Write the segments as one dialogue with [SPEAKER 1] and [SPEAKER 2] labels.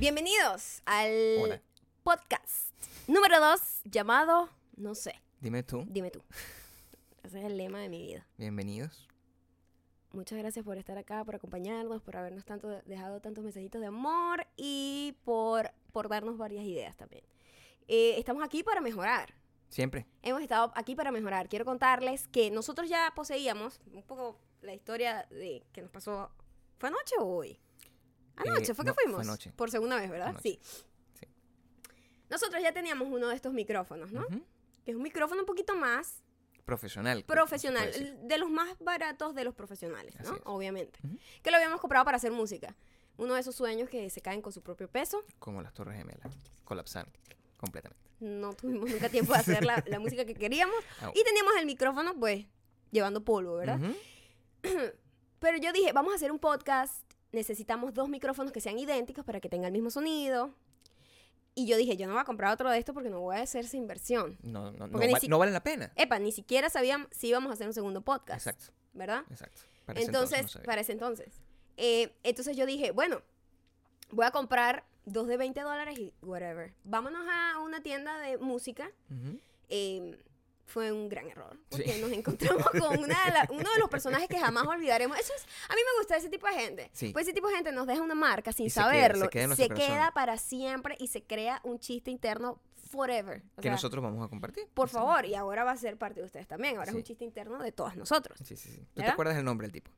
[SPEAKER 1] Bienvenidos al
[SPEAKER 2] Hola.
[SPEAKER 1] podcast número 2 llamado, no sé,
[SPEAKER 2] Dime tú,
[SPEAKER 1] dime tú. Ese es el lema de mi vida.
[SPEAKER 2] bienvenidos.
[SPEAKER 1] Muchas gracias por estar acá, por acompañarnos, por habernos tanto dejado tantos mensajitos de amor y por, por darnos varias ideas también. Eh, estamos aquí para mejorar.
[SPEAKER 2] Siempre.
[SPEAKER 1] Hemos estado aquí para mejorar. Quiero contarles que nosotros ya poseíamos un poco la historia de que nos pasó. ¿Fue anoche o hoy? Anoche,
[SPEAKER 2] Eh,
[SPEAKER 1] fue
[SPEAKER 2] no,
[SPEAKER 1] que
[SPEAKER 2] fue
[SPEAKER 1] fuimos.
[SPEAKER 2] anoche.
[SPEAKER 1] Por segunda vez, ¿verdad?
[SPEAKER 2] Anoche.
[SPEAKER 1] Sí.
[SPEAKER 2] Sí.
[SPEAKER 1] Nosotros ya teníamos uno de estos micrófonos, ¿no?
[SPEAKER 2] Ujú.
[SPEAKER 1] Que es un micrófono un poquito más
[SPEAKER 2] Profesional. creo que se
[SPEAKER 1] profesional,
[SPEAKER 2] puede decir.
[SPEAKER 1] de los más baratos de los profesionales, ¿no?
[SPEAKER 2] Así es.
[SPEAKER 1] Obviamente.
[SPEAKER 2] Ujú.
[SPEAKER 1] Que lo habíamos comprado para hacer música. Uno de esos sueños que se caen con su propio peso.
[SPEAKER 2] Como las Torres Gemelas. Colapsaron completamente.
[SPEAKER 1] No tuvimos nunca tiempo de hacer la, la música que queríamos.
[SPEAKER 2] Au.
[SPEAKER 1] Y teníamos el micrófono, pues, llevando polvo, ¿verdad?
[SPEAKER 2] Ah, Ujú.
[SPEAKER 1] Pero yo dije, vamos a hacer un podcast, necesitamos dos micrófonos que sean idénticos para que tenga el mismo sonido. Y yo dije, yo no voy a comprar otro de estos porque no voy a hacerse inversión.
[SPEAKER 2] No, no, no,
[SPEAKER 1] Porque ni
[SPEAKER 2] val-
[SPEAKER 1] si-
[SPEAKER 2] no valen la pena.
[SPEAKER 1] Epa, ni siquiera sabíamos si íbamos a hacer un segundo podcast,
[SPEAKER 2] Exacto,
[SPEAKER 1] ¿verdad?
[SPEAKER 2] exacto. Para ese
[SPEAKER 1] Entonces,
[SPEAKER 2] no sabía.
[SPEAKER 1] para ese entonces. Eh, entonces yo dije, bueno, voy a comprar dos de 20 dólares y whatever. Vámonos a una tienda de música.
[SPEAKER 2] Ujú.
[SPEAKER 1] Eh, fue un gran error,
[SPEAKER 2] Sí.
[SPEAKER 1] porque nos encontramos con una de la- uno de los personajes que jamás olvidaremos. Eso es, a mí me gusta ese tipo de gente.
[SPEAKER 2] Sí.
[SPEAKER 1] Pues ese tipo de gente nos deja una marca sin
[SPEAKER 2] Y se queda-
[SPEAKER 1] saberlo.
[SPEAKER 2] se queda en
[SPEAKER 1] se
[SPEAKER 2] nuestro
[SPEAKER 1] queda
[SPEAKER 2] corazón.
[SPEAKER 1] para siempre y se crea un chiste interno forever. O
[SPEAKER 2] Que
[SPEAKER 1] sea,
[SPEAKER 2] nosotros vamos a compartir.
[SPEAKER 1] Por
[SPEAKER 2] Sí.
[SPEAKER 1] favor, y ahora va a ser parte de ustedes también. Ahora es un
[SPEAKER 2] Sí.
[SPEAKER 1] chiste interno de todas nosotros.
[SPEAKER 2] Sí, sí, sí. ¿Tú te
[SPEAKER 1] ¿Verdad?
[SPEAKER 2] acuerdas el nombre del tipo?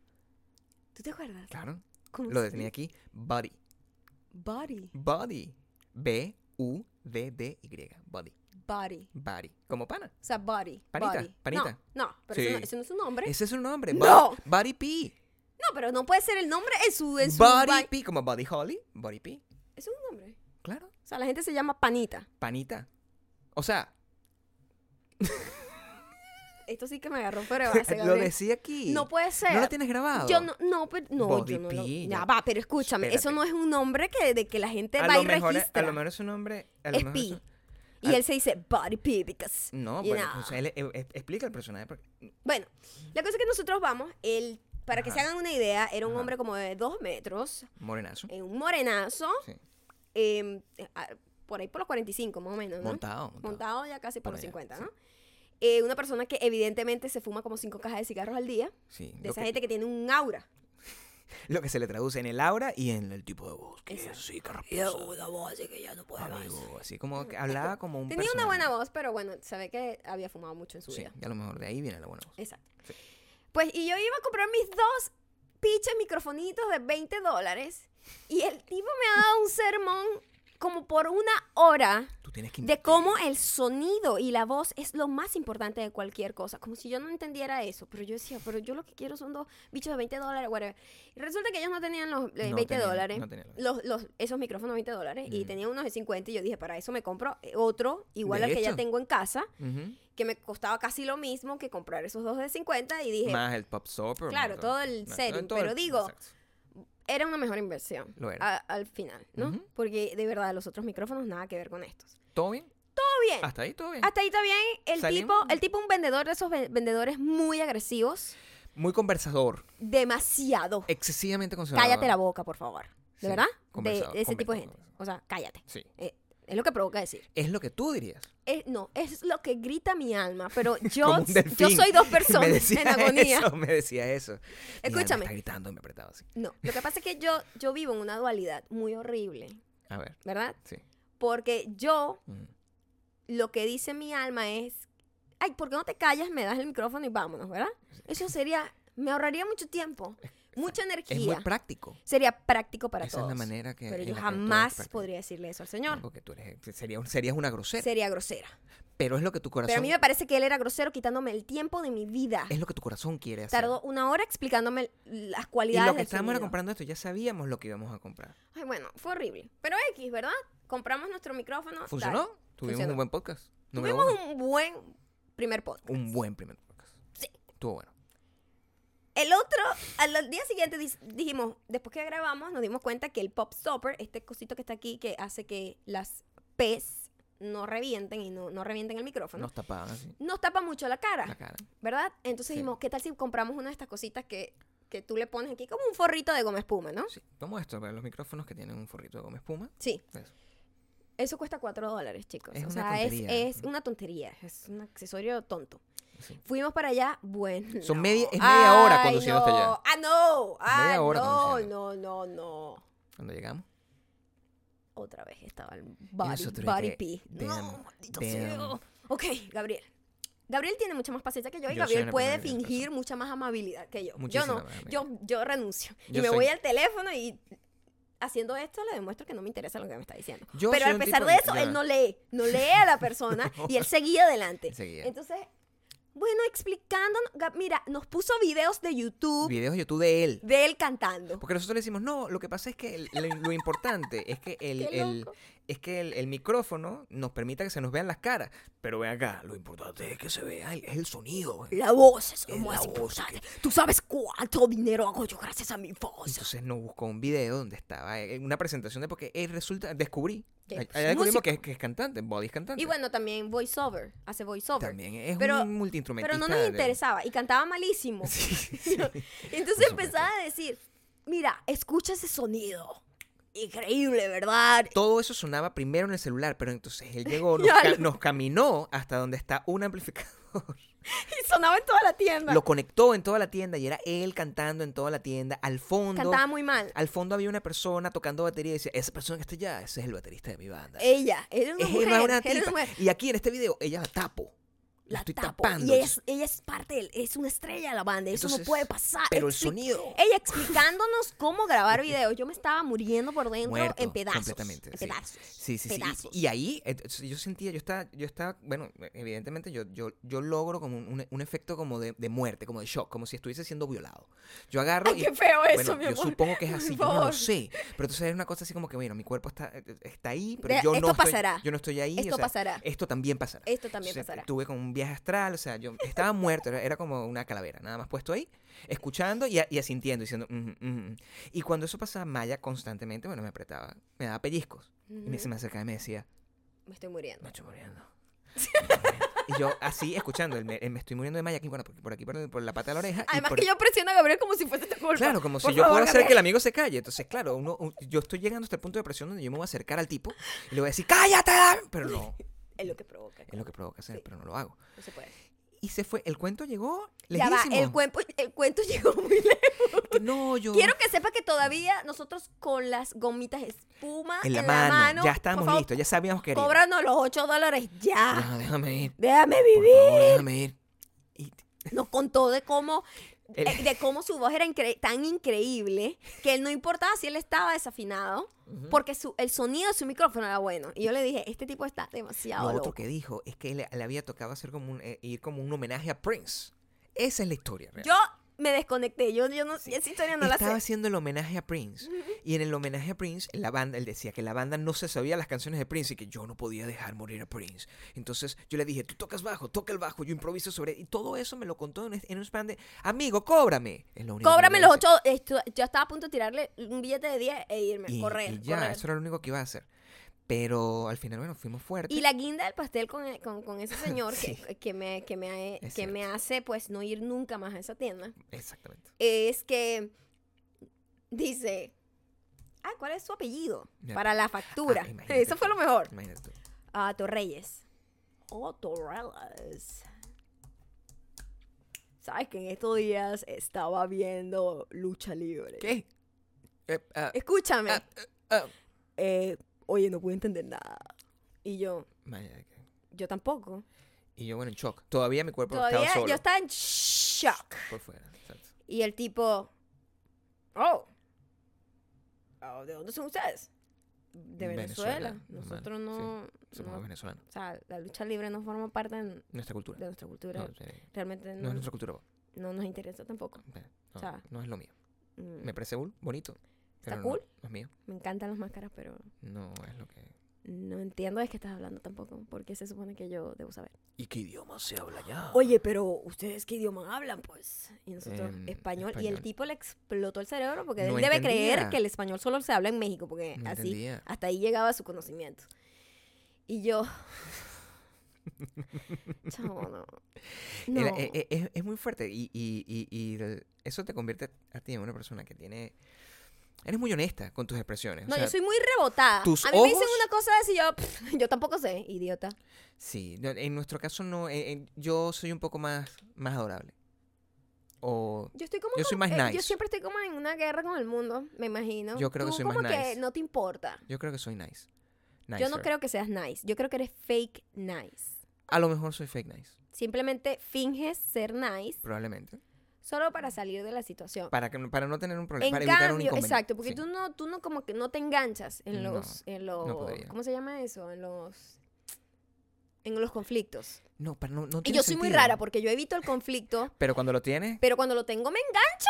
[SPEAKER 1] ¿Tú te acuerdas?
[SPEAKER 2] Claro.
[SPEAKER 1] ¿Cómo
[SPEAKER 2] Lo
[SPEAKER 1] se-
[SPEAKER 2] detenía aquí. Buddy.
[SPEAKER 1] Body.
[SPEAKER 2] Buddy. B-U-D-D-Y. Buddy.
[SPEAKER 1] Body.
[SPEAKER 2] Buddy. Como pana.
[SPEAKER 1] O sea, body.
[SPEAKER 2] Panita,
[SPEAKER 1] body.
[SPEAKER 2] panita.
[SPEAKER 1] No, no, pero eso,
[SPEAKER 2] Sí.
[SPEAKER 1] no, eso no es un nombre.
[SPEAKER 2] Ese es su nombre.
[SPEAKER 1] ¡No!
[SPEAKER 2] Buddy- Buddy P.
[SPEAKER 1] No, pero no puede ser el nombre en su... En su
[SPEAKER 2] Buddy
[SPEAKER 1] vai-
[SPEAKER 2] P. Como Buddy Holly. Buddy P.
[SPEAKER 1] Eso es un nombre.
[SPEAKER 2] Claro.
[SPEAKER 1] O sea, la gente se llama panita.
[SPEAKER 2] Panita. O sea,
[SPEAKER 1] Esto sí que me agarró pero base,
[SPEAKER 2] lo
[SPEAKER 1] Gabriel.
[SPEAKER 2] decía aquí.
[SPEAKER 1] No puede ser.
[SPEAKER 2] ¿No lo tienes grabado?
[SPEAKER 1] Yo no, no, pero, no,
[SPEAKER 2] Body
[SPEAKER 1] yo no lo-
[SPEAKER 2] P,
[SPEAKER 1] Ya
[SPEAKER 2] yo-
[SPEAKER 1] va, pero escúchame, eso
[SPEAKER 2] Espérate.
[SPEAKER 1] no es un nombre que, de que la gente
[SPEAKER 2] a
[SPEAKER 1] va
[SPEAKER 2] lo,
[SPEAKER 1] y
[SPEAKER 2] mejor, es-
[SPEAKER 1] registra.
[SPEAKER 2] a lo mejor es su nombre. A lo
[SPEAKER 1] es
[SPEAKER 2] mejor Mm.
[SPEAKER 1] P.
[SPEAKER 2] es su-
[SPEAKER 1] Y
[SPEAKER 2] a-
[SPEAKER 1] él se dice body P because.
[SPEAKER 2] No,
[SPEAKER 1] you
[SPEAKER 2] bueno,
[SPEAKER 1] know.
[SPEAKER 2] o sea, él, eh, eh, explica el personaje. porque-
[SPEAKER 1] Bueno, la cosa es que nosotros vamos, él, para que se
[SPEAKER 2] Ajá.
[SPEAKER 1] hagan una idea, era un
[SPEAKER 2] Ajá.
[SPEAKER 1] hombre como de dos metros,
[SPEAKER 2] Morenazo.
[SPEAKER 1] eh, un morenazo,
[SPEAKER 2] sí.
[SPEAKER 1] eh, a- por ahí por los 45 más o menos, ¿no?
[SPEAKER 2] Montado, montado.
[SPEAKER 1] Montado ya casi por,
[SPEAKER 2] Por
[SPEAKER 1] los
[SPEAKER 2] allá,
[SPEAKER 1] 50, ¿no? Eh, una persona que evidentemente se fuma como cinco cajas de cigarros al día,
[SPEAKER 2] Sí.
[SPEAKER 1] de
[SPEAKER 2] Lo
[SPEAKER 1] esa
[SPEAKER 2] que,
[SPEAKER 1] gente que tiene un aura.
[SPEAKER 2] lo que se le traduce en el aura y en el tipo de voz. Que
[SPEAKER 1] Exacto.
[SPEAKER 2] sí, que
[SPEAKER 1] Tenía
[SPEAKER 2] raposa,
[SPEAKER 1] una voz así que ya no puede más.
[SPEAKER 2] amigo, así como que hablaba como un
[SPEAKER 1] Tenía una
[SPEAKER 2] personaje.
[SPEAKER 1] buena voz, pero bueno, se ve que había fumado mucho en su
[SPEAKER 2] Sí,
[SPEAKER 1] vida.
[SPEAKER 2] y a lo mejor de ahí viene la buena voz.
[SPEAKER 1] Exacto. Pues, y yo iba a comprar mis dos pinches microfonitos de 20 dólares. Y el tipo me ha dado un sermón como por una hora
[SPEAKER 2] Tú tienes que
[SPEAKER 1] de
[SPEAKER 2] invertir.
[SPEAKER 1] cómo el sonido y la voz es lo más importante de cualquier cosa. Como si yo no entendiera eso. Pero yo decía, pero yo lo que quiero son dos bichos de 20 dólares, whatever. Y resulta que ellos no tenían los eh,
[SPEAKER 2] No
[SPEAKER 1] 20
[SPEAKER 2] tenía-
[SPEAKER 1] dólares.
[SPEAKER 2] no tenía los-
[SPEAKER 1] los, los- esos micrófonos 20 dólares. Y
[SPEAKER 2] Ujú.
[SPEAKER 1] tenía unos de 50. Y yo dije, para eso me compro eh, otro, igual
[SPEAKER 2] Mm. De
[SPEAKER 1] al que ya
[SPEAKER 2] hecho.
[SPEAKER 1] tengo en casa.
[SPEAKER 2] Ujú.
[SPEAKER 1] Que me costaba casi lo mismo que comprar esos dos de 50. Y dije,
[SPEAKER 2] Más el pop soap.
[SPEAKER 1] Claro, todo el setting, pero digo, ah, era una mejor inversión.
[SPEAKER 2] Lo era.
[SPEAKER 1] a- al final, ¿no?
[SPEAKER 2] Ujú.
[SPEAKER 1] Porque de verdad, los otros micrófonos nada que ver con estos.
[SPEAKER 2] ¿Todo bien?
[SPEAKER 1] Todo bien. Ah.
[SPEAKER 2] Hasta ahí todo bien.
[SPEAKER 1] Hasta ahí está bien. El
[SPEAKER 2] Salimos.
[SPEAKER 1] tipo, el tipo un vendedor de esos ve- vendedores muy agresivos.
[SPEAKER 2] Muy conversador.
[SPEAKER 1] Demasiado.
[SPEAKER 2] Excesivamente conservador.
[SPEAKER 1] cállate la boca, por favor. ¿De
[SPEAKER 2] Sí,
[SPEAKER 1] verdad? De,
[SPEAKER 2] conversador,
[SPEAKER 1] de ese
[SPEAKER 2] conver-
[SPEAKER 1] tipo de gente.
[SPEAKER 2] conversador.
[SPEAKER 1] O sea, cállate.
[SPEAKER 2] Sí.
[SPEAKER 1] Eh, es lo que provoca decir.
[SPEAKER 2] Es lo que tú dirías.
[SPEAKER 1] Eh, no, es lo que grita mi alma, pero
[SPEAKER 2] como
[SPEAKER 1] yo,
[SPEAKER 2] un delfín.
[SPEAKER 1] yo soy dos
[SPEAKER 2] Me
[SPEAKER 1] personas
[SPEAKER 2] decía
[SPEAKER 1] en agonía.
[SPEAKER 2] Eso, me decía eso. Mi alma
[SPEAKER 1] Escúchame.
[SPEAKER 2] Está gritando y me apretaba así.
[SPEAKER 1] No, lo que pasa es que yo, yo vivo en una dualidad muy horrible,
[SPEAKER 2] A ver,
[SPEAKER 1] ¿verdad?
[SPEAKER 2] sí. Mm.
[SPEAKER 1] Porque yo
[SPEAKER 2] Ujú.
[SPEAKER 1] lo que dice mi alma es, ay, ¿por qué no te callas? Me das el micrófono y vámonos, ¿verdad? Eso sería, me ahorraría mucho tiempo, mucha
[SPEAKER 2] Es muy
[SPEAKER 1] energía.
[SPEAKER 2] práctico.
[SPEAKER 1] sería práctico para
[SPEAKER 2] Esa
[SPEAKER 1] todos.
[SPEAKER 2] es la manera que.
[SPEAKER 1] pero
[SPEAKER 2] en
[SPEAKER 1] yo
[SPEAKER 2] la que tú
[SPEAKER 1] jamás
[SPEAKER 2] eres práctico.
[SPEAKER 1] podría decirle eso al señor.
[SPEAKER 2] Porque tú eres. eh, Sería, un- serías una grosera.
[SPEAKER 1] Sería grosera.
[SPEAKER 2] Pero es lo que tu corazón.
[SPEAKER 1] Pero a mí me parece que él era grosero quitándome el tiempo de mi vida.
[SPEAKER 2] Es lo que tu corazón quiere hacer.
[SPEAKER 1] Tardó una hora explicándome las
[SPEAKER 2] y
[SPEAKER 1] cualidades
[SPEAKER 2] lo que
[SPEAKER 1] del
[SPEAKER 2] estábamos era
[SPEAKER 1] sonido. Ah,
[SPEAKER 2] comprando esto, ya sabíamos lo que íbamos a comprar.
[SPEAKER 1] Ay, bueno, fue horrible. Pero X, ¿verdad? Compramos nuestro micrófono. tal.
[SPEAKER 2] ¿Funcionó? Tuvimos
[SPEAKER 1] Funcionó.
[SPEAKER 2] un buen podcast. Número
[SPEAKER 1] Tuvimos
[SPEAKER 2] uno.
[SPEAKER 1] un buen primer podcast.
[SPEAKER 2] Un buen primer podcast.
[SPEAKER 1] Sí.
[SPEAKER 2] Estuvo bueno.
[SPEAKER 1] El otro, al día siguiente dis- dijimos, después que grabamos, nos dimos cuenta que el pop stopper, este cosito que está aquí que hace que las P's no revienten y no, no revienten el micrófono,
[SPEAKER 2] Nos tapaban así
[SPEAKER 1] nos tapa mucho la cara,
[SPEAKER 2] la cara.
[SPEAKER 1] ¿verdad? Entonces
[SPEAKER 2] Sí.
[SPEAKER 1] dijimos, ¿qué tal si compramos una de estas cositas que, que tú le pones aquí como un forrito de goma espuma, ¿no?
[SPEAKER 2] Sí, como esto, para los micrófonos que tienen un forrito de goma espuma.
[SPEAKER 1] Sí.
[SPEAKER 2] Eso.
[SPEAKER 1] Eso cuesta 4 dólares, chicos.
[SPEAKER 2] Es
[SPEAKER 1] o
[SPEAKER 2] una
[SPEAKER 1] sea, es,
[SPEAKER 2] tontería.
[SPEAKER 1] es una tontería. Es un accesorio tonto.
[SPEAKER 2] Sí.
[SPEAKER 1] Fuimos para allá, bueno.
[SPEAKER 2] Son media- es media hora
[SPEAKER 1] Ay,
[SPEAKER 2] conduciendo hasta allá.
[SPEAKER 1] no. Ah, no. Ah,
[SPEAKER 2] media hora
[SPEAKER 1] no,
[SPEAKER 2] conduciendo.
[SPEAKER 1] no, no, no.
[SPEAKER 2] Cuando llegamos.
[SPEAKER 1] Otra vez estaba el body,
[SPEAKER 2] nosotros
[SPEAKER 1] body
[SPEAKER 2] que,
[SPEAKER 1] pee. no,
[SPEAKER 2] damn,
[SPEAKER 1] maldito
[SPEAKER 2] damn.
[SPEAKER 1] sea. Ok, Gabriel. Gabriel tiene mucha más paciencia que yo y
[SPEAKER 2] Yo soy
[SPEAKER 1] Gabriel
[SPEAKER 2] una
[SPEAKER 1] puede
[SPEAKER 2] persona que no es
[SPEAKER 1] fingir mucha más amabilidad que yo.
[SPEAKER 2] Muchísima
[SPEAKER 1] yo no,
[SPEAKER 2] más
[SPEAKER 1] yo, yo renuncio. y
[SPEAKER 2] Yo
[SPEAKER 1] me
[SPEAKER 2] soy-
[SPEAKER 1] voy al teléfono y haciendo esto le demuestro que no me interesa lo que me está diciendo.
[SPEAKER 2] Yo
[SPEAKER 1] Pero
[SPEAKER 2] soy
[SPEAKER 1] a
[SPEAKER 2] un
[SPEAKER 1] pesar
[SPEAKER 2] tipo-
[SPEAKER 1] de eso,
[SPEAKER 2] ya.
[SPEAKER 1] él no lee, no lee a la persona y él seguía adelante.
[SPEAKER 2] Él seguía.
[SPEAKER 1] Entonces, bueno, explicándonos, Gab- mira, nos puso videos de YouTube
[SPEAKER 2] Videos de YouTube de él.
[SPEAKER 1] de él cantando.
[SPEAKER 2] Porque nosotros le decimos, no, lo que pasa es que el- lo, lo importante es que, el,
[SPEAKER 1] Qué
[SPEAKER 2] el-
[SPEAKER 1] loco.
[SPEAKER 2] es que el, el micrófono nos permita que se nos vean las caras. Pero ven acá, lo importante es que se vea el, es el sonido.
[SPEAKER 1] La voz es lo
[SPEAKER 2] Es
[SPEAKER 1] más
[SPEAKER 2] la voz
[SPEAKER 1] importante. Tú sabes cuánto dinero hago yo gracias a mi voz.
[SPEAKER 2] Entonces nos buscó un video donde estaba eh, una presentación de porque él resulta, descubrí,
[SPEAKER 1] Que
[SPEAKER 2] ahí-
[SPEAKER 1] es
[SPEAKER 2] ahí descubrimos
[SPEAKER 1] músico.
[SPEAKER 2] que es, que es cantante, Body es cantante.
[SPEAKER 1] Y bueno, también voiceover, hace voiceover.
[SPEAKER 2] también es
[SPEAKER 1] pero-
[SPEAKER 2] un multiinstrumentista.
[SPEAKER 1] Pero no nos
[SPEAKER 2] de-
[SPEAKER 1] interesaba y cantaba malísimo.
[SPEAKER 2] Sí, sí.
[SPEAKER 1] Entonces
[SPEAKER 2] Por
[SPEAKER 1] empezaba a decir, mira, escucha ese sonido. Increíble, ¿verdad?
[SPEAKER 2] Todo eso sonaba primero en el celular, pero entonces él llegó, nos,
[SPEAKER 1] Ya
[SPEAKER 2] ca-
[SPEAKER 1] lo-
[SPEAKER 2] nos caminó hasta donde está un amplificador.
[SPEAKER 1] Y sonaba en toda la tienda.
[SPEAKER 2] Lo conectó en toda la tienda y era él cantando en toda la tienda. Al fondo,
[SPEAKER 1] Cantaba muy mal.
[SPEAKER 2] al fondo había una persona tocando batería y decía, esa persona que está allá, ese es el baterista de mi banda.
[SPEAKER 1] Ella, era una
[SPEAKER 2] es
[SPEAKER 1] mujer.
[SPEAKER 2] era una
[SPEAKER 1] era una
[SPEAKER 2] tipa.
[SPEAKER 1] mujer.
[SPEAKER 2] Y aquí en este video, ella la tapo. La,
[SPEAKER 1] La
[SPEAKER 2] estoy
[SPEAKER 1] tapo.
[SPEAKER 2] tapando.
[SPEAKER 1] Y ella es, ella es parte, del- es una estrella de la banda. Eso no
[SPEAKER 2] Entonces,
[SPEAKER 1] puede pasar.
[SPEAKER 2] pero el
[SPEAKER 1] Expli-
[SPEAKER 2] sonido.
[SPEAKER 1] Ella explicándonos cómo grabar videos. Yo me estaba muriendo por dentro
[SPEAKER 2] Muerto,
[SPEAKER 1] en pedazos.
[SPEAKER 2] completamente,
[SPEAKER 1] En
[SPEAKER 2] sí.
[SPEAKER 1] pedazos.
[SPEAKER 2] Sí, sí, sí. Y-
[SPEAKER 1] Pedazos.
[SPEAKER 2] Y, ahí entonces, yo sentía, yo estaba, yo estaba, bueno, e, evidentemente yo, yo, yo logro como un, un- un efecto como de, de muerte, como de shock, como si estuviese siendo violado. Yo agarro
[SPEAKER 1] Ay,
[SPEAKER 2] y
[SPEAKER 1] qué feo eso,
[SPEAKER 2] bueno,
[SPEAKER 1] mi
[SPEAKER 2] yo
[SPEAKER 1] amor.
[SPEAKER 2] supongo que es
[SPEAKER 1] Por
[SPEAKER 2] así, yo no lo
[SPEAKER 1] favor.
[SPEAKER 2] sé. Pero entonces es una cosa así como que, bueno, mi cuerpo está, eh, está ahí, pero
[SPEAKER 1] Vea,
[SPEAKER 2] yo
[SPEAKER 1] esto
[SPEAKER 2] no estoy,
[SPEAKER 1] pasará.
[SPEAKER 2] yo no estoy ahí.
[SPEAKER 1] Esto
[SPEAKER 2] o sea,
[SPEAKER 1] pasará.
[SPEAKER 2] Esto también pasará.
[SPEAKER 1] Esto también
[SPEAKER 2] Entonces,
[SPEAKER 1] pasará.
[SPEAKER 2] Tuve como un viaje astral, o sea, yo estaba muerto, era, era como una calavera, nada más puesto ahí, escuchando y, a- y asintiendo, diciendo, "Mm, "Ujú, ujú". y cuando eso pasaba, Maya constantemente, bueno, me apretaba, me daba pellizcos, y me, se me acercaba y me decía,
[SPEAKER 1] Me estoy muriendo.
[SPEAKER 2] me estoy muriendo. me estoy muriendo". Y yo así escuchando, el me, el me estoy muriendo de Maya aquí, bueno, por, por aquí, por, por la pata de la oreja. y
[SPEAKER 1] Además
[SPEAKER 2] por-
[SPEAKER 1] que yo presiono a Gabriel como si fuese tu culpa.
[SPEAKER 2] Claro, como si
[SPEAKER 1] Por
[SPEAKER 2] yo
[SPEAKER 1] favor,
[SPEAKER 2] puedo hacer
[SPEAKER 1] Gabriel.
[SPEAKER 2] que el amigo se calle. Entonces, claro, uno, un- yo estoy llegando hasta el punto de presión donde yo me voy a acercar al tipo y le voy a decir, ¡cállate! Pero no,
[SPEAKER 1] Es lo que provoca.
[SPEAKER 2] es lo que provoca hacer,
[SPEAKER 1] Sí.
[SPEAKER 2] pero no lo hago.
[SPEAKER 1] No se puede.
[SPEAKER 2] Y se fue, el cuento llegó
[SPEAKER 1] Ya va,
[SPEAKER 2] lejísimo.
[SPEAKER 1] el cuento, el cuento llegó muy lejos.
[SPEAKER 2] Que No, yo...
[SPEAKER 1] Quiero que sepa que todavía nosotros con las gomitas de espuma
[SPEAKER 2] en la, mano, ya estábamos
[SPEAKER 1] por favor,
[SPEAKER 2] listos, ya sabíamos que era.
[SPEAKER 1] Cóbranos los 8 dólares ya.
[SPEAKER 2] No, déjame ir,
[SPEAKER 1] Déjame
[SPEAKER 2] por
[SPEAKER 1] vivir.
[SPEAKER 2] favor, déjame ir. Y-
[SPEAKER 1] Nos contó de cómo
[SPEAKER 2] El-
[SPEAKER 1] eh, de cómo su voz era incre- tan increíble que él no importaba si él estaba desafinado
[SPEAKER 2] Ujú.
[SPEAKER 1] porque su, el sonido de su micrófono era bueno. Y yo le dije, este tipo está demasiado
[SPEAKER 2] Lo otro
[SPEAKER 1] loco.
[SPEAKER 2] que dijo es que le, le había tocado hacer como un, eh, ir como un homenaje a Prince. Esa es la historia real.
[SPEAKER 1] Yo me desconecté, yo, yo no, esa historia no la sé.
[SPEAKER 2] Estaba haciendo el homenaje a Prince. Y en el homenaje a Prince, la banda, él decía que la banda no se sabía las canciones de Prince y que yo no podía dejar morir a Prince. Entonces yo le dije, tú tocas bajo, toca el bajo, yo improviso sobre. Y todo eso me lo contó en, en un spam de, amigo, cóbrame. Es lo único que
[SPEAKER 1] Cóbrame
[SPEAKER 2] le
[SPEAKER 1] los
[SPEAKER 2] decía.
[SPEAKER 1] 8. Yo estaba a punto de tirarle un billete de 10 e irme,
[SPEAKER 2] Y,
[SPEAKER 1] correr.
[SPEAKER 2] y ya,
[SPEAKER 1] correr.
[SPEAKER 2] eso era lo único que iba a hacer. Pero al final, bueno, fuimos fuertes.
[SPEAKER 1] Y la guinda del pastel con, eh, con- con ese señor
[SPEAKER 2] Sí.
[SPEAKER 1] que, que me, que, me,
[SPEAKER 2] Es
[SPEAKER 1] que me hace pues no ir nunca más a esa tienda
[SPEAKER 2] Exactamente.
[SPEAKER 1] es que dice, ah, ¿cuál es su apellido?
[SPEAKER 2] Ya.
[SPEAKER 1] Para la factura.
[SPEAKER 2] Ah, imagínate
[SPEAKER 1] Eso fue
[SPEAKER 2] tú.
[SPEAKER 1] lo mejor.
[SPEAKER 2] Imagínate tú.
[SPEAKER 1] Ah, Torreyes. Oh, Torreyes. ¿Sabes que en estos días estaba viendo lucha libre?
[SPEAKER 2] ¿Qué? Eh, ah,
[SPEAKER 1] Escúchame.
[SPEAKER 2] ah, ah, ah.
[SPEAKER 1] eh, oye, no pude entender nada. Y yo,
[SPEAKER 2] Vaya, que-
[SPEAKER 1] yo tampoco.
[SPEAKER 2] Y yo, bueno, en shock. Todavía mi cuerpo
[SPEAKER 1] Todavía
[SPEAKER 2] estaba solo.
[SPEAKER 1] yo estaba en shock.
[SPEAKER 2] Por fuera. exacto.
[SPEAKER 1] Y el tipo, oh, Oh, ¿de dónde son ustedes? De Venezuela.
[SPEAKER 2] Venezuela, normal,
[SPEAKER 1] Nosotros no,
[SPEAKER 2] Somos
[SPEAKER 1] no-
[SPEAKER 2] venezolanos.
[SPEAKER 1] o sea, la lucha libre no forma parte en-
[SPEAKER 2] Nuestra cultura.
[SPEAKER 1] de nuestra cultura.
[SPEAKER 2] No, eh,
[SPEAKER 1] Realmente
[SPEAKER 2] no
[SPEAKER 1] no,
[SPEAKER 2] es nuestra cultura.
[SPEAKER 1] no nos interesa tampoco.
[SPEAKER 2] eh,
[SPEAKER 1] O sea,
[SPEAKER 2] No, no es lo mío.
[SPEAKER 1] Mm,
[SPEAKER 2] Me parece bul- bonito. pero no,
[SPEAKER 1] cool?
[SPEAKER 2] No es mío.
[SPEAKER 1] Me encantan las máscaras, pero
[SPEAKER 2] No es lo que.
[SPEAKER 1] no entiendo de qué estás hablando tampoco, porque se supone que yo debo saber.
[SPEAKER 2] ¿Y qué idioma se habla ya?
[SPEAKER 1] Oye, pero ustedes qué idioma hablan, pues. Y nosotros,
[SPEAKER 2] Em,
[SPEAKER 1] español. Y el
[SPEAKER 2] español.
[SPEAKER 1] tipo le explotó el cerebro porque
[SPEAKER 2] No
[SPEAKER 1] él debe
[SPEAKER 2] entendía.
[SPEAKER 1] creer que el español solo se habla en México, porque
[SPEAKER 2] No
[SPEAKER 1] así,
[SPEAKER 2] entendía.
[SPEAKER 1] hasta ahí llegaba su conocimiento. Y yo, Chavo, no.
[SPEAKER 2] Era-
[SPEAKER 1] No.
[SPEAKER 2] e- e- es, es muy fuerte y, y- y- y el- eso te convierte a ti en una persona que tiene... Eres muy honesta con tus expresiones. o
[SPEAKER 1] No,
[SPEAKER 2] sea,
[SPEAKER 1] yo soy muy rebotada.
[SPEAKER 2] tus
[SPEAKER 1] a mí me dicen
[SPEAKER 2] ojos-
[SPEAKER 1] una cosa de si yo, pff, yo tampoco sé, idiota.
[SPEAKER 2] Sí, no, en nuestro caso no. eh, eh, yo soy un poco más, más adorable. O
[SPEAKER 1] Yo estoy como
[SPEAKER 2] Yo soy más
[SPEAKER 1] eh, Yo
[SPEAKER 2] nice.
[SPEAKER 1] siempre estoy como en una guerra con el mundo, me imagino.
[SPEAKER 2] Yo creo que
[SPEAKER 1] Tú
[SPEAKER 2] soy más
[SPEAKER 1] como que
[SPEAKER 2] nice.
[SPEAKER 1] no te importa.
[SPEAKER 2] yo creo que soy nice.
[SPEAKER 1] Yo no
[SPEAKER 2] Nicer.
[SPEAKER 1] creo que seas nice. Yo creo que eres fake nice.
[SPEAKER 2] A lo mejor soy fake nice,
[SPEAKER 1] Simplemente finges ser nice
[SPEAKER 2] probablemente.
[SPEAKER 1] solo para salir de la situación.
[SPEAKER 2] Para, que, para no tener un problema,
[SPEAKER 1] En
[SPEAKER 2] para evitar un
[SPEAKER 1] cambio,
[SPEAKER 2] inconveniente.
[SPEAKER 1] exacto, porque
[SPEAKER 2] sí.
[SPEAKER 1] tú no, tú no como que no te enganchas en
[SPEAKER 2] No,
[SPEAKER 1] los, en los,
[SPEAKER 2] podría.
[SPEAKER 1] ¿cómo se llama eso? En los, en los conflictos.
[SPEAKER 2] No, para, no, no
[SPEAKER 1] Y
[SPEAKER 2] tiene
[SPEAKER 1] yo soy muy
[SPEAKER 2] sentido.
[SPEAKER 1] rara porque yo evito el conflicto,
[SPEAKER 2] Pero cuando lo tienes...
[SPEAKER 1] pero cuando lo tengo me engancho.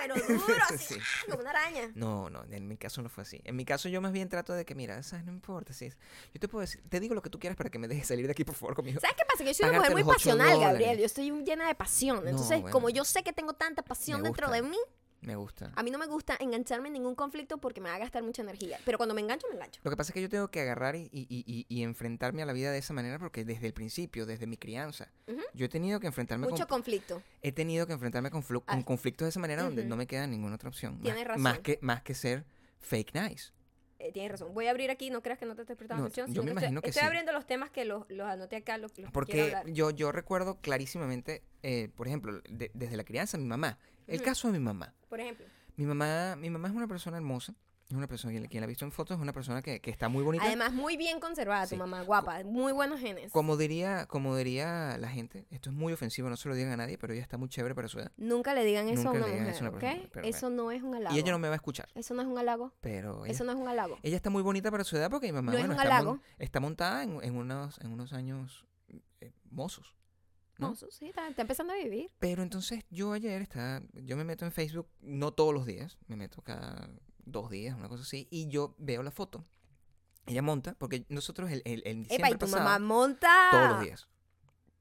[SPEAKER 1] Pero duro, así,
[SPEAKER 2] ¡Ah! Sí.
[SPEAKER 1] ah, como una araña.
[SPEAKER 2] No, no, en mi caso no fue así. En mi caso yo más bien trato de que, mira, ¿sabes? No importa. sí. Yo te puedo decir, te digo lo que tú quieras para que me dejes salir de aquí, por favor, conmigo.
[SPEAKER 1] ¿Sabes qué pasa? Que yo soy una
[SPEAKER 2] Pagarte
[SPEAKER 1] mujer muy
[SPEAKER 2] los ocho
[SPEAKER 1] pasional,
[SPEAKER 2] dólares.
[SPEAKER 1] Gabriel. Yo estoy llena de pasión.
[SPEAKER 2] No,
[SPEAKER 1] Entonces,
[SPEAKER 2] bueno.
[SPEAKER 1] como yo sé que tengo tanta pasión
[SPEAKER 2] Me
[SPEAKER 1] dentro de
[SPEAKER 2] gusta.
[SPEAKER 1] mí,
[SPEAKER 2] Me gusta.
[SPEAKER 1] a mí no me gusta engancharme en ningún conflicto porque me va a gastar mucha energía. Pero cuando me engancho, me engancho.
[SPEAKER 2] Lo que pasa es que yo tengo que agarrar y, y- y- y enfrentarme a la vida de esa manera porque desde el principio, desde mi crianza,
[SPEAKER 1] Ujú.
[SPEAKER 2] yo he tenido que enfrentarme
[SPEAKER 1] Mucho
[SPEAKER 2] con,
[SPEAKER 1] conflicto.
[SPEAKER 2] he tenido que enfrentarme con, flu- con
[SPEAKER 1] Ah.
[SPEAKER 2] conflictos de esa manera donde
[SPEAKER 1] Ujú.
[SPEAKER 2] no me queda ninguna otra opción. Más-
[SPEAKER 1] Tienes razón.
[SPEAKER 2] Más que, más que ser fake nice.
[SPEAKER 1] Eh, tienes razón. Voy a abrir aquí, no creas que no te estoy prestando
[SPEAKER 2] No,
[SPEAKER 1] atención.
[SPEAKER 2] yo
[SPEAKER 1] sino
[SPEAKER 2] me
[SPEAKER 1] estoy-
[SPEAKER 2] imagino que
[SPEAKER 1] Estoy
[SPEAKER 2] sí.
[SPEAKER 1] abriendo los temas que los, los anoté acá, los, los que pues, quiero
[SPEAKER 2] Porque
[SPEAKER 1] hablar.
[SPEAKER 2] yo, yo recuerdo clarísimamente, eh, por ejemplo, de- desde la crianza, mi mamá. El
[SPEAKER 1] Ujú.
[SPEAKER 2] caso de mi mamá.
[SPEAKER 1] Por ejemplo.
[SPEAKER 2] Mi mamá, mi mamá es una persona hermosa. Es una persona, quien, quien la ha visto en fotos, es una persona que, que está muy bonita.
[SPEAKER 1] Además, muy bien conservada tu
[SPEAKER 2] Sí.
[SPEAKER 1] mamá, guapa, muy buenos genes.
[SPEAKER 2] como diría, como diría la gente, esto es muy ofensivo, no se lo digan a nadie, pero ella está muy chévere para su edad.
[SPEAKER 1] Nunca le digan eso
[SPEAKER 2] Nunca
[SPEAKER 1] a una
[SPEAKER 2] le digan
[SPEAKER 1] mujer,
[SPEAKER 2] eso a una persona,
[SPEAKER 1] ¿ok?
[SPEAKER 2] pero
[SPEAKER 1] Eso no es un halago.
[SPEAKER 2] Y ella no me Eh, va a escuchar.
[SPEAKER 1] Eso no es un halago.
[SPEAKER 2] Pero ella,
[SPEAKER 1] Eso no es un halago.
[SPEAKER 2] ella está muy bonita para su edad porque mi mamá
[SPEAKER 1] No es
[SPEAKER 2] bueno,
[SPEAKER 1] un
[SPEAKER 2] está, mon-
[SPEAKER 1] halago.
[SPEAKER 2] está montada en, en unos, en unos años eh, mozos. ¿no?
[SPEAKER 1] No, eso sí, está, está empezando a vivir.
[SPEAKER 2] Pero entonces yo ayer estaba, yo me meto en Facebook, no todos los días, me meto cada dos días, una cosa así, y yo veo la foto. Ella monta, porque nosotros el, el, en
[SPEAKER 1] Epa,
[SPEAKER 2] diciembre
[SPEAKER 1] y tu
[SPEAKER 2] pasado,
[SPEAKER 1] mamá monta.
[SPEAKER 2] todos los días.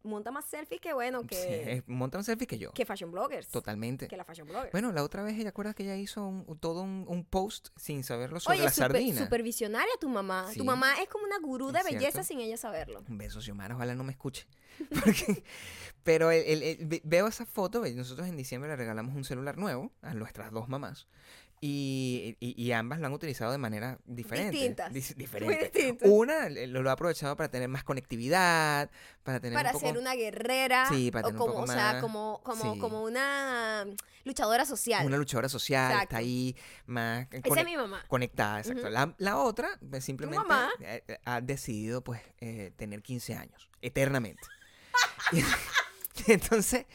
[SPEAKER 1] Monta más selfies que bueno,
[SPEAKER 2] Sí,
[SPEAKER 1] que,
[SPEAKER 2] es- monta un selfie que yo.
[SPEAKER 1] que fashion bloggers.
[SPEAKER 2] Totalmente.
[SPEAKER 1] Que la fashion blogger.
[SPEAKER 2] Bueno, la otra vez ella acuerda que ella hizo un- un- todo un, un post sin saberlo sobre
[SPEAKER 1] Oye,
[SPEAKER 2] la
[SPEAKER 1] super,
[SPEAKER 2] sardina.
[SPEAKER 1] supervisionaria tu mamá.
[SPEAKER 2] Sí.
[SPEAKER 1] Tu mamá es como una gurú de
[SPEAKER 2] Es
[SPEAKER 1] belleza
[SPEAKER 2] cierto.
[SPEAKER 1] sin ella saberlo.
[SPEAKER 2] Un beso, Xiomara, ojalá no me escuche. Porque- pero el- el- el- ve- veo esa foto, ve- nosotros en diciembre le regalamos un celular nuevo a nuestras dos mamás. Y, y- y ambas lo han utilizado de manera diferente.
[SPEAKER 1] Distintas.
[SPEAKER 2] Dis-
[SPEAKER 1] Muy
[SPEAKER 2] diferente.
[SPEAKER 1] distinto.
[SPEAKER 2] Una eh, lo, lo ha aprovechado para tener más conectividad, para tener
[SPEAKER 1] para
[SPEAKER 2] un poco-
[SPEAKER 1] ser una guerrera
[SPEAKER 2] Sí, para
[SPEAKER 1] o
[SPEAKER 2] tener un
[SPEAKER 1] como
[SPEAKER 2] poco
[SPEAKER 1] o sea
[SPEAKER 2] más-
[SPEAKER 1] como como
[SPEAKER 2] sí.
[SPEAKER 1] como una mm, luchadora social
[SPEAKER 2] una luchadora social,
[SPEAKER 1] Exacto.
[SPEAKER 2] está ahí más
[SPEAKER 1] esa
[SPEAKER 2] conec-
[SPEAKER 1] es mi mamá
[SPEAKER 2] conectada, exacto.
[SPEAKER 1] Ujú.
[SPEAKER 2] la, la otra pues, simplemente
[SPEAKER 1] mamá.
[SPEAKER 2] eh, eh, ha decidido pues eh, tener 15 años, eternamente. y, y entonces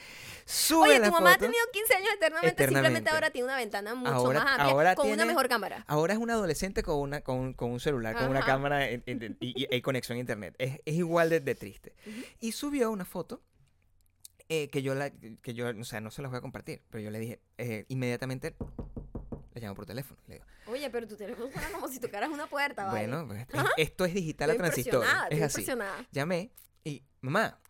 [SPEAKER 2] sube
[SPEAKER 1] oye
[SPEAKER 2] la
[SPEAKER 1] tu mamá ha
[SPEAKER 2] foto.
[SPEAKER 1] tenido 15 años eternamente,
[SPEAKER 2] Eternamente.
[SPEAKER 1] simplemente ahora tiene una ventana mucho
[SPEAKER 2] Ahora-
[SPEAKER 1] más amplia
[SPEAKER 2] ahora
[SPEAKER 1] con una
[SPEAKER 2] tiene-
[SPEAKER 1] mejor cámara
[SPEAKER 2] Ahora es un adolescente con, una, con, con un celular, con una
[SPEAKER 1] Ajá.
[SPEAKER 2] cámara en- en- en- y, y- y conexión a internet. Es, es igual de, de triste. Y subió una foto eh, que yo, la, que yo, o sea, no se las voy a compartir, pero yo le dije, eh, inmediatamente le llamo por teléfono. y Le digo,
[SPEAKER 1] oye pero tu teléfono suena como si tocaras una puerta Ah, vale.
[SPEAKER 2] bueno, pues, es- esto es digital a
[SPEAKER 1] estoy
[SPEAKER 2] transistor.
[SPEAKER 1] impresionada
[SPEAKER 2] Es
[SPEAKER 1] estoy
[SPEAKER 2] así.
[SPEAKER 1] impresionada
[SPEAKER 2] llamé y, mamá,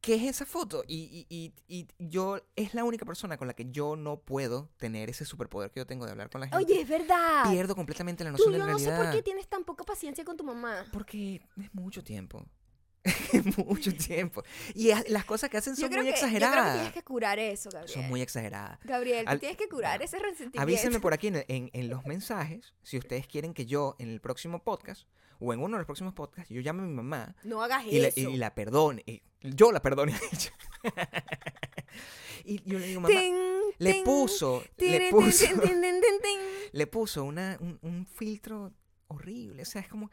[SPEAKER 2] ¿qué es esa foto? Y, y- y- y yo, es la única persona con la que yo no puedo tener ese superpoder que yo tengo de hablar con la gente.
[SPEAKER 1] oye es verdad
[SPEAKER 2] Pierdo completamente la
[SPEAKER 1] tú
[SPEAKER 2] noción de
[SPEAKER 1] yo
[SPEAKER 2] la
[SPEAKER 1] no sé
[SPEAKER 2] realidad.
[SPEAKER 1] por qué tienes tan poca paciencia con tu mamá
[SPEAKER 2] Porque es mucho tiempo. es mucho tiempo. Y a- las cosas que hacen
[SPEAKER 1] yo
[SPEAKER 2] son
[SPEAKER 1] creo
[SPEAKER 2] muy
[SPEAKER 1] que yo creo que
[SPEAKER 2] exageradas.
[SPEAKER 1] tienes que curar eso Gabriel
[SPEAKER 2] Son muy exageradas.
[SPEAKER 1] Gabriel tú
[SPEAKER 2] Al-
[SPEAKER 1] tienes que curar
[SPEAKER 2] no.
[SPEAKER 1] ese resentimiento
[SPEAKER 2] Avísenme por aquí en, el- en- en los mensajes si ustedes quieren que yo en el próximo podcast o en uno de los próximos podcasts yo llame a mi mamá
[SPEAKER 1] no hagas
[SPEAKER 2] y la,
[SPEAKER 1] eso
[SPEAKER 2] y la perdone. y yo la perdone a ella. y yo le digo, mamá,
[SPEAKER 1] Ting,
[SPEAKER 2] le
[SPEAKER 1] ting,
[SPEAKER 2] puso, le
[SPEAKER 1] tiri,
[SPEAKER 2] puso,
[SPEAKER 1] tin, tin, tin, tin, tin.
[SPEAKER 2] le puso una, un, un filtro horrible. O sea, es como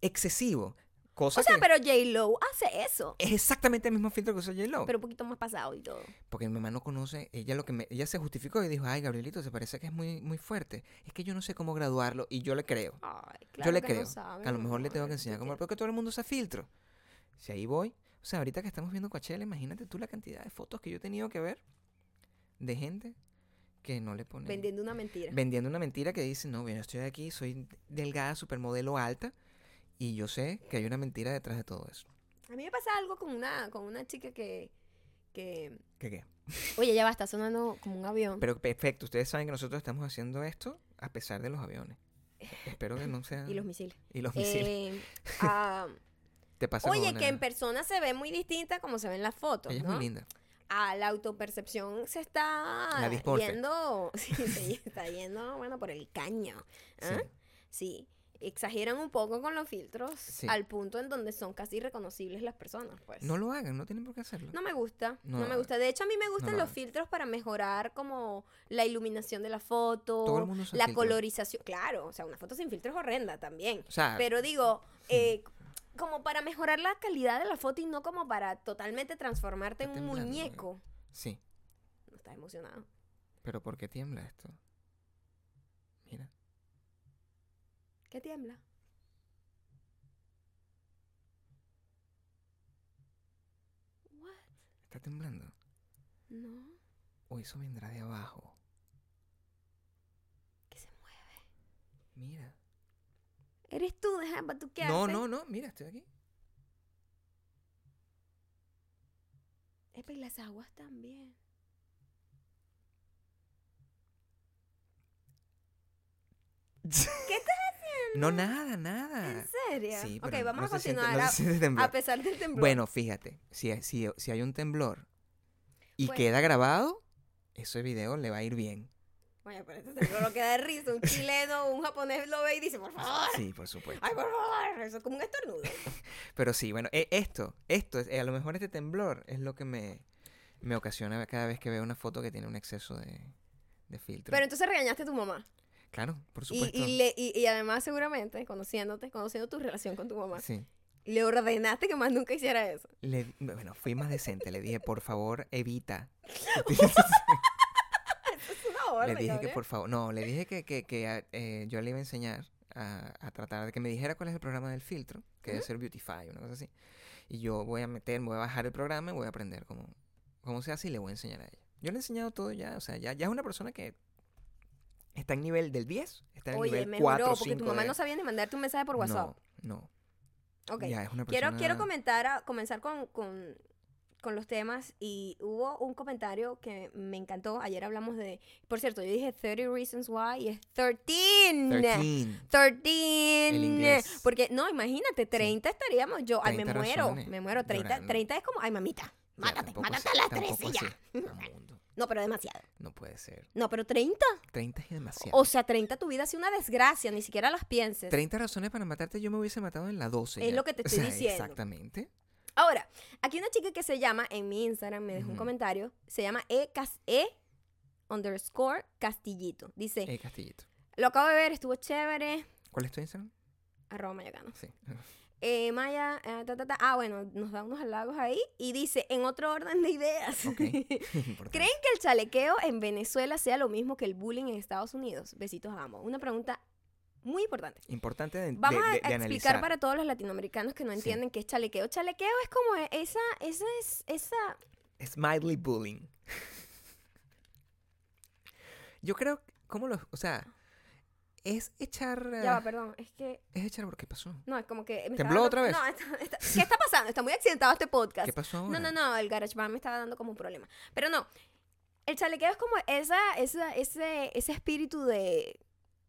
[SPEAKER 2] excesivo. Cosa
[SPEAKER 1] O sea,
[SPEAKER 2] que
[SPEAKER 1] pero J-Lo hace eso.
[SPEAKER 2] es exactamente el mismo filtro que usó j
[SPEAKER 1] Pero un poquito más pasado y todo.
[SPEAKER 2] Porque mi mamá no conoce, ella lo que me- ella se justificó y dijo, ay, Gabrielito, se parece que es muy, muy fuerte. Es que yo no sé cómo graduarlo y yo le creo.
[SPEAKER 1] Ay,
[SPEAKER 2] yo
[SPEAKER 1] claro
[SPEAKER 2] le
[SPEAKER 1] que no
[SPEAKER 2] creo.
[SPEAKER 1] sabe,
[SPEAKER 2] a lo mejor le
[SPEAKER 1] mamá,
[SPEAKER 2] tengo que
[SPEAKER 1] tú
[SPEAKER 2] enseñar cómo,
[SPEAKER 1] tienes-
[SPEAKER 2] porque todo el mundo usa filtro. Si ahí voy, o sea, ahorita que estamos viendo Coachella, imagínate tú la cantidad de fotos que yo he tenido que ver de gente que no le pone...
[SPEAKER 1] Vendiendo una mentira.
[SPEAKER 2] vendiendo una mentira que dice, no, bien, estoy aquí, soy delgada, supermodelo alta, y yo sé que hay una mentira detrás de todo eso.
[SPEAKER 1] A mí me pasa algo con una, con una chica que, que...
[SPEAKER 2] ¿Qué qué?
[SPEAKER 1] Oye, ya va, está sonando como un avión.
[SPEAKER 2] Pero perfecto, ustedes saben que nosotros estamos haciendo esto a pesar de los aviones. Espero que no sea.
[SPEAKER 1] y los misiles.
[SPEAKER 2] y los misiles.
[SPEAKER 1] Eh, ah,
[SPEAKER 2] te pasa con
[SPEAKER 1] Eh, Oye,
[SPEAKER 2] una-
[SPEAKER 1] que en persona se ve muy distinta como se ve en las fotos,
[SPEAKER 2] Ella es
[SPEAKER 1] ¿no?
[SPEAKER 2] muy linda.
[SPEAKER 1] A la autopercepción se está
[SPEAKER 2] La dismorfia.
[SPEAKER 1] yendo, sí, se está yendo, bueno, por el caño. ¿ah?
[SPEAKER 2] Sí.
[SPEAKER 1] Sí, exageran un poco con los filtros
[SPEAKER 2] Sí.
[SPEAKER 1] al punto en donde son casi irreconocibles las personas, pues.
[SPEAKER 2] No lo hagan, no tienen por qué hacerlo.
[SPEAKER 1] No me gusta, no,
[SPEAKER 2] No lo
[SPEAKER 1] me
[SPEAKER 2] hagan.
[SPEAKER 1] gusta. De hecho, a mí me gustan
[SPEAKER 2] lo
[SPEAKER 1] los
[SPEAKER 2] hagan.
[SPEAKER 1] filtros para mejorar como la iluminación de la foto,
[SPEAKER 2] Todo el mundo usa
[SPEAKER 1] la
[SPEAKER 2] filtros.
[SPEAKER 1] colorización. Claro, o sea, una foto sin filtro es horrenda también.
[SPEAKER 2] O sea,
[SPEAKER 1] Pero digo, eh, como para mejorar la calidad de la foto y no como para totalmente transformarte en
[SPEAKER 2] Está
[SPEAKER 1] un
[SPEAKER 2] temblando, eh.
[SPEAKER 1] muñeco.
[SPEAKER 2] sí.
[SPEAKER 1] No estás emocionado.
[SPEAKER 2] Pero ¿por qué tiembla esto? Mira.
[SPEAKER 1] ¿Qué tiembla? What?
[SPEAKER 2] Está temblando.
[SPEAKER 1] No,
[SPEAKER 2] O eso vendrá de abajo.
[SPEAKER 1] que se mueve.
[SPEAKER 2] Mira.
[SPEAKER 1] Eres tú, deja para tú qué
[SPEAKER 2] No,
[SPEAKER 1] haces?
[SPEAKER 2] no, no. Mira, estoy aquí.
[SPEAKER 1] Epa, y las aguas también.
[SPEAKER 2] No, nada, nada.
[SPEAKER 1] ¿En serio?
[SPEAKER 2] Ah, Sí,
[SPEAKER 1] ok,
[SPEAKER 2] pero
[SPEAKER 1] vamos
[SPEAKER 2] no
[SPEAKER 1] a
[SPEAKER 2] se siente-
[SPEAKER 1] continuar
[SPEAKER 2] no
[SPEAKER 1] a,
[SPEAKER 2] se siente temblor.
[SPEAKER 1] a pesar del temblor.
[SPEAKER 2] Bueno, fíjate, si, hay- si, si hay un temblor y
[SPEAKER 1] Bueno.
[SPEAKER 2] queda grabado, ese video le va a ir bien.
[SPEAKER 1] Oye, pero este temblor lo queda de risa. Un chileno, un japonés lo ve y dice, por favor.
[SPEAKER 2] Sí, por supuesto.
[SPEAKER 1] Ay, por favor. Eso es como un estornudo.
[SPEAKER 2] Pero sí, bueno, e- esto, esto, es- eh, a lo mejor este temblor es lo que me, me ocasiona cada vez que veo una foto que tiene un exceso de, de filtro.
[SPEAKER 1] Pero entonces regañaste a tu mamá.
[SPEAKER 2] claro, por
[SPEAKER 1] Y,
[SPEAKER 2] supuesto.
[SPEAKER 1] y, le- y- y además, seguramente, conociéndote, conociendo tu relación con tu mamá,
[SPEAKER 2] Sí.
[SPEAKER 1] le ordenaste que más nunca hiciera eso.
[SPEAKER 2] Le- bueno, fui más decente, le dije, por favor, evita.
[SPEAKER 1] Es una orden,
[SPEAKER 2] le dije que
[SPEAKER 1] Gabriel.
[SPEAKER 2] por favor, no, le dije que, que- que, ah, eh, yo le iba a enseñar a, a tratar de que me dijera cuál es el programa del filtro, que debe ser Beautify, una cosa así. Y yo voy a meter, voy a bajar el programa y voy a aprender cómo, cómo se hace y le voy a enseñar a ella. Yo le he enseñado todo ya, o sea, ya, ya es una persona que está en nivel del 10, está en el
[SPEAKER 1] Oye,
[SPEAKER 2] nivel
[SPEAKER 1] me
[SPEAKER 2] 4,
[SPEAKER 1] juró, porque tu
[SPEAKER 2] 5
[SPEAKER 1] mamá
[SPEAKER 2] de-
[SPEAKER 1] no sabía ni mandarte un mensaje por WhatsApp.
[SPEAKER 2] No, no,
[SPEAKER 1] ok.
[SPEAKER 2] ya es una persona...
[SPEAKER 1] Quiero, quiero comentar a- comenzar con, con- con los temas y hubo un comentario que me encantó. Ayer hablamos de, por cierto, yo dije 30 Reasons Why y es 13.
[SPEAKER 2] 13.
[SPEAKER 1] 13.
[SPEAKER 2] El inglés.
[SPEAKER 1] Porque, no, imagínate, 30 estaríamos yo. Ay, me
[SPEAKER 2] 30
[SPEAKER 1] muero,
[SPEAKER 2] razones.
[SPEAKER 1] me muero. 30,
[SPEAKER 2] Llorando.
[SPEAKER 1] 30 es como, ay, mamita,
[SPEAKER 2] Ya,
[SPEAKER 1] mátate,
[SPEAKER 2] tampoco
[SPEAKER 1] mátate
[SPEAKER 2] así,
[SPEAKER 1] a las
[SPEAKER 2] tampoco
[SPEAKER 1] 13 ya.
[SPEAKER 2] así. Vagabundo,
[SPEAKER 1] No, pero demasiado.
[SPEAKER 2] No puede ser.
[SPEAKER 1] No, pero 30.
[SPEAKER 2] 30 es demasiado.
[SPEAKER 1] O sea, 30 tu vida ha sido una desgracia, ni siquiera las pienses.
[SPEAKER 2] 30 razones para matarte, yo me hubiese matado en la 12.
[SPEAKER 1] Es
[SPEAKER 2] ya.
[SPEAKER 1] lo que te
[SPEAKER 2] O
[SPEAKER 1] estoy
[SPEAKER 2] sea,
[SPEAKER 1] diciendo.
[SPEAKER 2] Exactamente.
[SPEAKER 1] Ahora, aquí una chica que se llama, en mi Instagram me dejó un
[SPEAKER 2] Ujú.
[SPEAKER 1] comentario, se llama E, Cas- e underscore Castillito. Dice,
[SPEAKER 2] Eh, Castillito.
[SPEAKER 1] lo acabo de ver, estuvo chévere,
[SPEAKER 2] ¿Cuál es tu Instagram?
[SPEAKER 1] arroba mayacano.
[SPEAKER 2] Sí.
[SPEAKER 1] Eh, Maya, eh, ta, ta, ta. ah, bueno, nos da unos halagos ahí y dice, en otro orden de ideas.
[SPEAKER 2] Ok. Importante.
[SPEAKER 1] ¿Creen que el chalequeo en Venezuela sea lo mismo que el bullying en Estados Unidos? Besitos a ambos. Una pregunta muy importante.
[SPEAKER 2] Importante de, de-
[SPEAKER 1] Vamos a-
[SPEAKER 2] de- de
[SPEAKER 1] a, explicar
[SPEAKER 2] analizar.
[SPEAKER 1] para todos los latinoamericanos que no
[SPEAKER 2] Sí.
[SPEAKER 1] entienden qué es chalequeo. Chalequeo es como e- esa, esa, es- esa,
[SPEAKER 2] Es mildly bullying. yo creo, ¿cómo lo...? O sea, es echar...
[SPEAKER 1] Ya va,
[SPEAKER 2] eh,
[SPEAKER 1] perdón, es que.
[SPEAKER 2] es echar... ¿Qué pasó?
[SPEAKER 1] No, es como que. me estaba-
[SPEAKER 2] ¿Tembló otra vez?
[SPEAKER 1] No, está- está- ¿qué está pasando? Está muy accidentado este podcast.
[SPEAKER 2] ¿Qué pasó
[SPEAKER 1] No,
[SPEAKER 2] ahora?
[SPEAKER 1] no, no, el GarageBand me estaba dando como un problema. Pero no, el chalequeo es como esa, esa, ese, ese espíritu de,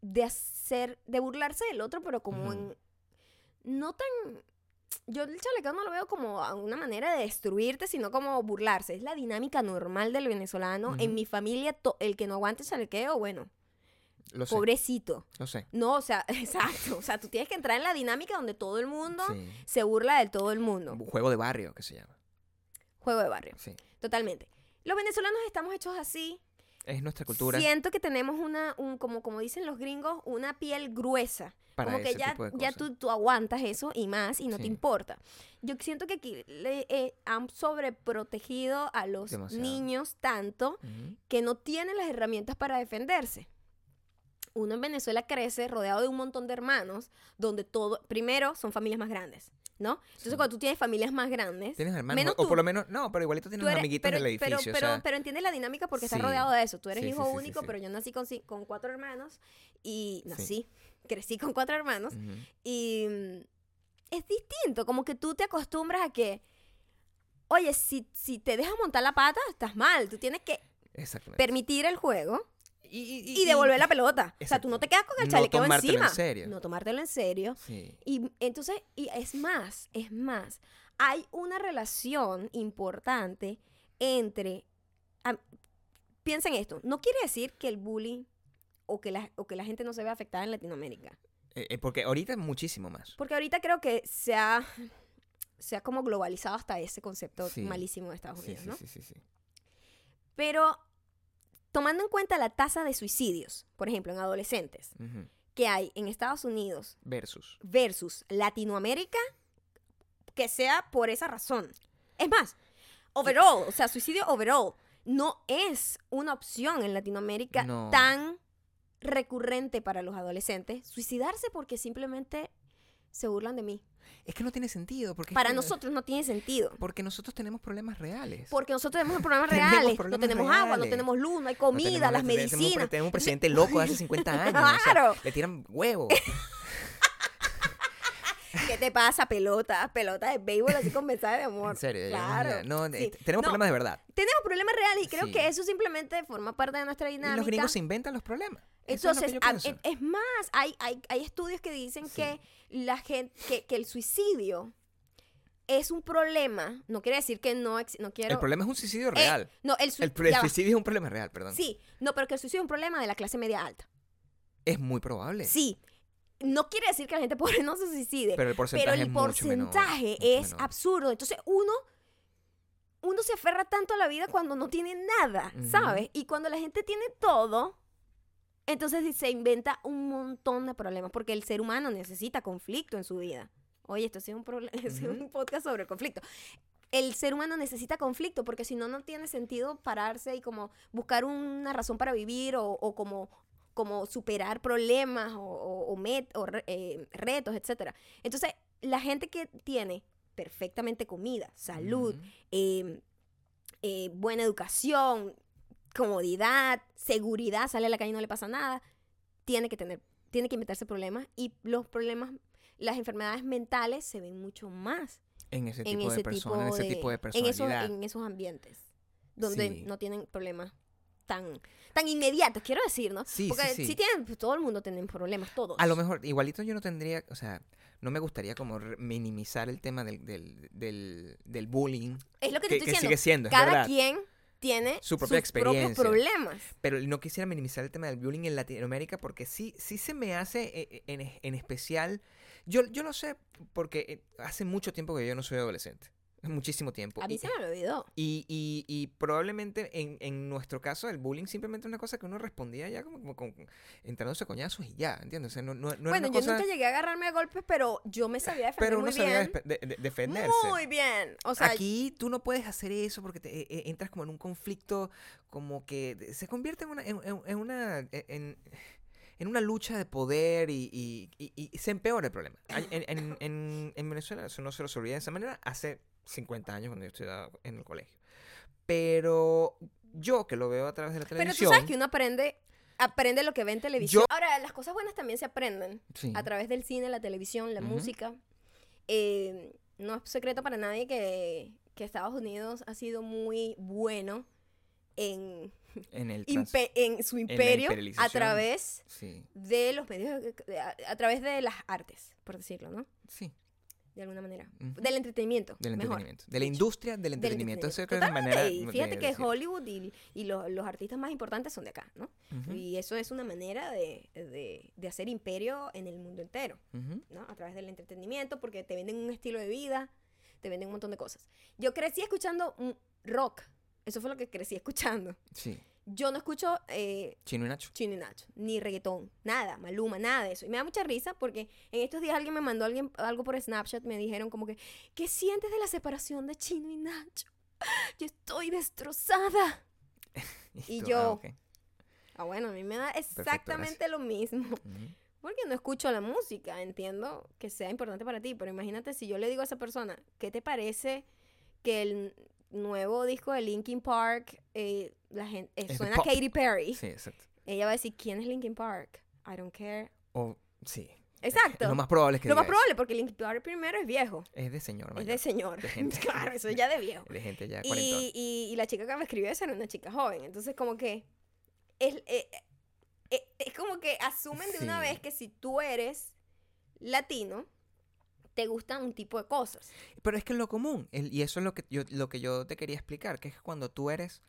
[SPEAKER 1] de hacer, de burlarse del otro, pero como
[SPEAKER 2] Ujú.
[SPEAKER 1] en. No tan. Yo el chalequeo no lo veo como a una manera de destruirte, sino como burlarse. Es la dinámica normal del venezolano.
[SPEAKER 2] Ujú.
[SPEAKER 1] En mi familia, to- el que no aguante chalequeo, bueno,
[SPEAKER 2] Lo sé,
[SPEAKER 1] pobrecito.
[SPEAKER 2] lo sé.
[SPEAKER 1] No, o sea, exacto. O sea, tú tienes que entrar en la dinámica donde todo el mundo
[SPEAKER 2] Sí.
[SPEAKER 1] se burla del todo el mundo.
[SPEAKER 2] Un Juego de barrio, que se llama.
[SPEAKER 1] Juego de barrio,
[SPEAKER 2] Sí.
[SPEAKER 1] totalmente. Los venezolanos estamos hechos así.
[SPEAKER 2] Es nuestra cultura
[SPEAKER 1] Siento que tenemos una, un, como, como dicen los gringos, una piel gruesa.
[SPEAKER 2] para
[SPEAKER 1] como que
[SPEAKER 2] ese
[SPEAKER 1] ya,
[SPEAKER 2] tipo de
[SPEAKER 1] ya
[SPEAKER 2] cosas.
[SPEAKER 1] tú, tú aguantas eso y más y no te
[SPEAKER 2] Sí.
[SPEAKER 1] importa. Yo siento que aquí le, eh, han sobreprotegido a los
[SPEAKER 2] Demasiado.
[SPEAKER 1] niños tanto
[SPEAKER 2] Ujú.
[SPEAKER 1] que no tienen las herramientas para defenderse. Uno en Venezuela crece rodeado de un montón de hermanos, donde todo, primero, son familias más grandes, ¿no? Entonces,
[SPEAKER 2] Sí.
[SPEAKER 1] cuando tú tienes familias más grandes,
[SPEAKER 2] Tienes hermanos,
[SPEAKER 1] menos
[SPEAKER 2] o
[SPEAKER 1] tú.
[SPEAKER 2] por lo menos, no, pero igualito tienes
[SPEAKER 1] tú
[SPEAKER 2] unos
[SPEAKER 1] eres,
[SPEAKER 2] amiguitos
[SPEAKER 1] pero,
[SPEAKER 2] del edificio.
[SPEAKER 1] pero,
[SPEAKER 2] o
[SPEAKER 1] pero,
[SPEAKER 2] sea,
[SPEAKER 1] pero entiendes la dinámica porque
[SPEAKER 2] sí.
[SPEAKER 1] estás rodeado de eso. Tú eres
[SPEAKER 2] Sí,
[SPEAKER 1] hijo
[SPEAKER 2] sí, sí, sí,
[SPEAKER 1] único,
[SPEAKER 2] sí.
[SPEAKER 1] pero yo nací con, ci- con cuatro hermanos y
[SPEAKER 2] Sí.
[SPEAKER 1] nací, crecí con cuatro hermanos
[SPEAKER 2] ujú.
[SPEAKER 1] y mm, es distinto, como que tú te acostumbras a que, oye, si, si te dejas montar la pata, estás mal, tú tienes que
[SPEAKER 2] Exactamente.
[SPEAKER 1] permitir el juego.
[SPEAKER 2] Y- y, Pues y-
[SPEAKER 1] y devolver la pelota. O sea, tú
[SPEAKER 2] Exacto.
[SPEAKER 1] no te quedas con el
[SPEAKER 2] No
[SPEAKER 1] chalequeo
[SPEAKER 2] tomártelo en
[SPEAKER 1] encima.
[SPEAKER 2] serio.
[SPEAKER 1] No tomártelo en serio.
[SPEAKER 2] Sí.
[SPEAKER 1] Y entonces, y es más, es más, hay una relación importante entre, am- piensa en esto, no quiere decir que el bullying o que, la, o que la gente no se ve afectada en Latinoamérica,
[SPEAKER 2] Eh, eh, porque ahorita es muchísimo más.
[SPEAKER 1] porque ahorita creo que se ha, se ha como globalizado hasta ese concepto
[SPEAKER 2] Sí.
[SPEAKER 1] malísimo de Estados
[SPEAKER 2] Sí,
[SPEAKER 1] Unidos,
[SPEAKER 2] sí,
[SPEAKER 1] ¿no?
[SPEAKER 2] sí, sí, sí.
[SPEAKER 1] Pero tomando en cuenta la tasa de suicidios, por ejemplo, en adolescentes,
[SPEAKER 2] Ujú.
[SPEAKER 1] que hay en Estados Unidos
[SPEAKER 2] Versus.
[SPEAKER 1] versus Latinoamérica que sea por esa razón. Es más, overall, o sea, suicidio overall no es una opción en Latinoamérica
[SPEAKER 2] No.
[SPEAKER 1] tan recurrente para los adolescentes suicidarse porque simplemente se burlan de mí.
[SPEAKER 2] Es que no tiene sentido. Porque es
[SPEAKER 1] Para
[SPEAKER 2] que-
[SPEAKER 1] nosotros no tiene sentido.
[SPEAKER 2] Porque nosotros tenemos problemas reales.
[SPEAKER 1] Porque nosotros tenemos problemas
[SPEAKER 2] Tenemos
[SPEAKER 1] reales,
[SPEAKER 2] problemas
[SPEAKER 1] no tenemos agua, no
[SPEAKER 2] reales.
[SPEAKER 1] tenemos luz, no hay
[SPEAKER 2] No
[SPEAKER 1] comida,
[SPEAKER 2] tenemos
[SPEAKER 1] las
[SPEAKER 2] la- tenemos un pre-
[SPEAKER 1] medicinas.
[SPEAKER 2] Tenemos un presidente loco de hace 50 años. o sea,
[SPEAKER 1] Claro.
[SPEAKER 2] le tiran huevo.
[SPEAKER 1] ¿Qué te pasa, pelota? Pelota de béisbol así con mensaje de amor.
[SPEAKER 2] En serio. yo-
[SPEAKER 1] Claro.
[SPEAKER 2] No,
[SPEAKER 1] sí.
[SPEAKER 2] eh, tenemos
[SPEAKER 1] No,
[SPEAKER 2] problemas de verdad.
[SPEAKER 1] tenemos problemas reales y creo
[SPEAKER 2] Sí.
[SPEAKER 1] que eso simplemente forma parte de nuestra
[SPEAKER 2] Y
[SPEAKER 1] dinámica.
[SPEAKER 2] los gringos se inventan los problemas. Eso es lo que
[SPEAKER 1] Entonces,
[SPEAKER 2] yo
[SPEAKER 1] a-
[SPEAKER 2] pienso.
[SPEAKER 1] e- es más, hay, hay, hay estudios que dicen
[SPEAKER 2] Sí.
[SPEAKER 1] que la gente, que, que el suicidio es un problema. No quiere decir que no, ex- no quiero.
[SPEAKER 2] el problema es un suicidio
[SPEAKER 1] Eh,
[SPEAKER 2] real.
[SPEAKER 1] no, el, sui-
[SPEAKER 2] el, pro- el
[SPEAKER 1] ya va.
[SPEAKER 2] suicidio es un problema real, perdón.
[SPEAKER 1] Sí, no, pero que el suicidio es un problema de la clase media alta.
[SPEAKER 2] Es muy probable.
[SPEAKER 1] Sí. No quiere decir que la gente pobre no se suicide.
[SPEAKER 2] Pero el porcentaje,
[SPEAKER 1] Eh, pero el
[SPEAKER 2] es mucho menor,
[SPEAKER 1] porcentaje
[SPEAKER 2] mucho
[SPEAKER 1] es
[SPEAKER 2] menor.
[SPEAKER 1] absurdo. Entonces uno, uno se aferra tanto a la vida cuando no tiene nada,
[SPEAKER 2] Ujú.
[SPEAKER 1] ¿sabes? Y cuando la gente tiene todo, entonces se inventa un montón de problemas, porque el ser humano necesita conflicto en su vida. Oye, esto ha sido un, proble- ha sido
[SPEAKER 2] Ujú.
[SPEAKER 1] un podcast sobre el conflicto. El ser humano necesita conflicto porque si no, no tiene sentido pararse y como buscar una razón para vivir o, o como, como superar problemas o, o- o met- o re- eh, retos, etcétera. Entonces, la gente que tiene perfectamente comida, salud,
[SPEAKER 2] Ujú.
[SPEAKER 1] eh, eh, buena educación, comodidad, seguridad, sale a la calle y no le pasa nada, tiene que tener, tiene que inventarse problemas y los problemas, las enfermedades mentales se ven mucho más
[SPEAKER 2] En ese
[SPEAKER 1] en
[SPEAKER 2] este tipo de
[SPEAKER 1] ese tipo
[SPEAKER 2] persona, en ese tipo de
[SPEAKER 1] en esos,
[SPEAKER 2] personalidad.
[SPEAKER 1] en esos ambientes donde
[SPEAKER 2] Sí.
[SPEAKER 1] no tienen problemas tan, tan inmediatos, quiero decir, ¿no?
[SPEAKER 2] Sí, sí,
[SPEAKER 1] Porque
[SPEAKER 2] sí.
[SPEAKER 1] si tienen, pues, todo el mundo tiene problemas, todos.
[SPEAKER 2] A lo mejor, igualito yo no tendría, o sea, no me gustaría como re- minimizar el tema del, del, del, del bullying,
[SPEAKER 1] es lo que
[SPEAKER 2] que,
[SPEAKER 1] te estoy
[SPEAKER 2] que
[SPEAKER 1] diciendo.
[SPEAKER 2] sigue siendo, es
[SPEAKER 1] Cada
[SPEAKER 2] verdad.
[SPEAKER 1] quien tiene
[SPEAKER 2] Su propia
[SPEAKER 1] sus propios
[SPEAKER 2] experiencia.
[SPEAKER 1] problemas.
[SPEAKER 2] Pero no quisiera minimizar el tema del bullying en Latinoamérica porque sí, sí se me hace eh, eh, en, es- en especial. Yo, yo no sé, porque eh, hace mucho tiempo que yo no soy adolescente. Muchísimo tiempo.
[SPEAKER 1] A mí
[SPEAKER 2] Y-
[SPEAKER 1] se me olvidó.
[SPEAKER 2] Y, y, y probablemente en, en nuestro caso el bullying simplemente es una cosa que uno respondía ya como, como con entrándose a coñazos y ya, ¿entiendes? O sea, no, no, no era
[SPEAKER 1] bueno,
[SPEAKER 2] una
[SPEAKER 1] yo
[SPEAKER 2] cosa-
[SPEAKER 1] nunca llegué a agarrarme a golpes, pero yo me sabía defender
[SPEAKER 2] Pero
[SPEAKER 1] muy
[SPEAKER 2] uno sabía
[SPEAKER 1] bien.
[SPEAKER 2] despe- de- de- defenderse.
[SPEAKER 1] Muy bien. O sea,
[SPEAKER 2] Aquí tú no puedes hacer eso porque te, eh, eh, entras como en un conflicto como que de- se convierte en una, en, en- en una, e, en, en una lucha de poder y, y- y- y se empeora el problema. Ay, En, en- en- en Venezuela eso no se los olvida de esa manera hace 50 años cuando yo estudiaba en el colegio. Pero yo que lo veo a través de la
[SPEAKER 1] pero tú
[SPEAKER 2] televisión...
[SPEAKER 1] sabes que uno aprende, aprende lo que ve en televisión.
[SPEAKER 2] Yo-
[SPEAKER 1] Ahora, las cosas buenas también se aprenden.
[SPEAKER 2] Sí.
[SPEAKER 1] a través del cine, la televisión, la
[SPEAKER 2] Ujú.
[SPEAKER 1] música. Eh, no es secreto para nadie que, que Estados Unidos ha sido muy bueno en,
[SPEAKER 2] en el trans-
[SPEAKER 1] impe- en su imperio a
[SPEAKER 2] imperialización.
[SPEAKER 1] través
[SPEAKER 2] Sí,
[SPEAKER 1] de los medios, de- a, a través de las artes, por decirlo, ¿no?
[SPEAKER 2] sí,
[SPEAKER 1] De alguna manera.
[SPEAKER 2] Ujú.
[SPEAKER 1] Del entretenimiento.
[SPEAKER 2] del
[SPEAKER 1] mejor.
[SPEAKER 2] entretenimiento. De la
[SPEAKER 1] dicho.
[SPEAKER 2] industria del entretenimiento. Eso creo que es la
[SPEAKER 1] Totalmente,
[SPEAKER 2] manera
[SPEAKER 1] y
[SPEAKER 2] de-
[SPEAKER 1] fíjate
[SPEAKER 2] de
[SPEAKER 1] que
[SPEAKER 2] decir.
[SPEAKER 1] Hollywood y, y lo- los artistas más importantes son de acá, ¿no?
[SPEAKER 2] Ujú,
[SPEAKER 1] Y eso es una manera de- de- de hacer imperio en el mundo entero.
[SPEAKER 2] ujú.
[SPEAKER 1] ¿no? A través del entretenimiento, porque te venden un estilo de vida, te venden un montón de cosas. Yo crecí escuchando mm, rock, eso fue lo que crecí escuchando.
[SPEAKER 2] Sí,
[SPEAKER 1] Yo no escucho eh,
[SPEAKER 2] Chino y Nacho.
[SPEAKER 1] Chino y Nacho, ni reggaetón, nada, Maluma, nada de eso. Y me da mucha risa porque en estos días alguien me mandó alguien, algo por Snapchat, me dijeron como que, ¿qué sientes de la separación de Chino y Nacho? Yo estoy destrozada. Y
[SPEAKER 2] Listo,
[SPEAKER 1] yo-
[SPEAKER 2] ah, ok.
[SPEAKER 1] Ah, bueno, a mí me da exactamente lo mismo.
[SPEAKER 2] Ujú.
[SPEAKER 1] Porque no escucho la música, entiendo que sea importante para ti, pero imagínate si yo le digo a esa persona, ¿qué te parece que el nuevo disco de Linkin Park eh, la gente, eh,
[SPEAKER 2] Es de
[SPEAKER 1] suena a
[SPEAKER 2] pop.
[SPEAKER 1] Katy Perry?
[SPEAKER 2] Sí, exacto.
[SPEAKER 1] Ella va a decir, ¿quién es Linkin Park? I don't care.
[SPEAKER 2] O, sí.
[SPEAKER 1] Exacto.
[SPEAKER 2] Lo más probable es que
[SPEAKER 1] Lo más
[SPEAKER 2] diga eso.
[SPEAKER 1] probable, porque Linkin Park primero es viejo,
[SPEAKER 2] Es de señor
[SPEAKER 1] es
[SPEAKER 2] mayor,
[SPEAKER 1] de señor.
[SPEAKER 2] de gente.
[SPEAKER 1] claro, eso ya de viejo.
[SPEAKER 2] de gente ya
[SPEAKER 1] Y,
[SPEAKER 2] cuarentona.
[SPEAKER 1] y- y la chica que me escribió esa era una chica joven, entonces como que es, eh, que asumen de una
[SPEAKER 2] Sí.
[SPEAKER 1] vez que si tú eres latino, te gustan un tipo de cosas.
[SPEAKER 2] Pero es que es lo común, el- y eso es lo que, yo, lo que yo te quería explicar, que es que cuando tú eres,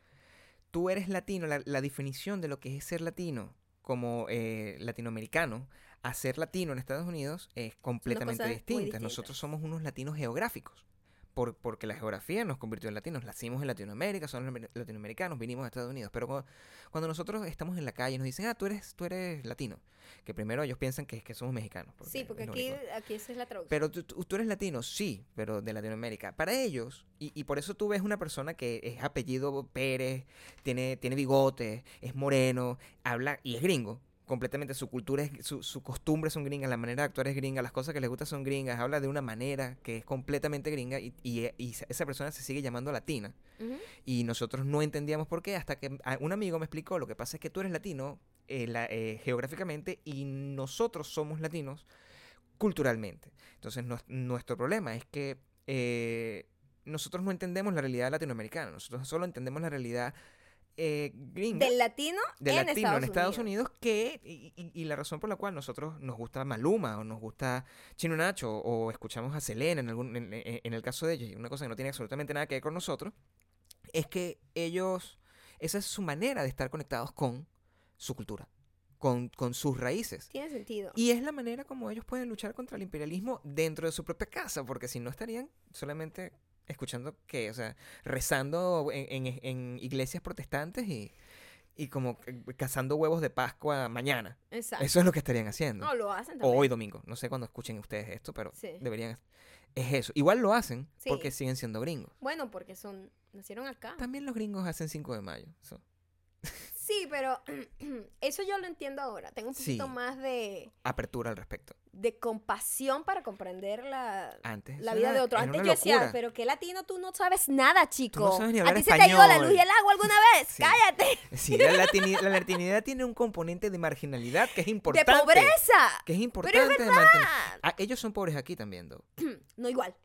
[SPEAKER 2] tú eres latino, la, la definición de lo que es ser latino como eh, latinoamericano a ser latino en Estados Unidos es completamente
[SPEAKER 1] cosas muy
[SPEAKER 2] distinta.
[SPEAKER 1] distintas.
[SPEAKER 2] Nosotros somos unos latinos geográficos, por, porque la geografía nos convirtió en latinos. Nacimos en Latinoamérica, somos lamer- latinoamericanos, vinimos a Estados Unidos, pero cuando, cuando nosotros estamos en la calle nos dicen, ah, tú eres, tú eres latino, que primero ellos piensan que es que somos mexicanos.
[SPEAKER 1] sí, porque
[SPEAKER 2] es lo
[SPEAKER 1] aquí,
[SPEAKER 2] único.
[SPEAKER 1] aquí esa es la traducción.
[SPEAKER 2] Pero tú, tú- tú eres latino, sí, pero de Latinoamérica. Para ellos, y, y por eso tú ves una persona que es apellido Pérez, tiene, tiene bigote, es moreno, habla y es gringo. Completamente su cultura, es, su, su costumbre son gringas, la manera de actuar es gringa, las cosas que les gustan son gringas, habla de una manera que es completamente gringa y, y- y esa- esa persona se sigue llamando latina.
[SPEAKER 1] Ujú.
[SPEAKER 2] Y nosotros no entendíamos por qué hasta que a- un amigo me explicó, lo que pasa es que tú eres latino eh, la- eh, geográficamente y nosotros somos latinos culturalmente. Entonces nues- nuestro problema es que eh, nosotros no entendemos la realidad latinoamericana, nosotros solo entendemos la realidad eh, gringa.
[SPEAKER 1] Del latino
[SPEAKER 2] del
[SPEAKER 1] en,
[SPEAKER 2] latino
[SPEAKER 1] Estados
[SPEAKER 2] en Estados
[SPEAKER 1] Unidos.
[SPEAKER 2] Unidos, que y, y- y la razón por la cual nosotros nos gusta Maluma o nos gusta Chino Nacho o escuchamos a Selena en, algún, en, en- en el caso de ellos, y una cosa que no tiene absolutamente nada que ver con nosotros, es que ellos, esa es su manera de estar conectados con su cultura, con, con sus raíces.
[SPEAKER 1] Tiene sentido.
[SPEAKER 2] Y es la manera como ellos pueden luchar contra el imperialismo dentro de su propia casa, porque si no estarían solamente escuchando que, o sea, rezando en, en- en iglesias protestantes y, y como c- cazando huevos de Pascua mañana.
[SPEAKER 1] Exacto.
[SPEAKER 2] Eso es lo que estarían haciendo.
[SPEAKER 1] Ah. No, lo hacen
[SPEAKER 2] o
[SPEAKER 1] también.
[SPEAKER 2] hoy domingo. No sé cuándo escuchen ustedes esto, pero
[SPEAKER 1] Sí.
[SPEAKER 2] deberían. Es eso. Igual lo hacen
[SPEAKER 1] Sí.
[SPEAKER 2] porque siguen siendo gringos.
[SPEAKER 1] Bueno, porque son nacieron acá.
[SPEAKER 2] También los gringos hacen 5 de mayo. so-
[SPEAKER 1] Sí, pero eso yo lo entiendo ahora. Tengo un poquito
[SPEAKER 2] Sí.
[SPEAKER 1] más de,
[SPEAKER 2] apertura al respecto.
[SPEAKER 1] de compasión para comprender la,
[SPEAKER 2] Antes.
[SPEAKER 1] Ah. la
[SPEAKER 2] eso
[SPEAKER 1] vida
[SPEAKER 2] era-
[SPEAKER 1] de otro.
[SPEAKER 2] era
[SPEAKER 1] Antes yo
[SPEAKER 2] una
[SPEAKER 1] decía,
[SPEAKER 2] locura.
[SPEAKER 1] pero qué latino tú no sabes nada, chico.
[SPEAKER 2] sabes ni
[SPEAKER 1] A
[SPEAKER 2] hablar
[SPEAKER 1] ti se te ha ido la
[SPEAKER 2] español".
[SPEAKER 1] luz y el agua alguna vez.
[SPEAKER 2] Sí.
[SPEAKER 1] Cállate.
[SPEAKER 2] Sí, la, latini- la latinidad tiene un componente de marginalidad que es importante.
[SPEAKER 1] De pobreza.
[SPEAKER 2] Que es importante de mantener. Ah, ellos son pobres aquí también, though.
[SPEAKER 1] No igual.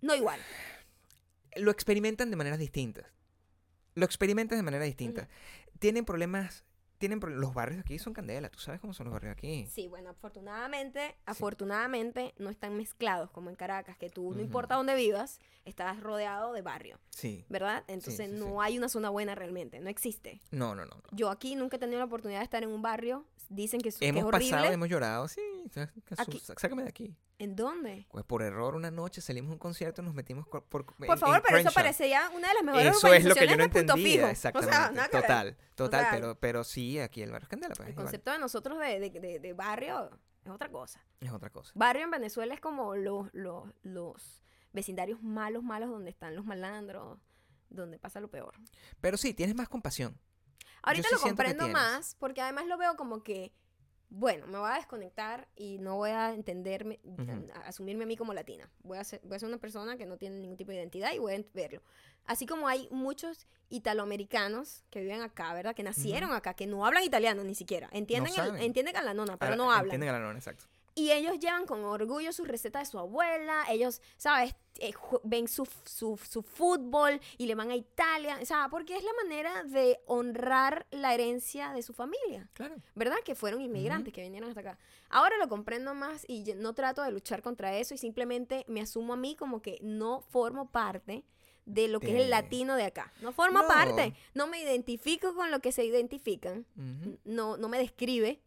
[SPEAKER 1] No igual.
[SPEAKER 2] Lo experimentan de maneras distintas. Lo experimentan de maneras distintas. Tienen problemas. Tienen pro- los barrios aquí son candela. Tú sabes cómo son los barrios aquí.
[SPEAKER 1] Sí, bueno, afortunadamente, afortunadamente no están mezclados como en Caracas, que tú no importa dónde vivas, estás rodeado de barrio,
[SPEAKER 2] Sí.
[SPEAKER 1] ¿verdad? Entonces
[SPEAKER 2] sí, sí.
[SPEAKER 1] no hay una zona buena realmente, no existe.
[SPEAKER 2] No, no, no. no.
[SPEAKER 1] Yo aquí nunca he tenido la oportunidad de estar en un barrio, dicen que, es- que es
[SPEAKER 2] Hemos
[SPEAKER 1] horrible.
[SPEAKER 2] pasado, hemos llorado. Sí, sa- que
[SPEAKER 1] Aquí.
[SPEAKER 2] su- sácame de aquí.
[SPEAKER 1] ¿En dónde?
[SPEAKER 2] Pues por error, una noche salimos a un concierto, nos metimos co- por.
[SPEAKER 1] Por favor, pero eso parecería una de las mejores
[SPEAKER 2] Eso es lo que yo
[SPEAKER 1] urbanizaciones
[SPEAKER 2] no
[SPEAKER 1] de Punto Fijo.
[SPEAKER 2] entendía,
[SPEAKER 1] O
[SPEAKER 2] exactamente.
[SPEAKER 1] sea, nada que ver.
[SPEAKER 2] total, total,
[SPEAKER 1] sea,
[SPEAKER 2] pero, pero sí, aquí el barrio es candela, pues,
[SPEAKER 1] El
[SPEAKER 2] igual,
[SPEAKER 1] concepto de nosotros de, de- de- de barrio es otra cosa.
[SPEAKER 2] es otra cosa.
[SPEAKER 1] Barrio en Venezuela es como los, los, los vecindarios malos, malos, donde están los malandros, donde pasa lo peor.
[SPEAKER 2] Pero sí, tienes más compasión.
[SPEAKER 1] Ahorita
[SPEAKER 2] sí
[SPEAKER 1] lo
[SPEAKER 2] siento que
[SPEAKER 1] comprendo
[SPEAKER 2] tienes.
[SPEAKER 1] más, porque además lo veo como que, bueno, me voy a desconectar y no voy a entenderme,
[SPEAKER 2] Ujú.
[SPEAKER 1] a- asumirme a mí como latina. Voy a, ser, voy a ser una persona que no tiene ningún tipo de identidad y voy a ent- verlo. Así como hay muchos italoamericanos que viven acá, ¿verdad? Que nacieron acá, que no hablan italiano ni siquiera. Entienden, el-
[SPEAKER 2] saben.
[SPEAKER 1] entienden a la nona, pero
[SPEAKER 2] Ahora,
[SPEAKER 1] no hablan.
[SPEAKER 2] Entienden a la nona, exacto.
[SPEAKER 1] Y ellos llevan con orgullo su receta de su abuela, ellos, ¿sabes? Eh, ju- ven su, f- su, su fútbol y le van a Italia, o sea, porque es la manera de honrar la herencia de su familia,
[SPEAKER 2] Claro.
[SPEAKER 1] ¿verdad? Que fueron inmigrantes, que vinieron hasta acá. Ahora lo comprendo más y yo no trato de luchar contra eso y simplemente me asumo a mí como que no formo parte de lo que es el
[SPEAKER 2] De-
[SPEAKER 1] latino de acá. No formo
[SPEAKER 2] No.
[SPEAKER 1] parte, no me identifico con lo que se identifican,
[SPEAKER 2] Ujú.
[SPEAKER 1] no, no me describe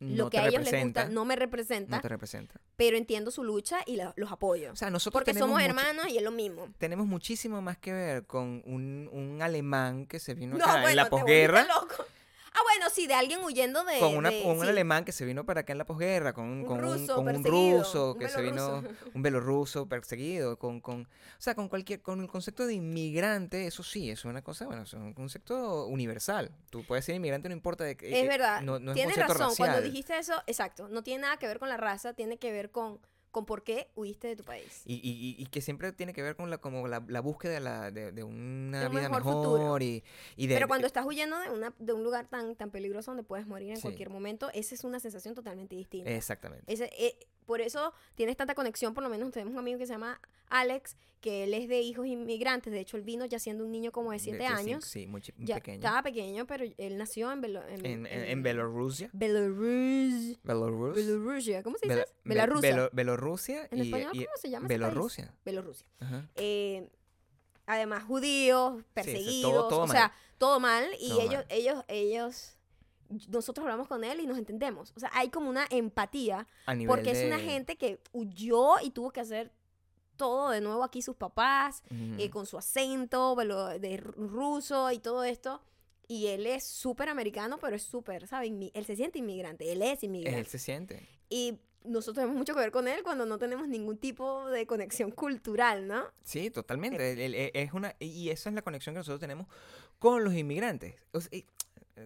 [SPEAKER 1] lo
[SPEAKER 2] No
[SPEAKER 1] que
[SPEAKER 2] te
[SPEAKER 1] a ellos les
[SPEAKER 2] representa.
[SPEAKER 1] gusta, no me
[SPEAKER 2] no
[SPEAKER 1] representa
[SPEAKER 2] te representa.
[SPEAKER 1] pero entiendo su lucha y la- los apoyo.
[SPEAKER 2] O sea, nosotros
[SPEAKER 1] porque
[SPEAKER 2] tenemos
[SPEAKER 1] somos
[SPEAKER 2] mucho-
[SPEAKER 1] hermanos y es lo mismo.
[SPEAKER 2] Tenemos muchísimo más que ver con un, un alemán que se vino
[SPEAKER 1] No,
[SPEAKER 2] acá
[SPEAKER 1] bueno,
[SPEAKER 2] en la
[SPEAKER 1] te volviste
[SPEAKER 2] posguerra.
[SPEAKER 1] loco. Ah, bueno, sí, de alguien huyendo de.
[SPEAKER 2] Con, una-
[SPEAKER 1] de-
[SPEAKER 2] con un
[SPEAKER 1] sí.
[SPEAKER 2] alemán que se vino para acá en la posguerra, con un,
[SPEAKER 1] Un
[SPEAKER 2] con un,
[SPEAKER 1] ruso
[SPEAKER 2] con un
[SPEAKER 1] perseguido,
[SPEAKER 2] ruso
[SPEAKER 1] un
[SPEAKER 2] que se vino, un belorruso perseguido, con, con, o sea, con cualquier, con el concepto de inmigrante, eso sí, es una cosa, bueno, es un concepto universal. Tú puedes ser inmigrante, no importa de que-
[SPEAKER 1] Es
[SPEAKER 2] eh,
[SPEAKER 1] verdad.
[SPEAKER 2] no, no es un
[SPEAKER 1] Tienes
[SPEAKER 2] concepto
[SPEAKER 1] razón. Cuando
[SPEAKER 2] racial.
[SPEAKER 1] dijiste eso, exacto. No tiene nada que ver con la raza, tiene que ver con, con por qué huiste de tu país.
[SPEAKER 2] Y, y- y- y que siempre tiene que ver con la, como la, la búsqueda de, la- de- de una
[SPEAKER 1] De un
[SPEAKER 2] vida
[SPEAKER 1] mejor
[SPEAKER 2] mejor,
[SPEAKER 1] futuro.
[SPEAKER 2] y, y de...
[SPEAKER 1] Pero cuando estás huyendo de, una, de un lugar tan, tan peligroso donde puedes morir en
[SPEAKER 2] eh, Sí.
[SPEAKER 1] cualquier momento, esa es una sensación totalmente distinta.
[SPEAKER 2] Exactamente.
[SPEAKER 1] Ese, eh, Por eso tienes tanta conexión, por lo menos tenemos un amigo que se llama Alex, que él es de hijos inmigrantes. De hecho, él vino ya siendo un niño como de 7
[SPEAKER 2] Desde
[SPEAKER 1] años.
[SPEAKER 2] cinco- Sí, muy chi- muy
[SPEAKER 1] ya
[SPEAKER 2] pequeño.
[SPEAKER 1] estaba pequeño, pero él nació en, Belo-
[SPEAKER 2] En, en, en Bielorrusia.
[SPEAKER 1] Belarus.
[SPEAKER 2] Belarus.
[SPEAKER 1] Bielorrusia, ¿cómo se dice?
[SPEAKER 2] Bela-
[SPEAKER 1] eso?
[SPEAKER 2] Be-
[SPEAKER 1] Bielorrusia.
[SPEAKER 2] Belo- Bielorrusia
[SPEAKER 1] en
[SPEAKER 2] y-
[SPEAKER 1] español,
[SPEAKER 2] y,
[SPEAKER 1] ¿cómo se llama? ese país?
[SPEAKER 2] Bielorrusia.
[SPEAKER 1] Bielorrusia.
[SPEAKER 2] Ajá.
[SPEAKER 1] Eh, además, judíos, perseguidos,
[SPEAKER 2] todo
[SPEAKER 1] o sea,
[SPEAKER 2] mal.
[SPEAKER 1] todo mal. Y
[SPEAKER 2] Todo
[SPEAKER 1] ellos,
[SPEAKER 2] mal.
[SPEAKER 1] ellos, ellos, nosotros hablamos con él y nos entendemos. O sea, hay como una empatía
[SPEAKER 2] A nivel
[SPEAKER 1] porque es una
[SPEAKER 2] de-
[SPEAKER 1] gente que huyó y tuvo que hacer todo de nuevo aquí sus papás,
[SPEAKER 2] Ujú.
[SPEAKER 1] eh, con su acento velo- de ru- ruso y todo esto. Y él es súper americano, pero es súper, ¿sabes? Inmi- Él se siente inmigrante, él es inmigrante.
[SPEAKER 2] Él se siente.
[SPEAKER 1] Y nosotros tenemos mucho que ver con él cuando no tenemos ningún tipo de conexión cultural, ¿no?
[SPEAKER 2] Sí,
[SPEAKER 1] eh.
[SPEAKER 2] totalmente. El- el- e- es una, y esa es la conexión que nosotros tenemos con los inmigrantes. O sea, y-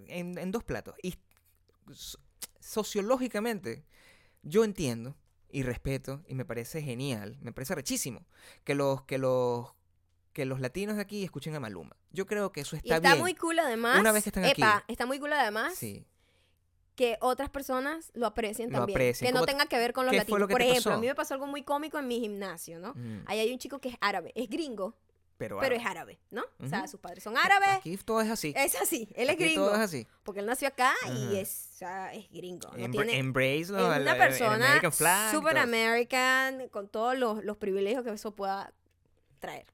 [SPEAKER 2] en, en dos platos. Y so- sociológicamente, yo entiendo y respeto y me parece genial, me parece rechísimo que los, que los, que los latinos de aquí escuchen a Maluma. Yo creo que eso
[SPEAKER 1] Y
[SPEAKER 2] está,
[SPEAKER 1] está,
[SPEAKER 2] bien.
[SPEAKER 1] muy cool además.
[SPEAKER 2] Una vez que están
[SPEAKER 1] epa,
[SPEAKER 2] aquí.
[SPEAKER 1] está muy cool además
[SPEAKER 2] Sí.
[SPEAKER 1] que otras personas lo aprecien
[SPEAKER 2] Lo
[SPEAKER 1] también.
[SPEAKER 2] aprecien.
[SPEAKER 1] Que no
[SPEAKER 2] ¿Cómo te-
[SPEAKER 1] tenga que ver con los
[SPEAKER 2] qué
[SPEAKER 1] latinos.
[SPEAKER 2] fue lo que
[SPEAKER 1] Por
[SPEAKER 2] te
[SPEAKER 1] ejemplo,
[SPEAKER 2] pasó?
[SPEAKER 1] a mí me pasó algo muy cómico en mi gimnasio, ¿no?
[SPEAKER 2] Mm,
[SPEAKER 1] Ahí hay un chico que es árabe, es gringo,
[SPEAKER 2] pero
[SPEAKER 1] pero
[SPEAKER 2] árabe.
[SPEAKER 1] es árabe, ¿no? O
[SPEAKER 2] Ujú.
[SPEAKER 1] sea, sus padres son árabes.
[SPEAKER 2] Aquí todo es así.
[SPEAKER 1] Es así, él es
[SPEAKER 2] Aquí
[SPEAKER 1] gringo.
[SPEAKER 2] Todo es así.
[SPEAKER 1] Porque él nació acá
[SPEAKER 2] Ajá.
[SPEAKER 1] y es, o sea, es gringo. No
[SPEAKER 2] Embra-
[SPEAKER 1] tiene,
[SPEAKER 2] embrace lo-
[SPEAKER 1] es
[SPEAKER 2] el- el-
[SPEAKER 1] una
[SPEAKER 2] el
[SPEAKER 1] persona
[SPEAKER 2] American flag,
[SPEAKER 1] super
[SPEAKER 2] todo eso.
[SPEAKER 1] American, con todos los, los privilegios que eso pueda traer.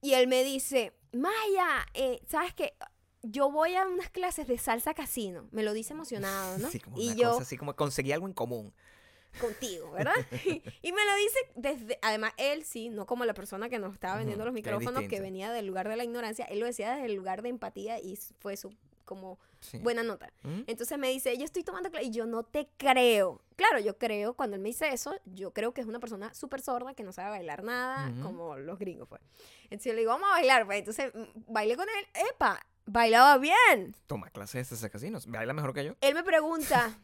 [SPEAKER 1] Y él me dice, Maya, eh, ¿sabes qué? Yo voy a unas clases de salsa casino. Me lo dice emocionado, ¿no?
[SPEAKER 2] Sí, como
[SPEAKER 1] y
[SPEAKER 2] una
[SPEAKER 1] yo
[SPEAKER 2] cosa así como conseguí algo en común.
[SPEAKER 1] contigo, ¿verdad? y me lo dice desde, además él sí, no como la persona que nos estaba vendiendo
[SPEAKER 2] Ujú,
[SPEAKER 1] los
[SPEAKER 2] que es
[SPEAKER 1] micrófonos, que
[SPEAKER 2] distinto.
[SPEAKER 1] venía del lugar de la ignorancia, él lo decía desde el lugar de empatía y fue su como
[SPEAKER 2] Sí.
[SPEAKER 1] buena nota.
[SPEAKER 2] ¿Mm?
[SPEAKER 1] Entonces me dice, yo estoy tomando clases y yo no te creo. Claro, yo creo, cuando él me dice eso, yo creo que es una persona súper sorda que no sabe bailar nada,
[SPEAKER 2] Ujú.
[SPEAKER 1] como los gringos, pues. Entonces yo le digo, vamos a bailar, pues. Entonces mm, bailé con él, ¡epa! Bailaba bien.
[SPEAKER 2] Toma clases de casinos. Baila mejor que yo.
[SPEAKER 1] Él me pregunta,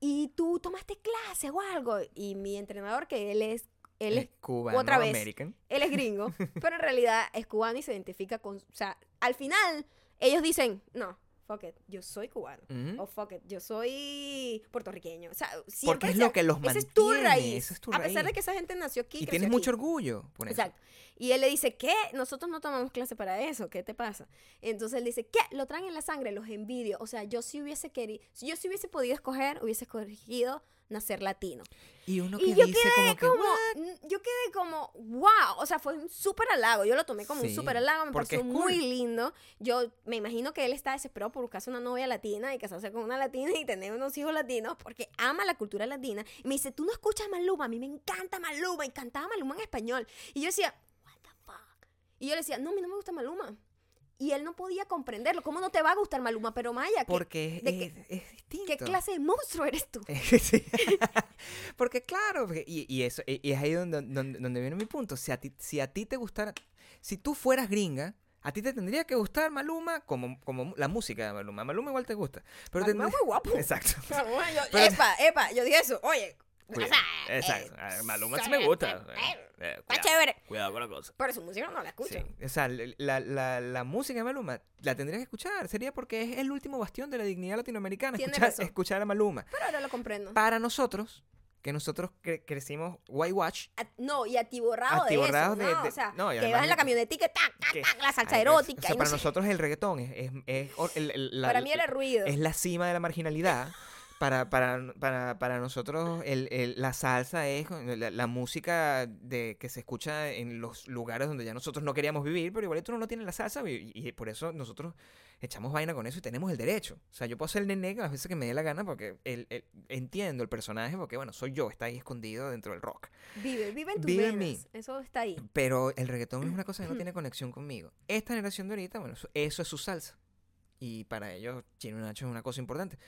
[SPEAKER 1] ¿y tú tomaste clases o algo? Y mi entrenador, que él es, él es,
[SPEAKER 2] Es cubano
[SPEAKER 1] otra vez.
[SPEAKER 2] American.
[SPEAKER 1] él es gringo, pero en realidad es cubano y se identifica con, o sea, al final ellos dicen, no, fuck it, yo soy cubano.
[SPEAKER 2] Ujú.
[SPEAKER 1] O Oh, fuck it, yo soy puertorriqueño. O sea, siempre
[SPEAKER 2] Porque es
[SPEAKER 1] se-
[SPEAKER 2] lo que los mantiene.
[SPEAKER 1] Esa es tu raíz.
[SPEAKER 2] esa es tu
[SPEAKER 1] a pesar de
[SPEAKER 2] raíz.
[SPEAKER 1] que esa gente nació aquí.
[SPEAKER 2] y
[SPEAKER 1] creció
[SPEAKER 2] tienes
[SPEAKER 1] aquí.
[SPEAKER 2] mucho orgullo por eso.
[SPEAKER 1] Exacto. Y él le dice, ¿qué? Nosotros no tomamos clase para eso, ¿qué te pasa? Entonces él dice, ¿qué? Lo traen en la sangre, los envidio. O sea, yo si hubiese querido, si yo si hubiese podido escoger, hubiese escogido nacer latino.
[SPEAKER 2] Y uno que
[SPEAKER 1] y yo
[SPEAKER 2] dice
[SPEAKER 1] quedé
[SPEAKER 2] como que
[SPEAKER 1] como,
[SPEAKER 2] "What?".
[SPEAKER 1] n- yo quedé como, wow, o sea, fue un súper halago, yo lo tomé como un
[SPEAKER 2] Sí,
[SPEAKER 1] súper halago, me
[SPEAKER 2] porque
[SPEAKER 1] pareció
[SPEAKER 2] es cool.
[SPEAKER 1] muy lindo, yo me imagino que él está desesperado por buscarse una novia latina y casarse con una latina y tener unos hijos latinos porque ama la cultura latina, y me dice, tú no escuchas Maluma, a mí me encanta Maluma, y cantaba Maluma en español, y yo decía, what the fuck, y yo le decía, no, a mí no me gusta Maluma, y él no podía comprenderlo, ¿cómo no te va a gustar Maluma? Pero Maya, ¿qué,
[SPEAKER 2] porque es,
[SPEAKER 1] de que-
[SPEAKER 2] es- es distinto.
[SPEAKER 1] qué clase de monstruo eres tú?
[SPEAKER 2] Sí. porque claro, porque- y, y eso y, y es ahí donde, donde, donde viene mi punto. Si a ti, si a ti te gustara, si tú fueras gringa, a ti te tendría que gustar Maluma como, como la música de Maluma. Maluma igual te gusta. Pero te
[SPEAKER 1] Maluma es
[SPEAKER 2] tendría-
[SPEAKER 1] muy guapo.
[SPEAKER 2] Exacto.
[SPEAKER 1] Maluma, yo-
[SPEAKER 2] Pero-
[SPEAKER 1] epa, epa, yo dije eso. Oye, o
[SPEAKER 2] Cuida-
[SPEAKER 1] sea,
[SPEAKER 2] Exacto.
[SPEAKER 1] eh,
[SPEAKER 2] Ah, Maluma sí
[SPEAKER 1] eh,
[SPEAKER 2] me gusta.
[SPEAKER 1] eh,
[SPEAKER 2] Eh, eh,
[SPEAKER 1] Está
[SPEAKER 2] cuidado,
[SPEAKER 1] chévere,
[SPEAKER 2] cuidado con la cosa.
[SPEAKER 1] pero su música no la escucho.
[SPEAKER 2] Sí, O sea, l- la, la- la música de Maluma la tendrías que escuchar. Sería porque es el último bastión de la dignidad latinoamericana.
[SPEAKER 1] Tienes
[SPEAKER 2] Escuchar,
[SPEAKER 1] razón.
[SPEAKER 2] escuchar a Maluma.
[SPEAKER 1] Pero ahora lo comprendo.
[SPEAKER 2] Para nosotros, que nosotros cre- crecimos White Watch.
[SPEAKER 1] A- no, y atiborrado,
[SPEAKER 2] Atiborrados
[SPEAKER 1] de
[SPEAKER 2] de-
[SPEAKER 1] eso. no,
[SPEAKER 2] de-
[SPEAKER 1] o sea,
[SPEAKER 2] no, y
[SPEAKER 1] que
[SPEAKER 2] además
[SPEAKER 1] vas en la
[SPEAKER 2] no-
[SPEAKER 1] camionetica y tac, tac,
[SPEAKER 2] que-
[SPEAKER 1] tac, la salsa
[SPEAKER 2] Ay, es-
[SPEAKER 1] erótica.
[SPEAKER 2] o sea,
[SPEAKER 1] y no
[SPEAKER 2] para
[SPEAKER 1] sé-
[SPEAKER 2] nosotros el reggaetón es, es, es or- el- el- la-
[SPEAKER 1] para mí era ruido.
[SPEAKER 2] es la cima de la marginalidad. Para, para, para, para nosotros el- el- la salsa es la, la música de, que se escucha en los lugares donde ya nosotros no queríamos vivir, pero igual tú no lo tienes la salsa y, y por eso nosotros echamos vaina con eso y tenemos el derecho. O sea, yo puedo ser el nene las veces que me dé la gana porque el- el- entiendo el personaje porque, bueno, soy yo, está ahí escondido dentro del rock.
[SPEAKER 1] vive, vive en tus
[SPEAKER 2] vive en
[SPEAKER 1] venas. Eso está ahí.
[SPEAKER 2] Pero el reggaetón
[SPEAKER 1] Mm.
[SPEAKER 2] es una cosa que no tiene conexión conmigo. Esta generación de ahorita, bueno, eso, eso es su salsa. Y para ellos, Chino Nacho es una cosa importante.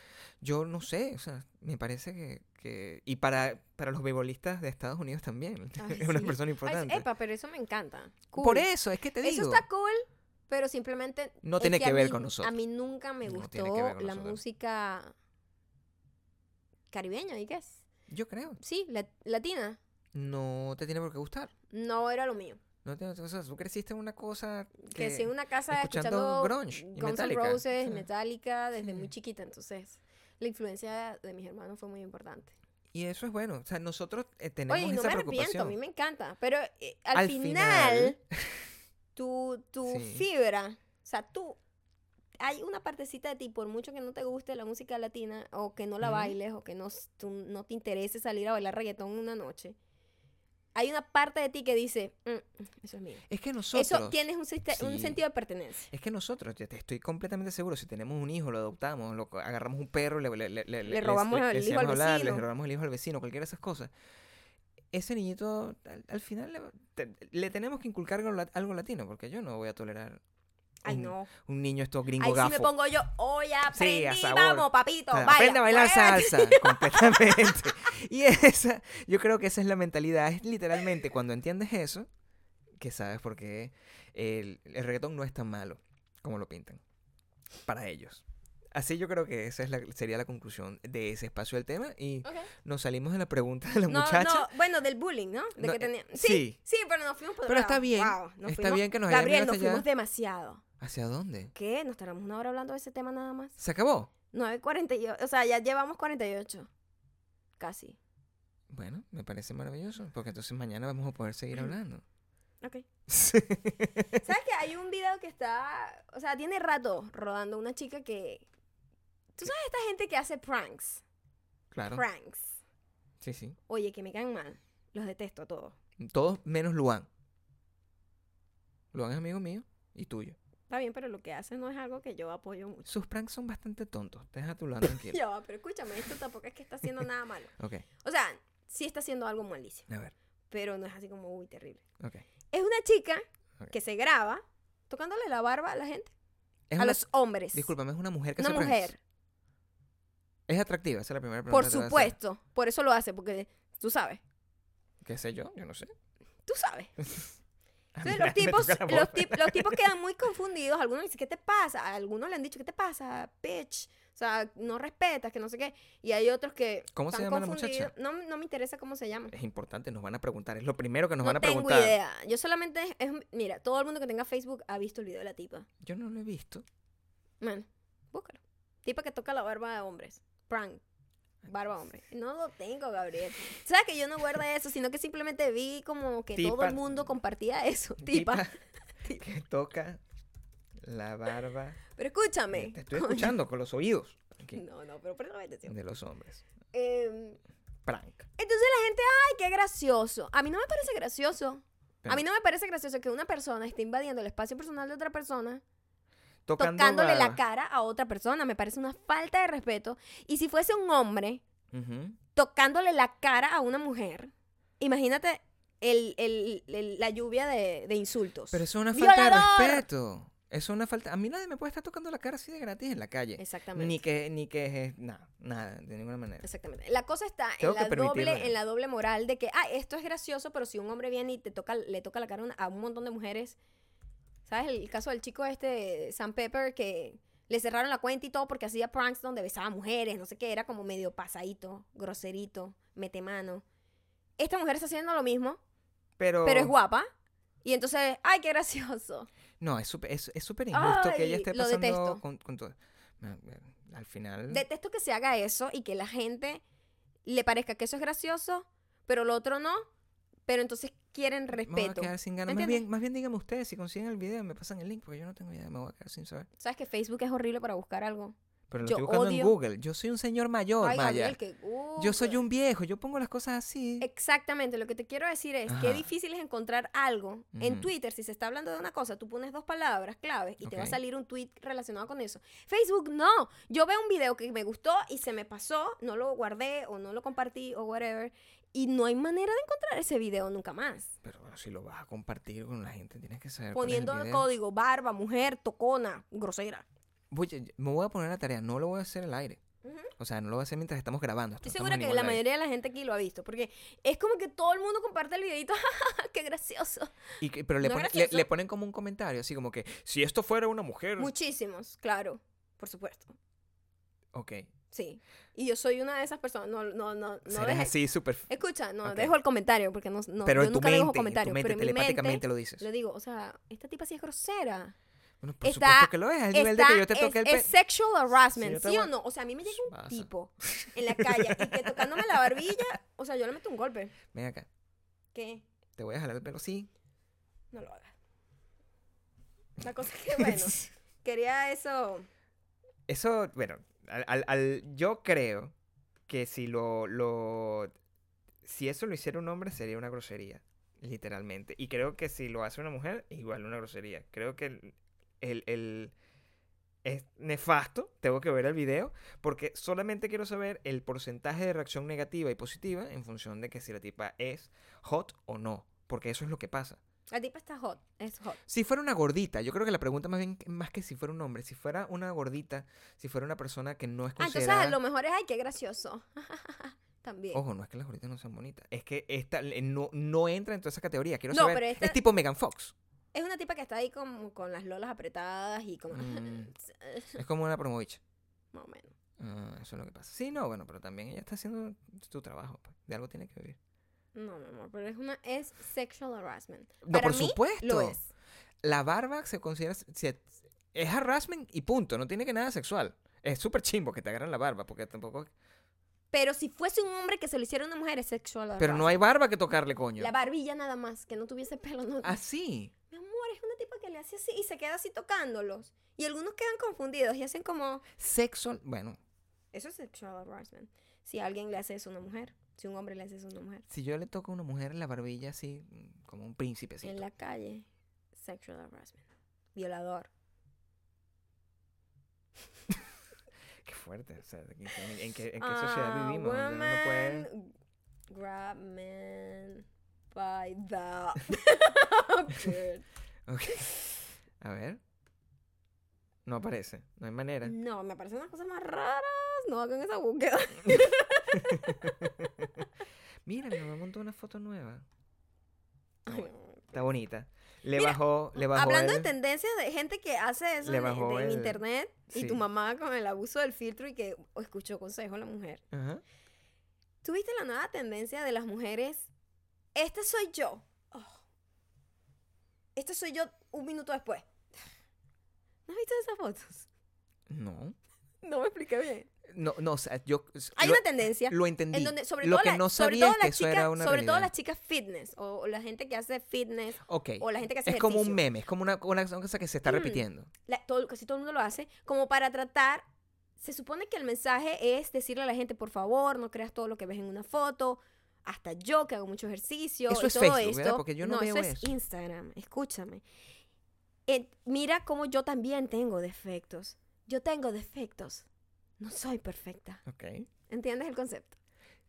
[SPEAKER 2] Yo no sé, o sea, me parece que. que- y para, para los beibolistas de Estados Unidos también.
[SPEAKER 1] Ay,
[SPEAKER 2] es una
[SPEAKER 1] sí.
[SPEAKER 2] persona
[SPEAKER 1] Ay,
[SPEAKER 2] importante.
[SPEAKER 1] epa, pero eso me encanta. Cool.
[SPEAKER 2] Por eso, es que te digo.
[SPEAKER 1] Eso está cool, pero simplemente.
[SPEAKER 2] No
[SPEAKER 1] es
[SPEAKER 2] tiene que
[SPEAKER 1] a
[SPEAKER 2] ver
[SPEAKER 1] mí-
[SPEAKER 2] con nosotros.
[SPEAKER 1] A mí nunca me
[SPEAKER 2] No
[SPEAKER 1] gustó
[SPEAKER 2] tiene que ver con
[SPEAKER 1] la
[SPEAKER 2] nosotros.
[SPEAKER 1] música caribeña, ¿y qué es?
[SPEAKER 2] Yo creo.
[SPEAKER 1] Sí, la- latina.
[SPEAKER 2] No te tiene por qué gustar.
[SPEAKER 1] No era lo mío.
[SPEAKER 2] No te, o sea, tú creciste en una cosa.
[SPEAKER 1] Que
[SPEAKER 2] Que,
[SPEAKER 1] si en una casa escuchando,
[SPEAKER 2] escuchando grunge y
[SPEAKER 1] Guns N'
[SPEAKER 2] Metallica,
[SPEAKER 1] Roses,
[SPEAKER 2] sí.
[SPEAKER 1] Metallica, desde
[SPEAKER 2] Sí.
[SPEAKER 1] muy chiquita, entonces la influencia de mis hermanos fue muy importante.
[SPEAKER 2] Y eso es bueno. O sea, nosotros eh, tenemos
[SPEAKER 1] Oye, y no
[SPEAKER 2] esa
[SPEAKER 1] me arrepiento, a
[SPEAKER 2] preocupación.
[SPEAKER 1] mí me encanta. Pero eh, al,
[SPEAKER 2] Al
[SPEAKER 1] final,
[SPEAKER 2] final.
[SPEAKER 1] tu, tu
[SPEAKER 2] Sí.
[SPEAKER 1] fibra, o sea, tú, hay una partecita de ti, por mucho que no te guste la música latina, o que no la
[SPEAKER 2] Ujú.
[SPEAKER 1] bailes, o que no, s- tú no te interese salir a bailar reggaetón una noche, hay una parte de ti que dice, "Mm, eso es mío.
[SPEAKER 2] Es que nosotros.
[SPEAKER 1] eso tienes un, siste- un
[SPEAKER 2] Sí.
[SPEAKER 1] sentido de pertenencia.
[SPEAKER 2] Es que nosotros, ya te estoy completamente seguro, si tenemos un hijo, lo adoptamos, lo co- agarramos un perro, le, le- le- le- le-
[SPEAKER 1] robamos el hijo
[SPEAKER 2] enseñamos
[SPEAKER 1] al
[SPEAKER 2] a
[SPEAKER 1] vecino.
[SPEAKER 2] le robamos el hijo al vecino, cualquiera de esas cosas. Ese niñito, al, al final, le, te- le tenemos que inculcar algo, lat- algo latino, porque yo no voy a tolerar
[SPEAKER 1] Ay,
[SPEAKER 2] un,
[SPEAKER 1] no.
[SPEAKER 2] un niño esto gringo
[SPEAKER 1] Ahí sí
[SPEAKER 2] gafo.
[SPEAKER 1] me pongo yo, oye, aprendí,
[SPEAKER 2] sabor.
[SPEAKER 1] vamos, papito,
[SPEAKER 2] O sea,
[SPEAKER 1] baila,
[SPEAKER 2] aprende a bailar
[SPEAKER 1] muévete".
[SPEAKER 2] salsa, completamente. Y esa, yo creo que esa es la mentalidad. Es literalmente cuando entiendes eso, que sabes por qué el, el reggaetón no es tan malo como lo pintan. Para ellos. Así yo creo que esa es la, sería la conclusión de ese espacio del tema. Y
[SPEAKER 1] Ok.
[SPEAKER 2] nos salimos de la pregunta de la
[SPEAKER 1] No,
[SPEAKER 2] muchacha.
[SPEAKER 1] no, bueno, del bullying, ¿no? De
[SPEAKER 2] No,
[SPEAKER 1] que
[SPEAKER 2] eh,
[SPEAKER 1] tenía-
[SPEAKER 2] sí.
[SPEAKER 1] Sí, sí, pero nos fuimos por otro
[SPEAKER 2] Pero está
[SPEAKER 1] lado.
[SPEAKER 2] bien,
[SPEAKER 1] Guau, nos
[SPEAKER 2] está
[SPEAKER 1] fuimos-
[SPEAKER 2] bien que nos hayan
[SPEAKER 1] Gabriel,
[SPEAKER 2] ido
[SPEAKER 1] nos
[SPEAKER 2] hasta allá.
[SPEAKER 1] fuimos demasiado.
[SPEAKER 2] ¿Hacia dónde?
[SPEAKER 1] ¿Qué? Nos tardamos una hora hablando de ese tema nada más.
[SPEAKER 2] ¿Se acabó?
[SPEAKER 1] 9.48, o sea, ya llevamos 48. Casi.
[SPEAKER 2] Bueno, me parece maravilloso, porque entonces mañana vamos a poder seguir hablando.
[SPEAKER 1] Ok. ¿Sabes que hay un video que está, o sea, tiene rato rodando una chica que... ¿Tú sabes esta gente que hace pranks?
[SPEAKER 2] claro.
[SPEAKER 1] Pranks.
[SPEAKER 2] Sí, sí.
[SPEAKER 1] Oye, que me caen mal. Los detesto a todos.
[SPEAKER 2] Todos menos Luan. Luan es amigo mío y tuyo.
[SPEAKER 1] Está bien, pero lo que hacen no es algo que yo apoyo mucho.
[SPEAKER 2] Sus pranks son bastante tontos. Deja tu lado tranquilo.
[SPEAKER 1] Ya, va, pero escúchame, esto tampoco es que está haciendo nada malo.
[SPEAKER 2] ok,
[SPEAKER 1] O sea, sí está haciendo algo malísimo,
[SPEAKER 2] a ver.
[SPEAKER 1] pero no es así como, uy, terrible.
[SPEAKER 2] Ok.
[SPEAKER 1] Es una chica
[SPEAKER 2] Ok.
[SPEAKER 1] que se graba tocándole la barba a la gente,
[SPEAKER 2] Es
[SPEAKER 1] a
[SPEAKER 2] una-
[SPEAKER 1] los hombres.
[SPEAKER 2] Discúlpame, es una mujer que
[SPEAKER 1] Una
[SPEAKER 2] hace pranks?
[SPEAKER 1] mujer,
[SPEAKER 2] Es atractiva, esa es la primera pregunta.
[SPEAKER 1] por
[SPEAKER 2] que te voy a hacer.
[SPEAKER 1] supuesto. Por eso lo hace, porque tú sabes,
[SPEAKER 2] ¿Qué sé yo? Yo no sé.
[SPEAKER 1] tú sabes.
[SPEAKER 2] Ah,
[SPEAKER 1] Entonces
[SPEAKER 2] mira,
[SPEAKER 1] los
[SPEAKER 2] me
[SPEAKER 1] tipos,
[SPEAKER 2] toca la
[SPEAKER 1] los,
[SPEAKER 2] voz.
[SPEAKER 1] tip- los tipos quedan muy confundidos. Algunos dicen, ¿qué te pasa? A algunos le han dicho, ¿qué te pasa, bitch? O sea, no respetas, que no sé qué. Y hay otros que
[SPEAKER 2] ¿Cómo se
[SPEAKER 1] están
[SPEAKER 2] llama la
[SPEAKER 1] confundidos.
[SPEAKER 2] muchacha?
[SPEAKER 1] No, no me interesa cómo se llama.
[SPEAKER 2] Es importante, nos van a preguntar. Es lo primero que nos van
[SPEAKER 1] no
[SPEAKER 2] a
[SPEAKER 1] tengo
[SPEAKER 2] preguntar.
[SPEAKER 1] idea. Yo solamente es, es- mira, todo el mundo que tenga Facebook ha visto el video de la tipa.
[SPEAKER 2] Yo no lo he visto.
[SPEAKER 1] Man, búscalo. Tipa que toca la barba de hombres. Prank. Barba hombre. No lo tengo, Gabriel. ¿Sabes que yo no guardo eso? Sino que simplemente vi como que todo
[SPEAKER 2] Tipa.
[SPEAKER 1] el mundo compartía eso. Tipa.
[SPEAKER 2] Tipa Que toca la barba.
[SPEAKER 1] Pero escúchame.
[SPEAKER 2] Te estoy escuchando con los oídos. aquí,
[SPEAKER 1] No, no, pero préstame atención.
[SPEAKER 2] de los hombres.
[SPEAKER 1] Eh,
[SPEAKER 2] Prank.
[SPEAKER 1] entonces la gente, ay, qué gracioso. A mí no me parece gracioso.
[SPEAKER 2] Pero-
[SPEAKER 1] A mí no me parece gracioso que una persona esté invadiendo el espacio personal de otra persona
[SPEAKER 2] Tocando
[SPEAKER 1] tocándole la
[SPEAKER 2] barba.
[SPEAKER 1] cara a otra persona. Me parece una falta de respeto. Y si fuese un hombre
[SPEAKER 2] Ujú.
[SPEAKER 1] tocándole la cara a una mujer, imagínate el- el- el- la lluvia de, de insultos.
[SPEAKER 2] Pero eso es una falta
[SPEAKER 1] ¡Violador!
[SPEAKER 2] de respeto. Eso es una falta. A mí nadie me puede estar tocando la cara así de gratis en la calle.
[SPEAKER 1] Exactamente.
[SPEAKER 2] Ni que, ni que es. Nada, nada, de ninguna manera.
[SPEAKER 1] Exactamente. La cosa está
[SPEAKER 2] Tengo
[SPEAKER 1] en
[SPEAKER 2] que
[SPEAKER 1] la, doble,
[SPEAKER 2] permitirme.
[SPEAKER 1] en la doble moral de que, ah, esto es gracioso, pero si un hombre viene y te toca, le toca la cara a un- a un montón de mujeres, ¿sabes? El caso del chico este, de Sam Pepper, que le cerraron la cuenta y todo porque hacía pranks donde besaba mujeres, no sé qué, era como medio pasadito, groserito, mete mano. Esta mujer está haciendo lo mismo,
[SPEAKER 2] Pero,
[SPEAKER 1] pero es guapa. Y entonces, ay, qué gracioso.
[SPEAKER 2] No, es súper es, es súper injusto que ella
[SPEAKER 1] Ay,
[SPEAKER 2] esté
[SPEAKER 1] lo
[SPEAKER 2] pasando
[SPEAKER 1] detesto.
[SPEAKER 2] con, con todo. No, bueno, Al final.
[SPEAKER 1] Detesto que se haga eso y que la gente le parezca que eso es gracioso, pero lo otro no, pero entonces quieren
[SPEAKER 2] me voy a
[SPEAKER 1] respeto.
[SPEAKER 2] quedar sin ganas. Más
[SPEAKER 1] ¿Entiendes?
[SPEAKER 2] bien, más bien díganme ustedes si consiguen el video, me pasan el link, porque yo no tengo idea, me voy a quedar sin saber.
[SPEAKER 1] ¿Sabes que Facebook es horrible para buscar algo?
[SPEAKER 2] Pero lo
[SPEAKER 1] Yo
[SPEAKER 2] estoy buscando en
[SPEAKER 1] odio-
[SPEAKER 2] Google. Yo soy un señor mayor,
[SPEAKER 1] Ay,
[SPEAKER 2] Maya.
[SPEAKER 1] Gabriel, que
[SPEAKER 2] Oh, Yo soy
[SPEAKER 1] Google.
[SPEAKER 2] un viejo, yo pongo las cosas así.
[SPEAKER 1] Exactamente, lo que te quiero decir es
[SPEAKER 2] Ajá.
[SPEAKER 1] que difícil es encontrar algo. En
[SPEAKER 2] Ujú.
[SPEAKER 1] Twitter, si se está hablando de una cosa, tú pones dos palabras claves y te va a
[SPEAKER 2] Ok.
[SPEAKER 1] salir un tweet relacionado con eso. Facebook no. Yo veo un video que me gustó y se me pasó, no lo guardé o no lo compartí o whatever, y no hay manera de encontrar ese video nunca más.
[SPEAKER 2] Pero bueno, si lo vas a compartir con la gente, tienes que saber. cuál es el
[SPEAKER 1] Poniendo el
[SPEAKER 2] video.
[SPEAKER 1] código barba, mujer, tocona, grosera.
[SPEAKER 2] Voy a- me voy a poner la tarea, no lo voy a hacer al aire.
[SPEAKER 1] Ujú.
[SPEAKER 2] O sea, no lo voy a hacer mientras estamos grabando. esto
[SPEAKER 1] Estoy
[SPEAKER 2] no
[SPEAKER 1] segura
[SPEAKER 2] estamos
[SPEAKER 1] que
[SPEAKER 2] en
[SPEAKER 1] la
[SPEAKER 2] ningún live.
[SPEAKER 1] mayoría de la gente aquí lo ha visto, porque es como que todo el mundo comparte el videito, qué gracioso.
[SPEAKER 2] Y que- pero le,
[SPEAKER 1] No es
[SPEAKER 2] ponen, le-
[SPEAKER 1] gracioso.
[SPEAKER 2] le ponen como un comentario, así como que, si esto fuera una mujer...
[SPEAKER 1] Muchísimos, claro, por supuesto.
[SPEAKER 2] ok,
[SPEAKER 1] Sí. Y yo soy una de esas personas. No, no, no, no.
[SPEAKER 2] serás
[SPEAKER 1] deje-
[SPEAKER 2] así súper... f-
[SPEAKER 1] Escucha, no,
[SPEAKER 2] Ok.
[SPEAKER 1] dejo el comentario porque no, no
[SPEAKER 2] pero
[SPEAKER 1] yo
[SPEAKER 2] en tu
[SPEAKER 1] nunca
[SPEAKER 2] mente, pues.
[SPEAKER 1] dejo
[SPEAKER 2] en tu
[SPEAKER 1] comentarios.
[SPEAKER 2] mente
[SPEAKER 1] pero en mi
[SPEAKER 2] telepáticamente
[SPEAKER 1] mente
[SPEAKER 2] lo dices.
[SPEAKER 1] le digo, o sea, esta tipa sí es grosera.
[SPEAKER 2] Bueno, por
[SPEAKER 1] Está-
[SPEAKER 2] supuesto que lo es. Al nivel de
[SPEAKER 1] Está-
[SPEAKER 2] que yo te toque el
[SPEAKER 1] es,
[SPEAKER 2] pe...
[SPEAKER 1] es sexual harassment,
[SPEAKER 2] yo te
[SPEAKER 1] ¿sí o
[SPEAKER 2] voy-
[SPEAKER 1] no? O sea, a mí me llega un
[SPEAKER 2] Pasa.
[SPEAKER 1] tipo en la calle y que tocándome la barbilla, o sea, yo le meto un golpe.
[SPEAKER 2] Ven acá.
[SPEAKER 1] ¿Qué?
[SPEAKER 2] Te voy a jalar el pelo. Sí.
[SPEAKER 1] No lo hagas. La cosa es que, bueno, quería eso.
[SPEAKER 2] Eso, bueno, al, al- al- yo creo que si lo, lo... Si eso lo hiciera un hombre sería una grosería, literalmente. Y creo que si lo hace una mujer, igual una grosería. Creo que el... el- el- es nefasto, tengo que ver el video, porque solamente quiero saber el porcentaje de reacción negativa y positiva en función de que si la tipa es hot o no, porque eso es lo que pasa.
[SPEAKER 1] La tipa está hot, es hot.
[SPEAKER 2] Si fuera una gordita, yo creo que la pregunta más bien, más que si fuera un hombre, si fuera una gordita, si fuera una persona que no es
[SPEAKER 1] Ah, entonces
[SPEAKER 2] considerada...
[SPEAKER 1] a lo mejor es, ay, qué gracioso. También.
[SPEAKER 2] Ojo, no es que las gorditas no sean bonitas, es que esta eh, no, no entra en toda esa categoría. Quiero
[SPEAKER 1] No,
[SPEAKER 2] saber,
[SPEAKER 1] pero esta-
[SPEAKER 2] es tipo Megan Fox.
[SPEAKER 1] Es una tipa que está ahí como con las lolas apretadas y como...
[SPEAKER 2] Mm. Es como una promovich.
[SPEAKER 1] Más o menos.
[SPEAKER 2] Ah, eso es lo que pasa. Sí, no, bueno, pero también ella está haciendo su trabajo, pues, de algo tiene que vivir.
[SPEAKER 1] No, mi amor, pero es una... Es sexual harassment.
[SPEAKER 2] No,
[SPEAKER 1] Para
[SPEAKER 2] por
[SPEAKER 1] mí,
[SPEAKER 2] supuesto.
[SPEAKER 1] Lo es.
[SPEAKER 2] La barba se considera se- es harassment y punto, no tiene que nada sexual. Es súper chimbo que te agarran la barba, porque tampoco...
[SPEAKER 1] Pero si fuese un hombre que se lo hiciera a una mujer es sexual harassment.
[SPEAKER 2] Pero no hay barba que tocarle, coño.
[SPEAKER 1] La barbilla nada más, que no tuviese pelo. No.
[SPEAKER 2] Ah, Así.
[SPEAKER 1] Mi amor, es una tipa que le hace así y se queda así tocándolos. Y algunos quedan confundidos y hacen como...
[SPEAKER 2] Sexo, bueno,
[SPEAKER 1] Eso es sexual harassment. Si alguien le hace eso a una mujer. Si un hombre le hace eso a una mujer.
[SPEAKER 2] si yo le toco a una mujer en la barbilla así, mm, como un príncipecito.
[SPEAKER 1] En la calle, sexual harassment. Violador.
[SPEAKER 2] Qué fuerte, o sea, ¿en, en- en qué, en qué
[SPEAKER 1] Ah,
[SPEAKER 2] sociedad vivimos? O sea, uno no puede-
[SPEAKER 1] woman, Grab man by the... Good.
[SPEAKER 2] Ok. A ver. No aparece, no hay manera.
[SPEAKER 1] No, me parecen unas cosas más raras. No hagan esa búsqueda.
[SPEAKER 2] Mira, mi mamá montó una foto nueva. Está,
[SPEAKER 1] Ay,
[SPEAKER 2] bu-
[SPEAKER 1] no.
[SPEAKER 2] está bonita. Le
[SPEAKER 1] Mira,
[SPEAKER 2] bajó, le bajó
[SPEAKER 1] Hablando
[SPEAKER 2] el-
[SPEAKER 1] de tendencias de gente que hace eso
[SPEAKER 2] Le
[SPEAKER 1] en-
[SPEAKER 2] bajó
[SPEAKER 1] de- en
[SPEAKER 2] el-
[SPEAKER 1] internet y tu
[SPEAKER 2] sí.
[SPEAKER 1] mamá con el abuso del filtro y que escuchó consejo a la mujer.
[SPEAKER 2] Ajá.
[SPEAKER 1] ¿Tuviste la nueva tendencia de las mujeres? Este soy yo. Oh. Este soy yo un minuto después. ¿No has visto esas fotos?
[SPEAKER 2] No.
[SPEAKER 1] No me expliqué bien.
[SPEAKER 2] No, no, o sea, yo s-
[SPEAKER 1] Hay
[SPEAKER 2] lo,
[SPEAKER 1] una tendencia
[SPEAKER 2] lo entendí.
[SPEAKER 1] en donde sobre
[SPEAKER 2] lo
[SPEAKER 1] todo
[SPEAKER 2] que
[SPEAKER 1] la-
[SPEAKER 2] no
[SPEAKER 1] sobre
[SPEAKER 2] sabía
[SPEAKER 1] todo
[SPEAKER 2] es que
[SPEAKER 1] las
[SPEAKER 2] eso
[SPEAKER 1] chicas-
[SPEAKER 2] era una
[SPEAKER 1] sobre todo
[SPEAKER 2] realidad.
[SPEAKER 1] las chicas fitness o, o la gente que hace fitness
[SPEAKER 2] Ok.
[SPEAKER 1] o la gente que hace
[SPEAKER 2] Es como un
[SPEAKER 1] ejercicio.
[SPEAKER 2] meme, es como una, una cosa que se está
[SPEAKER 1] Mm.
[SPEAKER 2] repitiendo.
[SPEAKER 1] la- todo, casi todo el mundo lo hace, como para tratar, se supone que el mensaje es decirle a la gente, por favor, no creas todo lo que ves en una foto, hasta yo que hago mucho ejercicio,
[SPEAKER 2] Eso
[SPEAKER 1] y
[SPEAKER 2] es
[SPEAKER 1] todo
[SPEAKER 2] Facebook,
[SPEAKER 1] esto.
[SPEAKER 2] ¿verdad? Porque yo no veo
[SPEAKER 1] eso, es
[SPEAKER 2] eso.
[SPEAKER 1] Instagram, escúchame. Eh, mira cómo yo también tengo defectos. Yo tengo defectos. No soy perfecta.
[SPEAKER 2] Ok.
[SPEAKER 1] ¿Entiendes el concepto?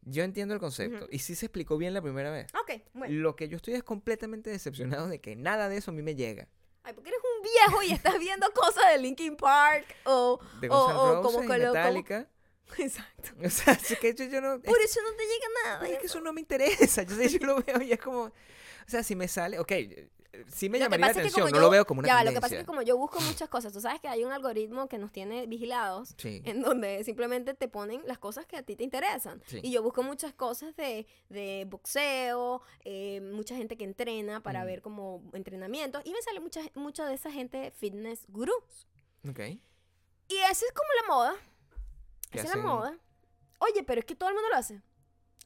[SPEAKER 2] Yo entiendo el concepto. Y sí se explicó bien la primera vez.
[SPEAKER 1] Ok, bueno.
[SPEAKER 2] Lo que yo estoy es completamente decepcionado de que nada de eso a mí me llega.
[SPEAKER 1] Ay, porque eres un viejo y estás viendo cosas de Linkin Park o...
[SPEAKER 2] De
[SPEAKER 1] O-
[SPEAKER 2] Guns N'
[SPEAKER 1] o como
[SPEAKER 2] Roses y
[SPEAKER 1] colo- como-
[SPEAKER 2] Metallica.
[SPEAKER 1] Exacto.
[SPEAKER 2] O sea, es que yo, yo no...
[SPEAKER 1] Por
[SPEAKER 2] es-
[SPEAKER 1] eso no te llega nada.
[SPEAKER 2] es que eso no me interesa. Yo, sé, yo lo veo y es como... O sea, si me sale... Ok, eh, sí me
[SPEAKER 1] Lo que
[SPEAKER 2] llamaría la
[SPEAKER 1] pasa es que
[SPEAKER 2] atención.
[SPEAKER 1] como
[SPEAKER 2] no
[SPEAKER 1] yo-
[SPEAKER 2] lo veo como una
[SPEAKER 1] Ya, va, lo
[SPEAKER 2] tendencia.
[SPEAKER 1] que pasa es que como yo busco muchas cosas, tú sabes que hay un algoritmo que nos tiene vigilados
[SPEAKER 2] Sí.
[SPEAKER 1] en donde simplemente te ponen las cosas que a ti te interesan.
[SPEAKER 2] Sí.
[SPEAKER 1] Y yo busco muchas cosas de, de boxeo, eh, mucha gente que entrena para
[SPEAKER 2] Mm.
[SPEAKER 1] ver como entrenamientos y me sale mucha, mucha de esa gente fitness gurús.
[SPEAKER 2] Ok.
[SPEAKER 1] Y esa es como la moda.
[SPEAKER 2] ¿Qué
[SPEAKER 1] Esa es la
[SPEAKER 2] hacen?
[SPEAKER 1] moda. Oye, pero es que todo el mundo lo hace.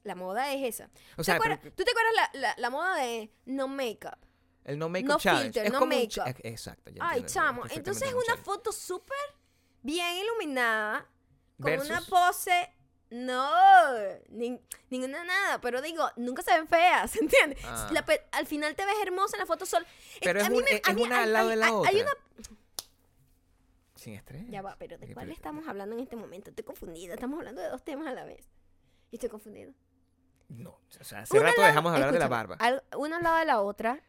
[SPEAKER 1] La moda es esa.
[SPEAKER 2] O sea,
[SPEAKER 1] ¿Te acuerdas-
[SPEAKER 2] pero
[SPEAKER 1] ¿Tú te acuerdas la, la- la moda de no make-up?
[SPEAKER 2] el no make-up
[SPEAKER 1] no
[SPEAKER 2] challenge.
[SPEAKER 1] filter,
[SPEAKER 2] es
[SPEAKER 1] no
[SPEAKER 2] como un
[SPEAKER 1] make-up.
[SPEAKER 2] ch- eh, Exacto. ya
[SPEAKER 1] Ay,
[SPEAKER 2] entiendo,
[SPEAKER 1] chamo.
[SPEAKER 2] perfectamente
[SPEAKER 1] Entonces
[SPEAKER 2] como un
[SPEAKER 1] una
[SPEAKER 2] challenge.
[SPEAKER 1] foto súper bien iluminada, con una
[SPEAKER 2] Versus-
[SPEAKER 1] pose. No, nin- ninguna nada, pero digo, nunca se ven feas, ¿entiendes?
[SPEAKER 2] Ah.
[SPEAKER 1] La pe- al final te ves hermosa en la foto sol. Eh,
[SPEAKER 2] Pero es,
[SPEAKER 1] a mí
[SPEAKER 2] un- e-,
[SPEAKER 1] me-
[SPEAKER 2] es
[SPEAKER 1] a mí-
[SPEAKER 2] una
[SPEAKER 1] a-
[SPEAKER 2] al lado
[SPEAKER 1] a-
[SPEAKER 2] de la
[SPEAKER 1] a-
[SPEAKER 2] otra.
[SPEAKER 1] Hay una...
[SPEAKER 2] Sin estrés.
[SPEAKER 1] Ya va, pero
[SPEAKER 2] Ok,
[SPEAKER 1] ¿de cuál
[SPEAKER 2] pero-
[SPEAKER 1] estamos hablando en este momento? Estoy confundida, estamos hablando de dos temas a la vez. Y estoy confundida.
[SPEAKER 2] No, o sea, hace
[SPEAKER 1] Una
[SPEAKER 2] rato
[SPEAKER 1] la-
[SPEAKER 2] dejamos de hablar de la
[SPEAKER 1] escúchame,
[SPEAKER 2] barba.
[SPEAKER 1] al- una al lado de la otra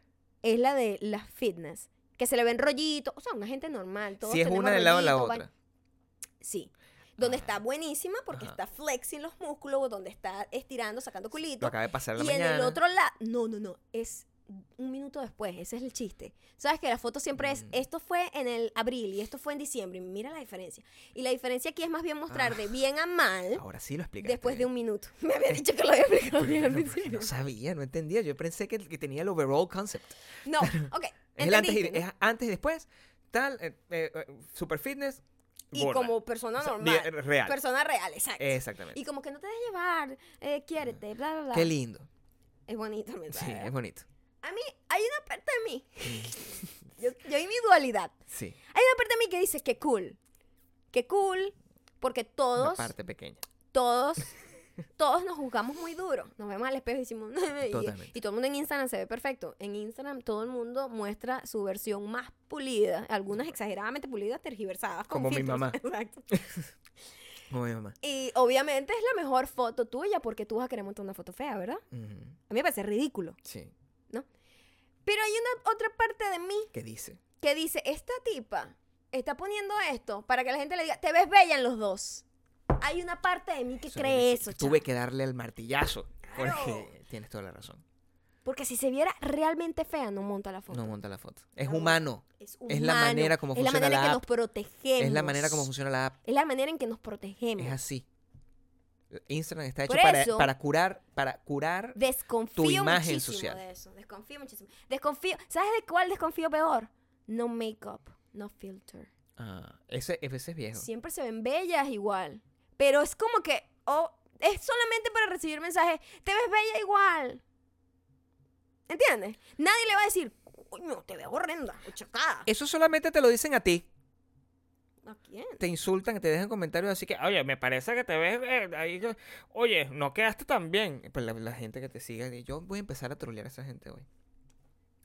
[SPEAKER 1] es la de las fitness, que se le ven rollitos, o sea, una gente normal. Todos
[SPEAKER 2] Si es
[SPEAKER 1] tenemos
[SPEAKER 2] una del lado de la
[SPEAKER 1] rollito, va-
[SPEAKER 2] otra.
[SPEAKER 1] Sí. Donde
[SPEAKER 2] Ah.
[SPEAKER 1] está buenísima porque
[SPEAKER 2] Ajá.
[SPEAKER 1] está flexing los músculos, donde está estirando, sacando culito.
[SPEAKER 2] Lo acaba de pasar en la
[SPEAKER 1] y en
[SPEAKER 2] mañana.
[SPEAKER 1] el otro lado, no, no, no, es un minuto después, ese es el chiste. Sabes que la foto siempre es,
[SPEAKER 2] Mm.
[SPEAKER 1] esto fue en el abril y esto fue en diciembre, y mira la diferencia. Y la diferencia aquí es más bien
[SPEAKER 2] Ah.
[SPEAKER 1] mostrar de bien a mal
[SPEAKER 2] Ahora sí lo explicaste.
[SPEAKER 1] después de un minuto. Me había dicho que lo había explicado bien al
[SPEAKER 2] Bueno, porque
[SPEAKER 1] principio.
[SPEAKER 2] no sabía, no entendía. Yo pensé que, que tenía el overall concept.
[SPEAKER 1] No, ok.
[SPEAKER 2] Es el antes y,
[SPEAKER 1] entendiste, ¿no?
[SPEAKER 2] es antes y después. tal, eh, eh, eh, super fitness.
[SPEAKER 1] Y
[SPEAKER 2] gorda.
[SPEAKER 1] como persona
[SPEAKER 2] O sea,
[SPEAKER 1] normal.
[SPEAKER 2] ni- real.
[SPEAKER 1] Persona real, exacto.
[SPEAKER 2] Exactamente. Ah.
[SPEAKER 1] Y como que no te dejes llevar, eh, quiérete, bla, bla, bla.
[SPEAKER 2] Qué lindo.
[SPEAKER 1] es bonito, en ¿verdad?
[SPEAKER 2] Sí, es bonito.
[SPEAKER 1] A mí, hay una parte de mí. yo, yo y mi dualidad.
[SPEAKER 2] Sí.
[SPEAKER 1] Hay una parte de mí que dice que cool. Que cool, porque
[SPEAKER 2] Una
[SPEAKER 1] todos,
[SPEAKER 2] parte pequeña.
[SPEAKER 1] todos, todos nos juzgamos muy duro. Nos vemos al espejo y decimos, y-
[SPEAKER 2] Totalmente.
[SPEAKER 1] y todo el mundo en Instagram se ve perfecto. En Instagram todo el mundo muestra su versión más pulida, algunas exageradamente pulidas, tergiversadas. con
[SPEAKER 2] Como mi
[SPEAKER 1] filtros.
[SPEAKER 2] mamá.
[SPEAKER 1] Exacto.
[SPEAKER 2] Como mi mamá.
[SPEAKER 1] Y obviamente es la mejor foto tuya porque tú vas a querer montar una foto fea, ¿verdad?
[SPEAKER 2] Ujú.
[SPEAKER 1] A mí me parece ridículo.
[SPEAKER 2] Sí.
[SPEAKER 1] Pero hay una otra parte de mí
[SPEAKER 2] ¿Qué dice?
[SPEAKER 1] que dice, esta tipa está poniendo esto para que la gente le diga, te ves bella en los dos. Hay una parte de mí que
[SPEAKER 2] Eso
[SPEAKER 1] cree
[SPEAKER 2] es-
[SPEAKER 1] eso,
[SPEAKER 2] Tuve
[SPEAKER 1] chamo.
[SPEAKER 2] que darle al martillazo.
[SPEAKER 1] Claro.
[SPEAKER 2] Porque tienes toda la razón.
[SPEAKER 1] Porque si se viera realmente fea, no monta la foto.
[SPEAKER 2] No monta la foto. Es
[SPEAKER 1] No.
[SPEAKER 2] humano.
[SPEAKER 1] es,
[SPEAKER 2] es la
[SPEAKER 1] humano.
[SPEAKER 2] manera como
[SPEAKER 1] Es la
[SPEAKER 2] funciona
[SPEAKER 1] manera
[SPEAKER 2] la
[SPEAKER 1] que
[SPEAKER 2] app.
[SPEAKER 1] nos protegemos.
[SPEAKER 2] Es la manera como funciona la app.
[SPEAKER 1] Es la manera en que nos protegemos.
[SPEAKER 2] Es así. Instagram está hecho
[SPEAKER 1] Por
[SPEAKER 2] para,
[SPEAKER 1] eso-
[SPEAKER 2] para curar, para curar.
[SPEAKER 1] Desconfío
[SPEAKER 2] Tu imagen
[SPEAKER 1] muchísimo
[SPEAKER 2] social.
[SPEAKER 1] de eso. Desconfío muchísimo. Desconfío. ¿Sabes de cuál desconfío peor? No makeup, no filter.
[SPEAKER 2] Ah, ese, ese es viejo.
[SPEAKER 1] Siempre se ven bellas igual. Pero es como que. Oh, es solamente para recibir mensajes. Te ves bella igual. ¿Entiendes? Nadie le va a decir. Coño, te veo horrenda. O chocada.
[SPEAKER 2] Eso solamente te lo dicen a ti.
[SPEAKER 1] ¿A quién?
[SPEAKER 2] Te insultan, te dejan comentarios así que, oye, me parece que te ves eh, ahí. eh, Oye, no quedaste tan bien. Pues la, la gente que te sigue, y yo voy a empezar a trolear a esa gente hoy.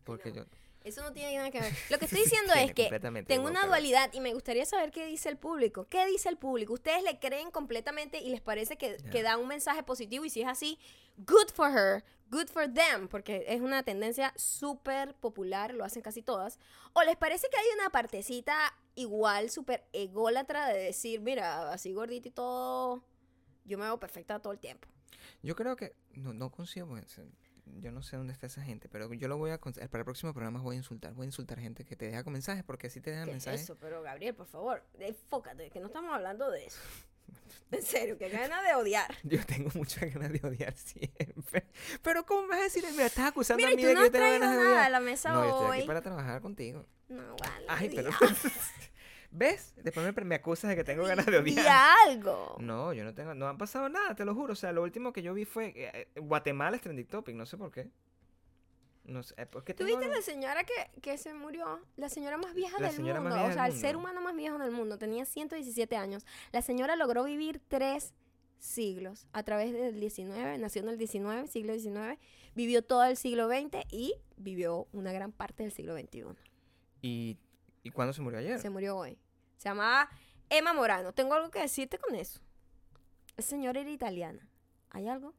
[SPEAKER 2] Porque
[SPEAKER 1] No.
[SPEAKER 2] yo.
[SPEAKER 1] Eso no tiene nada que ver. Lo que estoy diciendo
[SPEAKER 2] Tiene
[SPEAKER 1] es que
[SPEAKER 2] completamente,
[SPEAKER 1] tengo
[SPEAKER 2] huevo,
[SPEAKER 1] una
[SPEAKER 2] pero-
[SPEAKER 1] dualidad y me gustaría saber qué dice el público. ¿Qué dice el público? ¿Ustedes le creen completamente y les parece que,
[SPEAKER 2] Ya.
[SPEAKER 1] que da un mensaje positivo? Y si es así, good for her, good for them, porque es una tendencia súper popular, lo hacen casi todas. ¿O les parece que hay una partecita igual, súper ególatra de decir, mira, así gordito y todo, yo me veo perfecta todo el tiempo?
[SPEAKER 2] Yo creo que. No, no consigo. porque se- Yo no sé dónde está esa gente, pero yo lo voy a. cons- Para el próximo programa voy a insultar. Voy a insultar gente que te deja con mensajes, porque si te dejan
[SPEAKER 1] ¿Qué es
[SPEAKER 2] mensajes.
[SPEAKER 1] eso? Pero Gabriel, por favor, enfócate, que no estamos hablando de eso. En serio, que ganas de odiar.
[SPEAKER 2] Yo tengo muchas ganas de odiar siempre. Pero ¿cómo me vas a decir? Mira, estás acusando
[SPEAKER 1] Mira,
[SPEAKER 2] a
[SPEAKER 1] y
[SPEAKER 2] mí
[SPEAKER 1] tú
[SPEAKER 2] de
[SPEAKER 1] no
[SPEAKER 2] que
[SPEAKER 1] has
[SPEAKER 2] yo tengo
[SPEAKER 1] traído
[SPEAKER 2] ganas de
[SPEAKER 1] nada
[SPEAKER 2] odiar.
[SPEAKER 1] a la mesa
[SPEAKER 2] no, yo estoy
[SPEAKER 1] hoy.
[SPEAKER 2] aquí para trabajar contigo.
[SPEAKER 1] No, vale.
[SPEAKER 2] Ay,
[SPEAKER 1] di
[SPEAKER 2] pero...
[SPEAKER 1] algo,
[SPEAKER 2] ¿Ves? Después me, pre- me acusas de que tengo ganas de
[SPEAKER 1] di
[SPEAKER 2] odiar.
[SPEAKER 1] algo.
[SPEAKER 2] No, yo no tengo... No han pasado nada, te lo juro. O sea, lo último que yo vi fue... eh, eh, Guatemala es trending topic, no sé por qué. No sé, eh, ¿por qué tengo
[SPEAKER 1] ¿Tuviste
[SPEAKER 2] ganas?
[SPEAKER 1] la señora que, que se murió? La señora más vieja
[SPEAKER 2] La
[SPEAKER 1] del
[SPEAKER 2] señora más
[SPEAKER 1] mundo. o
[SPEAKER 2] vieja del
[SPEAKER 1] sea, el
[SPEAKER 2] mundo.
[SPEAKER 1] ser humano más viejo del mundo. Tenía 117 años. La señora logró vivir tres siglos. A través del 19, nació en el 19, siglo 19, vivió todo el siglo 20 y vivió una gran parte del siglo 21.
[SPEAKER 2] ¿Y, ¿Y cuándo se murió ayer?
[SPEAKER 1] Se murió hoy. Se llamaba Emma Morano. Tengo algo que decirte con eso. Esa señora era italiana. ¿Hay algo?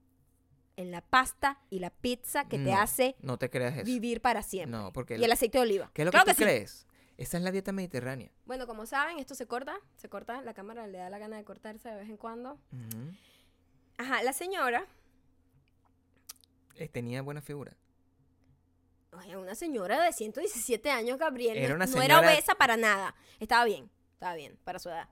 [SPEAKER 1] En la pasta y la pizza que te
[SPEAKER 2] No,
[SPEAKER 1] hace
[SPEAKER 2] No te creas eso.
[SPEAKER 1] vivir para siempre.
[SPEAKER 2] No, porque...
[SPEAKER 1] y el aceite de oliva.
[SPEAKER 2] ¿Qué es lo
[SPEAKER 1] Claro
[SPEAKER 2] que tú
[SPEAKER 1] sí.
[SPEAKER 2] crees? Esa es la dieta mediterránea.
[SPEAKER 1] Bueno, como saben, esto se corta. Se corta. La cámara le da la gana de cortarse de vez en cuando.
[SPEAKER 2] Ujú.
[SPEAKER 1] Ajá, la señora.
[SPEAKER 2] Eh, tenía buena figura.
[SPEAKER 1] Oye, una señora de 117 años, Gabriel.
[SPEAKER 2] Era
[SPEAKER 1] no-
[SPEAKER 2] una
[SPEAKER 1] no era
[SPEAKER 2] señora-
[SPEAKER 1] obesa para nada. Estaba bien. Estaba bien, para su edad.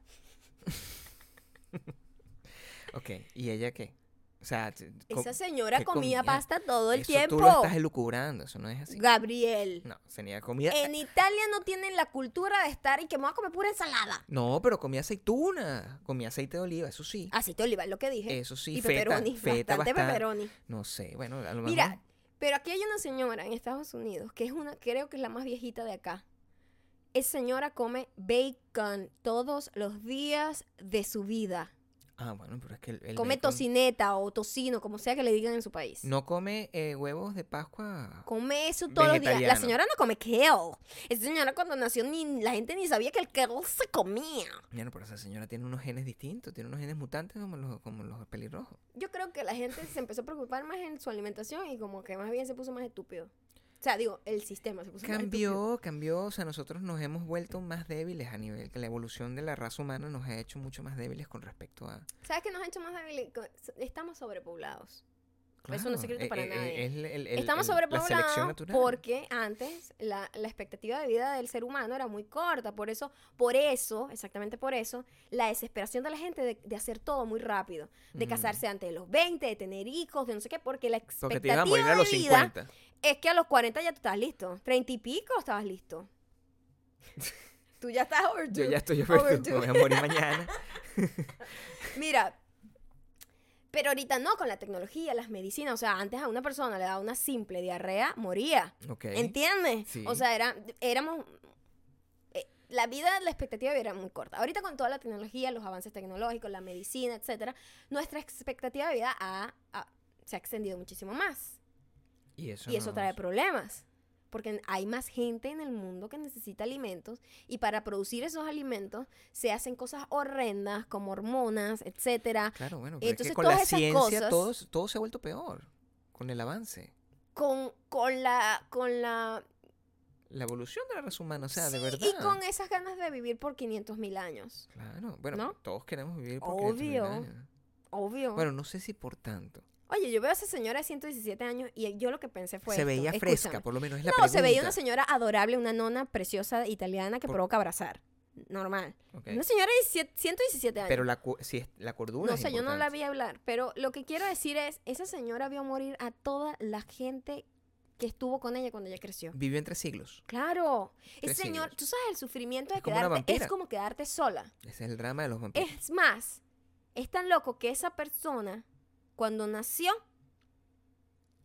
[SPEAKER 2] Ok, ¿y ella qué? O sea... t- co-
[SPEAKER 1] Esa señora
[SPEAKER 2] qué
[SPEAKER 1] comía,
[SPEAKER 2] comía?
[SPEAKER 1] pasta todo el
[SPEAKER 2] eso
[SPEAKER 1] tiempo.
[SPEAKER 2] tú lo estás elucubrando, eso no es así.
[SPEAKER 1] Gabriel.
[SPEAKER 2] No, tenía comida...
[SPEAKER 1] En Italia no tienen la cultura de estar y que me voy a comer pura ensalada.
[SPEAKER 2] No, pero comía aceituna, comía aceite de oliva, eso sí.
[SPEAKER 1] Así Ah, te oliva, es lo que dije.
[SPEAKER 2] Eso Eh, sí,
[SPEAKER 1] y
[SPEAKER 2] feta,
[SPEAKER 1] pepperoni,
[SPEAKER 2] feta
[SPEAKER 1] bastante
[SPEAKER 2] bastante.
[SPEAKER 1] pepperoni.
[SPEAKER 2] No sé, bueno, a lo mejor.
[SPEAKER 1] Mira, pero aquí hay una señora en Estados Unidos que es una, creo que es la más viejita de acá. Esa señora come bacon todos los días de su vida.
[SPEAKER 2] Ah, bueno, pero es que el, el
[SPEAKER 1] come
[SPEAKER 2] bacon-
[SPEAKER 1] tocineta o tocino, como sea que le digan en su país.
[SPEAKER 2] No come eh, huevos de Pascua.
[SPEAKER 1] Come eso todos los días. La
[SPEAKER 2] Vegetariano.
[SPEAKER 1] señora no come kale. Esa señora cuando nació ni la gente ni sabía que el kale se comía.
[SPEAKER 2] Bueno, pero esa señora tiene unos genes distintos, tiene unos genes mutantes como los, como los pelirrojos.
[SPEAKER 1] Yo creo que la gente se empezó a preocupar más en su alimentación y como que más bien se puso más estúpido. O sea, digo, el sistema se puso más estúpido.
[SPEAKER 2] Cambió, cambió, o sea, nosotros nos hemos vuelto más débiles a nivel que la evolución de la raza humana nos ha hecho mucho más débiles con respecto a...
[SPEAKER 1] ¿Sabes qué nos ha hecho más débiles? Co- Estamos sobrepoblados. Eso no es
[SPEAKER 2] Claro,
[SPEAKER 1] secreto
[SPEAKER 2] eh,
[SPEAKER 1] para
[SPEAKER 2] eh,
[SPEAKER 1] nadie.
[SPEAKER 2] es el- el- el-
[SPEAKER 1] Estamos
[SPEAKER 2] el- la selección
[SPEAKER 1] sobrepoblados
[SPEAKER 2] natural.
[SPEAKER 1] porque antes la, la expectativa de vida del ser humano era muy corta. Por eso, por eso, exactamente por eso, la desesperación de la gente de, de hacer todo muy rápido. De
[SPEAKER 2] Mm.
[SPEAKER 1] casarse antes de los 20, de tener hijos, de no sé qué. Porque la expectativa
[SPEAKER 2] Porque te iban a morir a
[SPEAKER 1] de
[SPEAKER 2] los
[SPEAKER 1] vida
[SPEAKER 2] 50.
[SPEAKER 1] es que a los 40 ya tú estás listo. 30 y pico estabas listo. Tú ya estás overdue.
[SPEAKER 2] Yo ya estoy
[SPEAKER 1] Overdue.
[SPEAKER 2] overdue, me voy a morir mañana.
[SPEAKER 1] Mira, pero ahorita no, con la tecnología, las medicinas. O sea, antes a una persona le daba una simple diarrea, moría.
[SPEAKER 2] Ok.
[SPEAKER 1] ¿Entiendes?
[SPEAKER 2] ¿Eh? Sí.
[SPEAKER 1] O sea, era, éramos. eh, La vida, la expectativa era muy corta. Ahorita con toda la tecnología, los avances tecnológicos, la medicina, etcétera, nuestra expectativa de vida ha- ha- se ha extendido muchísimo más.
[SPEAKER 2] Y eso,
[SPEAKER 1] Y eso
[SPEAKER 2] no-
[SPEAKER 1] trae problemas. Porque hay más gente en el mundo que necesita alimentos y para producir esos alimentos se hacen cosas horrendas como hormonas, etcétera.
[SPEAKER 2] Claro, bueno, pero es
[SPEAKER 1] Entonces,
[SPEAKER 2] que con
[SPEAKER 1] todas
[SPEAKER 2] la
[SPEAKER 1] esas
[SPEAKER 2] ciencia
[SPEAKER 1] cosas-
[SPEAKER 2] todo, se- todo se ha vuelto peor con el avance.
[SPEAKER 1] Con, con la con la
[SPEAKER 2] La evolución de la raza humana, o sea, de
[SPEAKER 1] Sí,
[SPEAKER 2] verdad.
[SPEAKER 1] y con esas ganas de vivir por 500 mil años.
[SPEAKER 2] Claro, bueno,
[SPEAKER 1] ¿No?
[SPEAKER 2] todos queremos vivir por 500.000
[SPEAKER 1] Obvio.
[SPEAKER 2] años.
[SPEAKER 1] Obvio.
[SPEAKER 2] Bueno, no sé si por tanto.
[SPEAKER 1] Oye, yo veo a esa señora de 117 años y yo lo que pensé fue
[SPEAKER 2] se
[SPEAKER 1] esto,
[SPEAKER 2] veía
[SPEAKER 1] escúchame.
[SPEAKER 2] fresca, por lo menos es la
[SPEAKER 1] no,
[SPEAKER 2] pregunta.
[SPEAKER 1] se veía una señora adorable, una nona preciosa italiana que
[SPEAKER 2] Por-
[SPEAKER 1] provoca abrazar. Normal.
[SPEAKER 2] Ok.
[SPEAKER 1] Una señora de 17 117 años.
[SPEAKER 2] Pero la, cu- si es, la cordura
[SPEAKER 1] No
[SPEAKER 2] es
[SPEAKER 1] sé, yo no la
[SPEAKER 2] importante.
[SPEAKER 1] vi hablar, pero lo que quiero decir es, esa señora vio morir a toda la gente que estuvo con ella cuando ella creció.
[SPEAKER 2] Vivió entre siglos.
[SPEAKER 1] Claro,
[SPEAKER 2] Tres
[SPEAKER 1] ese señor,
[SPEAKER 2] siglos.
[SPEAKER 1] tú sabes el sufrimiento de
[SPEAKER 2] Es como una
[SPEAKER 1] quedarte, es
[SPEAKER 2] vampira.
[SPEAKER 1] como quedarte sola.
[SPEAKER 2] Ese es el drama de los vampiros.
[SPEAKER 1] Es más, es tan loco que esa persona, cuando nació,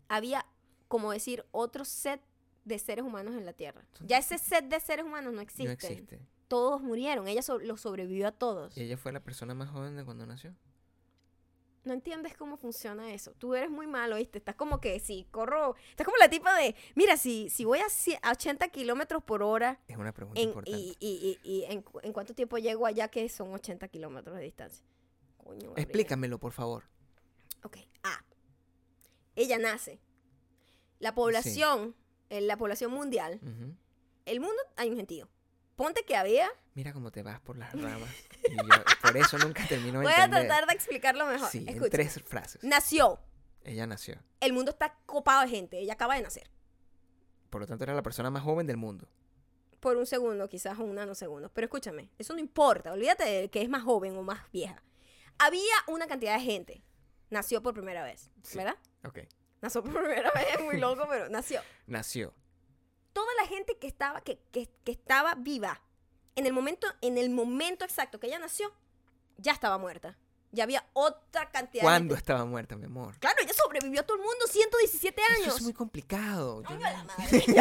[SPEAKER 1] había, como decir, otro set de seres humanos en la Tierra. Ya ese set de seres humanos no existe.
[SPEAKER 2] no existe.
[SPEAKER 1] Todos murieron, ella so- los sobrevivió a todos.
[SPEAKER 2] Y ella fue la persona más joven de cuando nació.
[SPEAKER 1] No entiendes cómo funciona eso. Tú eres muy malo, ¿viste? Estás como que si corro. Estás como la tipa de. Mira, si, si voy a, cie- a 80 kilómetros por hora.
[SPEAKER 2] Es una pregunta
[SPEAKER 1] En,
[SPEAKER 2] importante.
[SPEAKER 1] y y, y- y en, cu- en cuánto tiempo llego allá que son 80 kilómetros de distancia. Coño, Gabriel.
[SPEAKER 2] Explícamelo, por favor.
[SPEAKER 1] Ok. A. Ella nace. La población. eh, la población mundial.
[SPEAKER 2] Ujú.
[SPEAKER 1] El mundo hay un gentío. Ponte que había.
[SPEAKER 2] Mira cómo te vas por las ramas. Y yo- por eso nunca termino de
[SPEAKER 1] Voy a
[SPEAKER 2] entender.
[SPEAKER 1] tratar de explicarlo mejor.
[SPEAKER 2] Sí, en
[SPEAKER 1] Escucha.
[SPEAKER 2] tres frases.
[SPEAKER 1] Nació.
[SPEAKER 2] Ella nació.
[SPEAKER 1] El mundo está copado de gente. Ella acaba de nacer.
[SPEAKER 2] Por lo tanto, era la persona más joven del mundo.
[SPEAKER 1] por un segundo, quizás un nanosegundo. Pero escúchame, eso no importa. Olvídate de que es más joven o más vieja. Había una cantidad de gente. Nació por primera vez,
[SPEAKER 2] Sí.
[SPEAKER 1] ¿verdad?
[SPEAKER 2] Ok.
[SPEAKER 1] Nació por primera vez, es muy loco, pero nació.
[SPEAKER 2] Nació.
[SPEAKER 1] Toda la gente que estaba, que, que- que estaba viva, en el, momento, en el momento exacto que ella nació, ya estaba muerta. Ya había otra cantidad
[SPEAKER 2] ¿Cuándo
[SPEAKER 1] de gente.
[SPEAKER 2] estaba muerta, mi amor?
[SPEAKER 1] Claro, ella sobrevivió a todo el mundo 117
[SPEAKER 2] Eso
[SPEAKER 1] años.
[SPEAKER 2] es muy complicado. Yo
[SPEAKER 1] Coño,
[SPEAKER 2] no-
[SPEAKER 1] la madre. Tú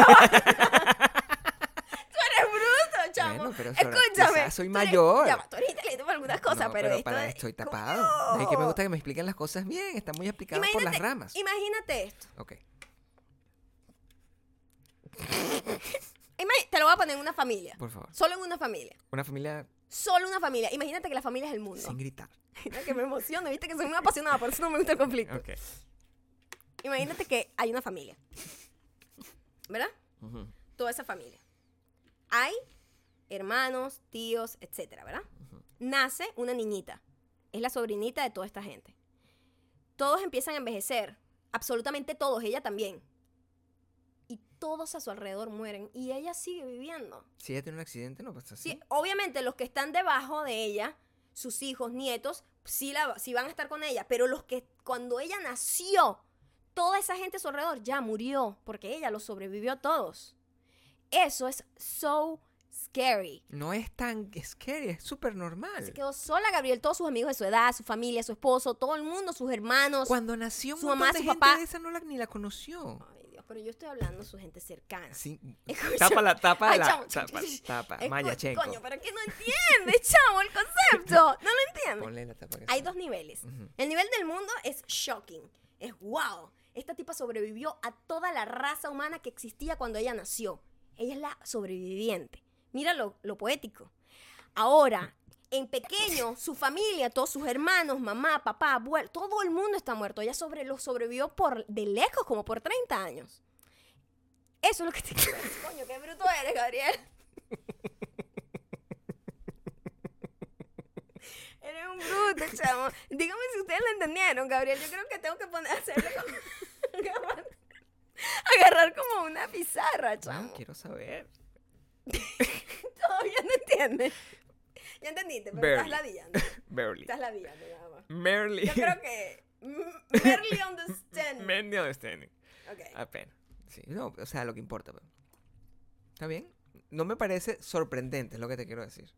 [SPEAKER 1] eres bruto, chamo.
[SPEAKER 2] Bueno, pero eso-
[SPEAKER 1] Escúchame.
[SPEAKER 2] quizás soy
[SPEAKER 1] tú eres-
[SPEAKER 2] mayor.
[SPEAKER 1] Ya, va, tú eres inteligente para algunas cosas,
[SPEAKER 2] No,
[SPEAKER 1] pero, esto
[SPEAKER 2] para
[SPEAKER 1] es-
[SPEAKER 2] estoy
[SPEAKER 1] coño.
[SPEAKER 2] tapado. No, Es que me gusta que me expliquen las cosas bien. Está muy explicado por las
[SPEAKER 1] Imagínate-
[SPEAKER 2] ramas.
[SPEAKER 1] Imagínate esto.
[SPEAKER 2] Ok.
[SPEAKER 1] Ima- te lo voy a poner en una familia.
[SPEAKER 2] Por favor.
[SPEAKER 1] Solo en una familia.
[SPEAKER 2] Una familia
[SPEAKER 1] Solo una familia. Imagínate que la familia es el mundo.
[SPEAKER 2] sin gritar.
[SPEAKER 1] Mira que me emociona, viste que soy muy apasionada, por eso no me gusta el conflicto.
[SPEAKER 2] Ok.
[SPEAKER 1] Imagínate que hay una familia. ¿Verdad?
[SPEAKER 2] Ujú.
[SPEAKER 1] toda esa familia. Hay hermanos, tíos, etcétera, ¿verdad? Nace una niñita. Es la sobrinita de toda esta gente. Todos empiezan a envejecer. Absolutamente todos, ella también. Y todos a su alrededor mueren. Y ella sigue viviendo.
[SPEAKER 2] Si ella tiene un accidente, no pasa así.
[SPEAKER 1] Sí, obviamente los que están debajo de ella, sus hijos, nietos, sí, la, sí van a estar con ella, pero los que cuando ella nació, toda esa gente a su alrededor ya murió, porque ella los sobrevivió a todos. Eso es so scary.
[SPEAKER 2] No es tan scary, es súper normal.
[SPEAKER 1] Se quedó sola Gabriel, todos sus amigos de su edad, su familia, su esposo, todo el mundo, sus hermanos.
[SPEAKER 2] Cuando nació un
[SPEAKER 1] su
[SPEAKER 2] montón
[SPEAKER 1] mamá,
[SPEAKER 2] de
[SPEAKER 1] su
[SPEAKER 2] gente
[SPEAKER 1] papá-
[SPEAKER 2] de esa no la, ni la conoció.
[SPEAKER 1] Ay, Dios, pero yo estoy hablando de su gente cercana.
[SPEAKER 2] Sí.
[SPEAKER 1] Escucha.
[SPEAKER 2] Tapa la tapa
[SPEAKER 1] Ay,
[SPEAKER 2] la
[SPEAKER 1] chamo.
[SPEAKER 2] tapa, tapa.
[SPEAKER 1] Escu-
[SPEAKER 2] Maya
[SPEAKER 1] Coño, pero que no entiende, chavo, el concepto. No lo entiende.
[SPEAKER 2] Ponle la tapa. que
[SPEAKER 1] Hay
[SPEAKER 2] sea.
[SPEAKER 1] dos niveles.
[SPEAKER 2] Ujú.
[SPEAKER 1] El nivel del mundo es shocking. Es wow. Esta tipa sobrevivió a toda la raza humana que existía cuando ella nació. Ella es la sobreviviente. Mira lo, lo poético. Ahora, en pequeño, su familia, todos sus hermanos, mamá, papá, abuelo, todo el mundo está muerto. Ella sobre, lo sobrevivió por, de lejos, como por 30 años. Eso es lo que te quiero decir. Coño, qué bruto eres, Gabriel. Eres un bruto, chamo. Dígame si ustedes lo entendieron, Gabriel. Yo creo que tengo que poner, hacerle como, agarrar, agarrar como una pizarra,
[SPEAKER 2] Ah,
[SPEAKER 1] chamo.
[SPEAKER 2] quiero saber.
[SPEAKER 1] Todavía no entiendes. Ya entendiste, pero
[SPEAKER 2] Barely.
[SPEAKER 1] estás ladillando.
[SPEAKER 2] Barely.
[SPEAKER 1] Estás ladillando, nada más.
[SPEAKER 2] Merely.
[SPEAKER 1] Yo creo que mm, barely understand.
[SPEAKER 2] Merely understanding.
[SPEAKER 1] Ok.
[SPEAKER 2] Apenas. Sí. No, o sea, lo que importa. pero- pues. ¿Está bien? no me parece sorprendente, es lo que te quiero decir.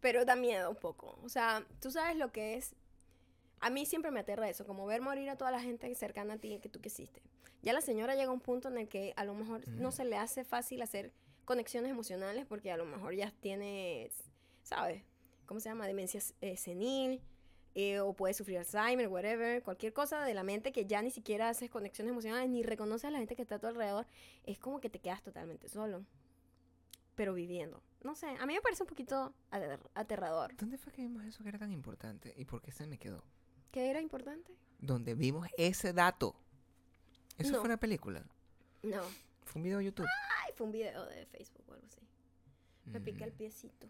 [SPEAKER 1] Pero da miedo un poco. O sea, tú sabes lo que es. A mí siempre me aterra eso, como ver morir a toda la gente cercana a ti que tú quisiste. Ya la señora llega a un punto en el que a lo mejor no
[SPEAKER 2] Ujú.
[SPEAKER 1] se le hace fácil hacer conexiones emocionales porque a lo mejor ya tiene, ¿sabes? ¿Cómo se llama? Demencia eh, senil. eh, o puede sufrir Alzheimer, whatever, cualquier cosa de la mente que ya ni siquiera haces conexiones emocionales ni reconoces a la gente que está a tu alrededor, es como que te quedas totalmente solo, pero viviendo. No sé, a mí me parece un poquito ater- aterrador.
[SPEAKER 2] ¿Dónde fue que vimos eso que era tan importante? ¿Y por qué se me quedó?
[SPEAKER 1] ¿Qué era importante?
[SPEAKER 2] Donde vimos ese dato. Eso
[SPEAKER 1] No.
[SPEAKER 2] fue una película.
[SPEAKER 1] No.
[SPEAKER 2] Fue un video de YouTube.
[SPEAKER 1] Ay, fue un video de Facebook o algo así. Me pica el
[SPEAKER 2] Mm.
[SPEAKER 1] piecito.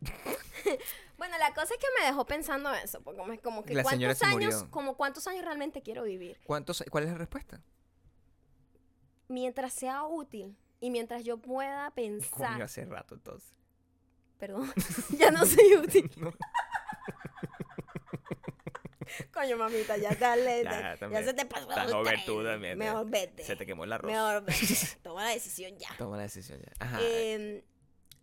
[SPEAKER 1] bueno, la cosa es que me dejó pensando eso, porque como, es como que
[SPEAKER 2] La señora
[SPEAKER 1] cuántos
[SPEAKER 2] se
[SPEAKER 1] años,
[SPEAKER 2] murió.
[SPEAKER 1] como cuántos años realmente quiero vivir,
[SPEAKER 2] ¿Cuántos, ¿Cuál es la respuesta?
[SPEAKER 1] mientras sea útil y mientras yo pueda pensar,
[SPEAKER 2] Coño, hace rato entonces.
[SPEAKER 1] perdón, ya no soy útil.
[SPEAKER 2] No.
[SPEAKER 1] Coño, mamita, ya dale,
[SPEAKER 2] Ya,
[SPEAKER 1] ya,
[SPEAKER 2] también.
[SPEAKER 1] se te pasó.
[SPEAKER 2] Ya
[SPEAKER 1] el
[SPEAKER 2] no ves
[SPEAKER 1] tren.
[SPEAKER 2] tú también,
[SPEAKER 1] Mejor vete.
[SPEAKER 2] quemó el arroz.
[SPEAKER 1] Mejor vete. Toma la decisión ya.
[SPEAKER 2] Toma la decisión ya. Ajá.
[SPEAKER 1] Eh,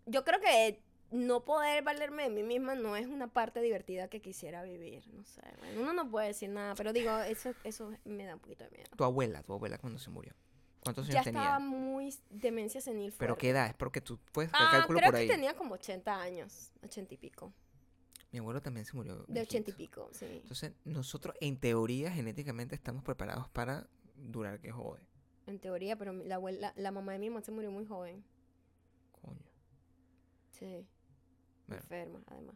[SPEAKER 1] yo creo que no poder valerme de mí misma no es una parte divertida que quisiera vivir. No sé, bueno, uno no puede decir nada, pero digo, eso, eso me da un poquito de miedo.
[SPEAKER 2] tu abuela, tu abuela cuando se murió. ¿Cuántos
[SPEAKER 1] Ya
[SPEAKER 2] años
[SPEAKER 1] estaba
[SPEAKER 2] tenía?
[SPEAKER 1] muy demencia senil.
[SPEAKER 2] ¿Pero
[SPEAKER 1] fuerte.
[SPEAKER 2] qué edad? Es porque tú puedes hacer
[SPEAKER 1] Ah,
[SPEAKER 2] cálculo
[SPEAKER 1] creo
[SPEAKER 2] por
[SPEAKER 1] que
[SPEAKER 2] ahí.
[SPEAKER 1] tenía como 80 años, 80 y pico.
[SPEAKER 2] Mi abuelo también se murió.
[SPEAKER 1] De 80 y
[SPEAKER 2] viejito.
[SPEAKER 1] pico, sí.
[SPEAKER 2] Entonces, nosotros en teoría genéticamente estamos preparados para durar que jode.
[SPEAKER 1] En teoría, pero mi- la abuela, la mamá de mi mamá se murió muy joven.
[SPEAKER 2] Coño.
[SPEAKER 1] Sí.
[SPEAKER 2] Bueno.
[SPEAKER 1] Enferma, además.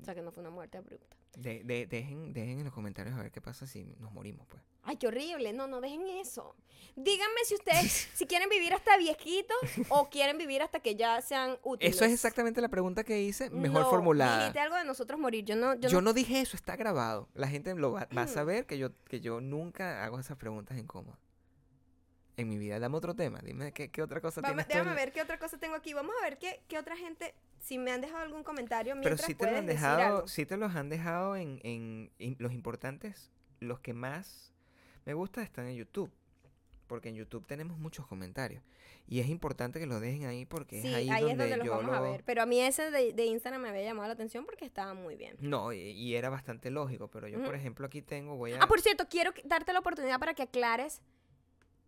[SPEAKER 1] O sea que no fue una muerte abrupta.
[SPEAKER 2] De- de- dejen, dejen en los comentarios a ver qué pasa si nos morimos, pues.
[SPEAKER 1] Ay, qué horrible. No, no dejen eso. Díganme si ustedes, si quieren vivir hasta viejitos o quieren vivir hasta que ya sean útiles.
[SPEAKER 2] Eso es exactamente la pregunta que hice, mejor
[SPEAKER 1] No,
[SPEAKER 2] formulada.
[SPEAKER 1] dijiste algo de nosotros morir. Yo no, yo,
[SPEAKER 2] Yo,
[SPEAKER 1] no, Mm.
[SPEAKER 2] no dije eso, está grabado. La gente lo va, va a saber que yo, que yo nunca hago esas preguntas incómodas. En mi vida, dame otro tema. Dime qué, qué otra cosa
[SPEAKER 1] Vamos-
[SPEAKER 2] tienes tú
[SPEAKER 1] déjame
[SPEAKER 2] en-
[SPEAKER 1] ver qué otra cosa tengo aquí. Vamos a ver qué, qué otra gente, si me han dejado algún comentario
[SPEAKER 2] Pero
[SPEAKER 1] mientras
[SPEAKER 2] sí te lo han
[SPEAKER 1] puedes decir algo.
[SPEAKER 2] dejado, sí te los han dejado en, en- en los importantes, los que más me gustan están en YouTube. Porque en YouTube tenemos muchos comentarios. Y es importante que los dejen ahí porque
[SPEAKER 1] Sí,
[SPEAKER 2] es
[SPEAKER 1] ahí,
[SPEAKER 2] ahí,
[SPEAKER 1] es donde los
[SPEAKER 2] yo
[SPEAKER 1] vamos a
[SPEAKER 2] lo-
[SPEAKER 1] ver. Pero a mí ese de, de Instagram me había llamado la atención porque estaba muy bien.
[SPEAKER 2] No, y, y era bastante lógico, pero yo, por
[SPEAKER 1] Ujú.
[SPEAKER 2] ejemplo, aquí tengo, voy a...
[SPEAKER 1] Mm. Ah, por cierto, quiero que- darte la oportunidad para que aclares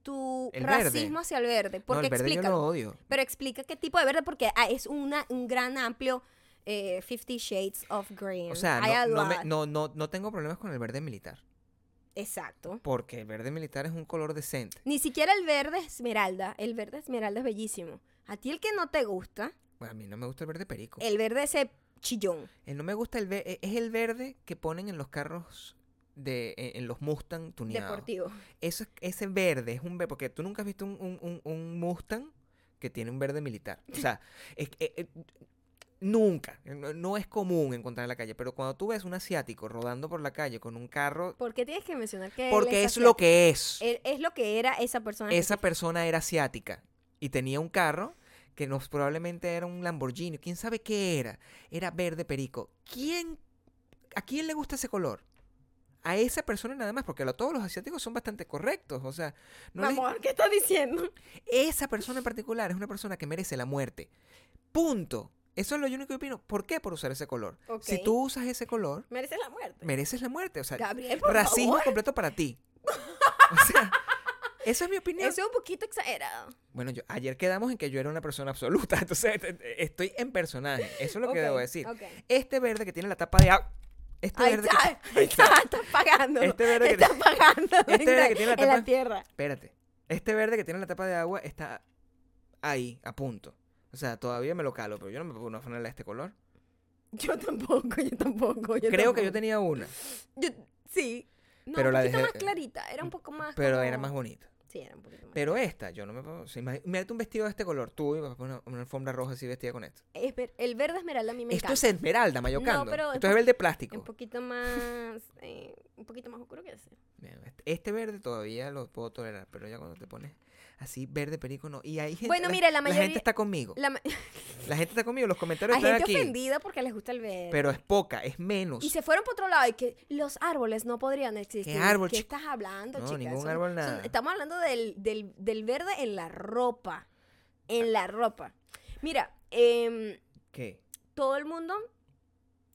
[SPEAKER 1] tu
[SPEAKER 2] El verde.
[SPEAKER 1] racismo hacia el verde.
[SPEAKER 2] no,
[SPEAKER 1] Porque
[SPEAKER 2] el verde yo
[SPEAKER 1] explícalo.
[SPEAKER 2] lo odio.
[SPEAKER 1] Pero explica qué tipo de verde, porque ah, es una, un gran amplio eh, 50 Shades of Green.
[SPEAKER 2] O sea,
[SPEAKER 1] Hay a
[SPEAKER 2] no, no, me-
[SPEAKER 1] lot.
[SPEAKER 2] no, no, no tengo problemas con el verde militar.
[SPEAKER 1] Exacto.
[SPEAKER 2] Porque el verde militar es un color decente.
[SPEAKER 1] Ni siquiera el verde esmeralda. El verde esmeralda es bellísimo. A ti el que no te gusta,
[SPEAKER 2] Bueno, pues, a mí no me gusta el verde perico.
[SPEAKER 1] el verde ese chillón.
[SPEAKER 2] El Eh, no me gusta el verde. Es el verde que ponen en los carros de. e, en, en los Mustang tuneados.
[SPEAKER 1] Deportivo.
[SPEAKER 2] Eso es- ese verde es un verde. Porque tú nunca has visto un, un- un- un Mustang que tiene un verde militar. O sea, es, que, eh, eh, nunca. eh, No, no es común encontrar en la calle. Pero cuando tú ves un asiático rodando por la calle con un carro.
[SPEAKER 1] ¿Por qué tienes que mencionar que él
[SPEAKER 2] Porque es lo
[SPEAKER 1] asiático?
[SPEAKER 2] que es.
[SPEAKER 1] Él es lo que era esa persona.
[SPEAKER 2] esa persona era asiática y tenía un carro que nos probablemente era un Lamborghini, quién sabe qué era, era verde perico. ¿Quién a quién le gusta ese color? A esa persona nada más, porque lo- todos los asiáticos son bastante correctos, o sea, no les-
[SPEAKER 1] Amor, ¿qué estás diciendo?
[SPEAKER 2] esa persona en particular es una persona que merece la muerte. Punto. Eso es lo único que opino. ¿Por qué por usar ese color?
[SPEAKER 1] Ok.
[SPEAKER 2] Si tú usas ese color,
[SPEAKER 1] Mereces la muerte.
[SPEAKER 2] mereces la muerte, o sea,
[SPEAKER 1] Gabriel, por
[SPEAKER 2] racismo
[SPEAKER 1] favor.
[SPEAKER 2] completo para ti. O sea, esa es mi opinión.
[SPEAKER 1] Eso es un poquito exagerado.
[SPEAKER 2] Bueno, yo, ayer quedamos en que yo era una persona absoluta, entonces e- e- estoy en personaje, eso es lo que
[SPEAKER 1] Ok,
[SPEAKER 2] debo decir.
[SPEAKER 1] ok.
[SPEAKER 2] Este verde que tiene la tapa de agua, este
[SPEAKER 1] Ahí
[SPEAKER 2] verde
[SPEAKER 1] está,
[SPEAKER 2] que,
[SPEAKER 1] ahí
[SPEAKER 2] ahí
[SPEAKER 1] está,
[SPEAKER 2] está.
[SPEAKER 1] está pagando.
[SPEAKER 2] Este verde que-
[SPEAKER 1] está pagando.
[SPEAKER 2] Este verde que tiene la
[SPEAKER 1] en la
[SPEAKER 2] tapa-
[SPEAKER 1] tierra.
[SPEAKER 2] espérate, este verde que tiene la tapa de agua está ahí, a punto. O sea, todavía me lo calo, pero yo no me puedo no ponerle a este color.
[SPEAKER 1] Yo tampoco, yo tampoco. Yo
[SPEAKER 2] Creo que yo
[SPEAKER 1] tampoco.
[SPEAKER 2] tenía una,
[SPEAKER 1] Yo- sí. No,
[SPEAKER 2] Pero
[SPEAKER 1] un
[SPEAKER 2] la
[SPEAKER 1] poquito
[SPEAKER 2] dejé-
[SPEAKER 1] más clarita. Era un poco más.
[SPEAKER 2] pero
[SPEAKER 1] como-
[SPEAKER 2] era más bonita.
[SPEAKER 1] Sí, era un poquito más.
[SPEAKER 2] Pero esta, yo no me puedo... o sea, imag- Imagínate un vestido de este color, tú y vas a poner una, una alfombra roja así vestida con esto.
[SPEAKER 1] Esmer- El verde esmeralda a mí me
[SPEAKER 2] Esto es
[SPEAKER 1] encanta.
[SPEAKER 2] esmeralda, mayocando.
[SPEAKER 1] pero es
[SPEAKER 2] Esto es verde plástico.
[SPEAKER 1] Un poquito más. eh, un poquito más oscuro que ese.
[SPEAKER 2] Bueno, este- Este verde todavía lo puedo tolerar, pero ya cuando te pones así verde perico no. Y hay gente,
[SPEAKER 1] Bueno, mira, la
[SPEAKER 2] la
[SPEAKER 1] mayoría-
[SPEAKER 2] gente está conmigo.
[SPEAKER 1] La ma-
[SPEAKER 2] La gente está conmigo, los comentarios
[SPEAKER 1] Hay
[SPEAKER 2] están
[SPEAKER 1] gente
[SPEAKER 2] aquí.
[SPEAKER 1] ofendida porque les gusta el verde.
[SPEAKER 2] Pero es poca, es menos.
[SPEAKER 1] Y se fueron por otro lado y que los árboles no podrían existir.
[SPEAKER 2] ¿Qué árbol,
[SPEAKER 1] ¿Qué
[SPEAKER 2] chica?
[SPEAKER 1] estás hablando,
[SPEAKER 2] No,
[SPEAKER 1] chica?
[SPEAKER 2] ningún
[SPEAKER 1] Son-
[SPEAKER 2] árbol,
[SPEAKER 1] son-
[SPEAKER 2] nada.
[SPEAKER 1] estamos hablando del, del, del verde en la ropa. en la ropa. Mira, em,
[SPEAKER 2] ¿Qué?
[SPEAKER 1] todo el mundo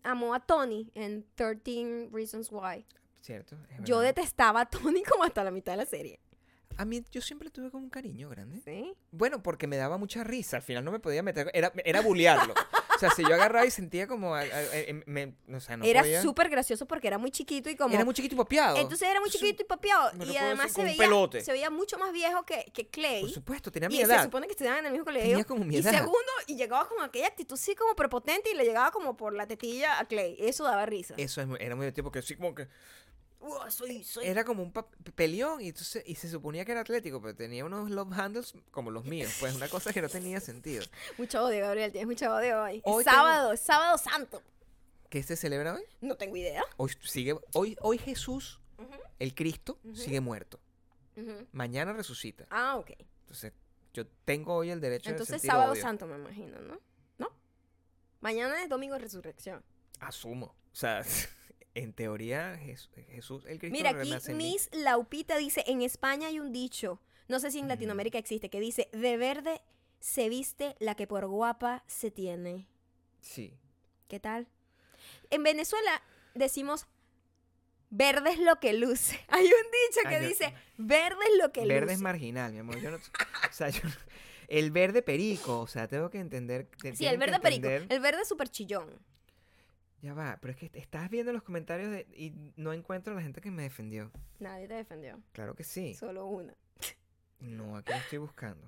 [SPEAKER 1] amó a Tony en 13 Reasons Why.
[SPEAKER 2] ¿Cierto? Es
[SPEAKER 1] Yo
[SPEAKER 2] verdad.
[SPEAKER 1] detestaba a Tony como hasta la mitad de la serie.
[SPEAKER 2] A mí yo siempre le tuve como un cariño grande.
[SPEAKER 1] ¿Sí?
[SPEAKER 2] Bueno, porque me daba mucha risa. Al final no me podía meter. Era, era bulearlo. o sea, si yo agarraba y sentía como. a- a- a- me- o sea, Ah, no
[SPEAKER 1] era
[SPEAKER 2] podía.
[SPEAKER 1] súper gracioso porque era muy chiquito y como...
[SPEAKER 2] Era muy chiquito y papeado.
[SPEAKER 1] entonces era muy chiquito y papeado.
[SPEAKER 2] me lo
[SPEAKER 1] Y
[SPEAKER 2] puedo
[SPEAKER 1] además
[SPEAKER 2] decir,
[SPEAKER 1] se
[SPEAKER 2] con un
[SPEAKER 1] veía,
[SPEAKER 2] pelote.
[SPEAKER 1] se veía mucho más viejo que, que Clay.
[SPEAKER 2] Por supuesto, tenía mi
[SPEAKER 1] Y se
[SPEAKER 2] edad.
[SPEAKER 1] supone que estudiaban en el mismo colegio.
[SPEAKER 2] Tenía como mi
[SPEAKER 1] Y
[SPEAKER 2] edad.
[SPEAKER 1] segundo, y llegaba con aquella actitud sí como prepotente y le llegaba como por la tetilla a Clay. Eso daba risa.
[SPEAKER 2] Eso es muy- era muy divertido porque sí, como que.
[SPEAKER 1] Uah, soy, soy...
[SPEAKER 2] Era como un pa- peleón y, entonces, y se suponía que era atlético, pero tenía unos love handles como los míos. Pues una cosa que no tenía sentido.
[SPEAKER 1] Mucho odio, Gabriel, tienes mucho odio hoy.
[SPEAKER 2] Hoy
[SPEAKER 1] sábado, sábado santo.
[SPEAKER 2] ¿Qué se celebra hoy?
[SPEAKER 1] No tengo idea.
[SPEAKER 2] Hoy, sigue, hoy, hoy Jesús,
[SPEAKER 1] Ujú.
[SPEAKER 2] el Cristo,
[SPEAKER 1] Ujú.
[SPEAKER 2] sigue muerto.
[SPEAKER 1] Ujú.
[SPEAKER 2] Mañana resucita.
[SPEAKER 1] Ah, ok.
[SPEAKER 2] Entonces, yo tengo hoy el derecho de
[SPEAKER 1] Entonces
[SPEAKER 2] sentir
[SPEAKER 1] sábado
[SPEAKER 2] odio.
[SPEAKER 1] santo, me imagino, ¿no? ¿No? Mañana es domingo de resurrección.
[SPEAKER 2] Asumo. O sea, en teoría, Jes- Jesús, el Cristo
[SPEAKER 1] Mira, aquí
[SPEAKER 2] renace en mí.
[SPEAKER 1] Miss Laupita dice, en España hay un dicho, no sé si en
[SPEAKER 2] Mm.
[SPEAKER 1] Latinoamérica existe, que dice, de verde se viste la que por guapa se tiene.
[SPEAKER 2] Sí.
[SPEAKER 1] ¿Qué tal? En Venezuela decimos, verde es lo que luce. Hay un dicho que
[SPEAKER 2] Ah, yo-
[SPEAKER 1] dice, verde es lo que
[SPEAKER 2] verde
[SPEAKER 1] luce.
[SPEAKER 2] es marginal, mi amor. Yo no, o sea, yo no- el verde perico, o sea, tengo que entender. te-
[SPEAKER 1] Sí, el
[SPEAKER 2] tienen que
[SPEAKER 1] verde perico.
[SPEAKER 2] entender-
[SPEAKER 1] El verde es súper chillón.
[SPEAKER 2] Ya va, pero es que estás viendo los comentarios de- y no encuentro la gente que me defendió.
[SPEAKER 1] Nadie te defendió.
[SPEAKER 2] Claro que sí.
[SPEAKER 1] Solo una.
[SPEAKER 2] No, aquí lo estoy buscando.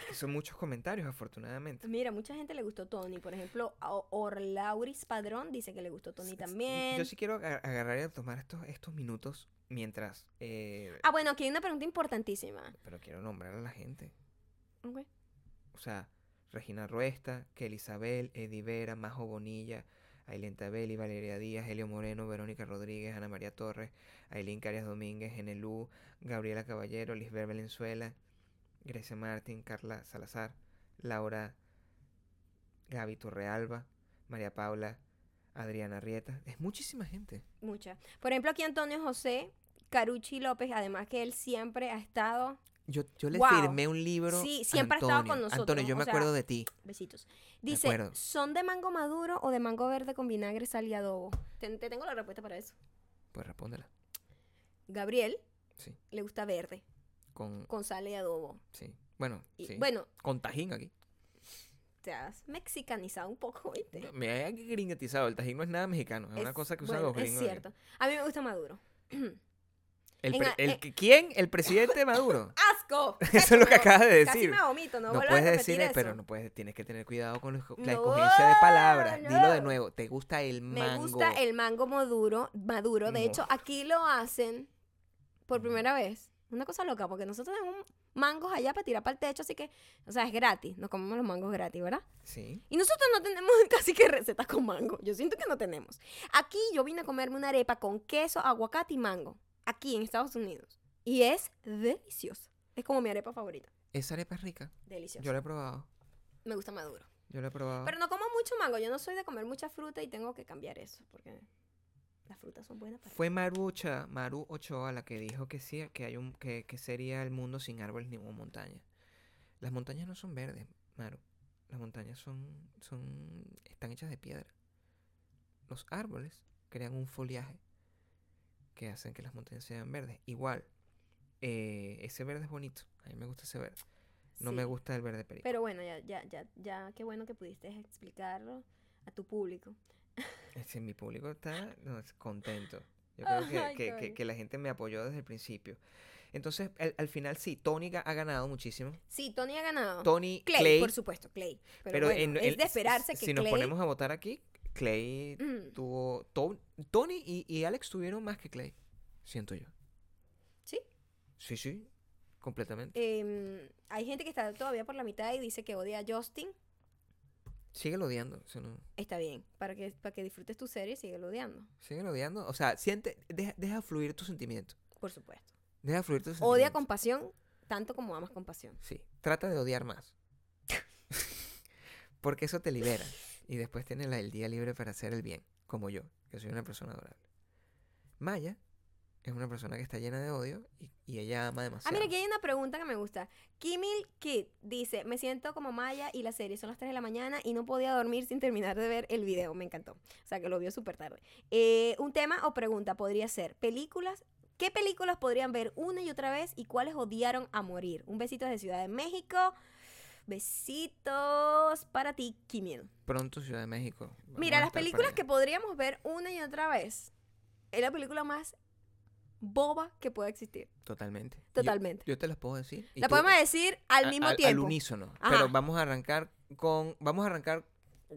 [SPEAKER 2] Es que son muchos comentarios, afortunadamente.
[SPEAKER 1] Mira, mucha gente le gustó Tony. Por ejemplo, a O- Orlauris Padrón dice que le gustó Tony
[SPEAKER 2] S-
[SPEAKER 1] también.
[SPEAKER 2] Yo sí quiero aga- agarrar y tomar estos, estos minutos mientras. eh,
[SPEAKER 1] Ah, bueno, aquí hay una pregunta importantísima.
[SPEAKER 2] Pero quiero nombrar a la gente.
[SPEAKER 1] Ok.
[SPEAKER 2] O sea, Regina Ruesta, Kelly Isabel, Eddie Vera, Majo Bonilla, Ailén Tabelli, Valeria Díaz, Helio Moreno, Verónica Rodríguez, Ana María Torres, Ailín Carias Domínguez, Genelú, Gabriela Caballero, Lisbeth Valenzuela, Grecia Martín, Carla Salazar, Laura, Gaby Torrealba, María Paula, Adriana Rieta. Es muchísima gente.
[SPEAKER 1] Mucha. Por ejemplo, aquí Antonio José Carucci López, además que él siempre ha estado.
[SPEAKER 2] Yo, yo le
[SPEAKER 1] Wow.
[SPEAKER 2] firmé un libro.
[SPEAKER 1] Sí,
[SPEAKER 2] a
[SPEAKER 1] siempre ha estado
[SPEAKER 2] Antonio.
[SPEAKER 1] con nosotros,
[SPEAKER 2] Antonio, yo
[SPEAKER 1] o
[SPEAKER 2] me
[SPEAKER 1] sea,
[SPEAKER 2] acuerdo de ti.
[SPEAKER 1] Besitos.
[SPEAKER 2] De
[SPEAKER 1] Dice,
[SPEAKER 2] acuerdo.
[SPEAKER 1] ¿son de mango maduro o de mango verde con vinagre, sal y adobo? Te, te tengo la respuesta para eso.
[SPEAKER 2] Pues respóndela.
[SPEAKER 1] Gabriel
[SPEAKER 2] Sí.
[SPEAKER 1] le gusta verde,
[SPEAKER 2] Con.
[SPEAKER 1] con sal y adobo.
[SPEAKER 2] Sí. Bueno,
[SPEAKER 1] Y,
[SPEAKER 2] sí.
[SPEAKER 1] Bueno,
[SPEAKER 2] Con tajín aquí.
[SPEAKER 1] te has mexicanizado un poco, ¿oíste?
[SPEAKER 2] No, Me he gringatizado. El tajín no es nada mexicano. Es, una
[SPEAKER 1] Es-
[SPEAKER 2] cosa que usan
[SPEAKER 1] bueno,
[SPEAKER 2] los gringos. eh.
[SPEAKER 1] Es cierto. A mí me gusta maduro.
[SPEAKER 2] El
[SPEAKER 1] En
[SPEAKER 2] pre-
[SPEAKER 1] a- eh
[SPEAKER 2] el
[SPEAKER 1] en-
[SPEAKER 2] que- ¿Quién? El presidente Maduro.
[SPEAKER 1] ¡Asco!
[SPEAKER 2] Eso es lo que
[SPEAKER 1] acabas
[SPEAKER 2] acabas de
[SPEAKER 1] Casi
[SPEAKER 2] decir.
[SPEAKER 1] me vomito, no,
[SPEAKER 2] No,
[SPEAKER 1] vuelvas
[SPEAKER 2] puedes
[SPEAKER 1] a repetir
[SPEAKER 2] decir, eh,
[SPEAKER 1] eso.
[SPEAKER 2] pero no puedes, tienes que tener cuidado con los- la
[SPEAKER 1] No,
[SPEAKER 2] escogencia de palabras. Dilo de
[SPEAKER 1] no.
[SPEAKER 2] nuevo, te gusta el mango.
[SPEAKER 1] Me gusta el mango maduro, maduro. De
[SPEAKER 2] No.
[SPEAKER 1] hecho, aquí lo hacen por primera vez. Una cosa loca, porque nosotros tenemos mangos allá para tirar para el techo, así que, o sea, es gratis. Nos comemos los mangos gratis, ¿verdad?
[SPEAKER 2] Sí.
[SPEAKER 1] Y nosotros no tenemos casi que recetas con mango. Yo siento que no tenemos. Aquí yo vine a comerme una arepa con queso, aguacate y mango. Aquí en Estados Unidos. Y es deliciosa. Es como mi arepa favorita.
[SPEAKER 2] Esa arepa es rica.
[SPEAKER 1] Deliciosa.
[SPEAKER 2] Yo Ah. la he probado.
[SPEAKER 1] Me gusta maduro.
[SPEAKER 2] Yo la he probado.
[SPEAKER 1] Pero no como mucho mango. Yo no soy de comer mucha fruta y tengo que cambiar eso. Porque las frutas son buenas para.
[SPEAKER 2] Fue Marucha, Maru Ochoa la que dijo que sí, que hay un que, que sería el mundo sin árboles ni montañas. Las montañas no son verdes, Maru. Las montañas son son están hechas de piedra. Los árboles crean un foliaje que hacen que las montañas sean verdes. Igual, eh, ese verde es bonito. A mí me gusta ese verde. No me
[SPEAKER 1] Sí.
[SPEAKER 2] gusta el verde perico.
[SPEAKER 1] Pero bueno, ya, ya, ya, ya, qué bueno que pudiste explicarlo a tu público.
[SPEAKER 2] Ese, mi público está no, es contento. Yo creo que,
[SPEAKER 1] Ay, qué
[SPEAKER 2] que- que-
[SPEAKER 1] bueno.
[SPEAKER 2] que la gente me apoyó desde el principio. Entonces, al, al final sí, Tony ga- ha ganado muchísimo.
[SPEAKER 1] Sí, Tony ha ganado.
[SPEAKER 2] Tony,
[SPEAKER 1] Ah, Clay,
[SPEAKER 2] Clay,
[SPEAKER 1] por supuesto, Clay. Pero,
[SPEAKER 2] pero
[SPEAKER 1] bueno,
[SPEAKER 2] en-
[SPEAKER 1] es
[SPEAKER 2] en-
[SPEAKER 1] de esperarse que
[SPEAKER 2] si nos
[SPEAKER 1] Clay-
[SPEAKER 2] ponemos a votar aquí, Clay
[SPEAKER 1] Mm,
[SPEAKER 2] tuvo... To- Tony y, y Alex tuvieron más que Clay, siento yo.
[SPEAKER 1] sí.
[SPEAKER 2] Sí, sí, completamente.
[SPEAKER 1] Em, hay gente que está todavía por la mitad y dice que odia a Justin.
[SPEAKER 2] Síguelo odiando, o sea, no-
[SPEAKER 1] Está bien, para que, para que disfrutes tu serie, sigue odiando,
[SPEAKER 2] síguelo odiando. O sea, siente, deja, deja fluir tu sentimiento.
[SPEAKER 1] por supuesto.
[SPEAKER 2] Deja fluir tu sentimiento.
[SPEAKER 1] Odia con pasión tanto como amas con pasión.
[SPEAKER 2] Sí, trata de odiar más. Porque eso te libera. Y después tienes la- el día libre para hacer el bien, como yo, que soy una persona adorable. Maya es una persona que está llena de odio y, y ella ama demasiado.
[SPEAKER 1] Ah, mira, aquí hay una pregunta que me gusta. Kimil Kid dice, me siento como Maya y la serie son las 3 de la mañana y no podía dormir sin terminar de ver el video. Me encantó. O sea, que lo vio súper tarde. Eh, un tema o pregunta podría ser, películas, ¿qué películas podrían ver una y otra vez y cuáles odiaron a morir? Un besito desde Ciudad de México. Besitos para ti, Kimil.
[SPEAKER 2] Pronto Ciudad de México. Vamos
[SPEAKER 1] Mira,
[SPEAKER 2] a
[SPEAKER 1] las
[SPEAKER 2] estar para
[SPEAKER 1] películas
[SPEAKER 2] allá.
[SPEAKER 1] que podríamos ver una y otra vez es la película más boba que pueda existir.
[SPEAKER 2] Totalmente. Yo-
[SPEAKER 1] Totalmente.
[SPEAKER 2] Yo, te las puedo decir. y
[SPEAKER 1] La
[SPEAKER 2] tú-
[SPEAKER 1] podemos decir al
[SPEAKER 2] a-
[SPEAKER 1] mismo
[SPEAKER 2] al- Al
[SPEAKER 1] tiempo.
[SPEAKER 2] unísono.
[SPEAKER 1] Ajá.
[SPEAKER 2] Pero vamos a arrancar con. Vamos a arrancar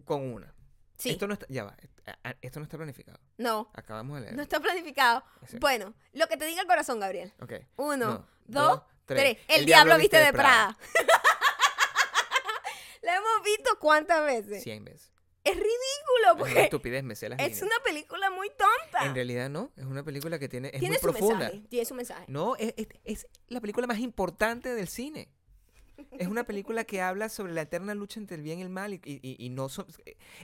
[SPEAKER 2] con una.
[SPEAKER 1] sí.
[SPEAKER 2] Esto no está. Ya va. a- a- Esto no está planificado.
[SPEAKER 1] no,
[SPEAKER 2] Acabamos de leer.
[SPEAKER 1] no está planificado.
[SPEAKER 2] Sí.
[SPEAKER 1] Bueno, lo que te diga el corazón, Gabriel.
[SPEAKER 2] Ok.
[SPEAKER 1] Uno,
[SPEAKER 2] No,
[SPEAKER 1] dos, tres. El, diablo, viste de Prada. la hemos visto cuántas veces.
[SPEAKER 2] Cien veces.
[SPEAKER 1] Es ridículo
[SPEAKER 2] Es una
[SPEAKER 1] porque
[SPEAKER 2] estupidez, me sé las
[SPEAKER 1] es
[SPEAKER 2] líneas.
[SPEAKER 1] una película muy tonta.
[SPEAKER 2] En realidad no. Es una película que tiene. Es
[SPEAKER 1] tiene
[SPEAKER 2] muy
[SPEAKER 1] su
[SPEAKER 2] profunda.
[SPEAKER 1] mensaje. Tiene su mensaje.
[SPEAKER 2] No, es, es- es la película más importante del cine. Es una película que habla sobre la eterna lucha entre el bien y el mal y, y- y- y no... so-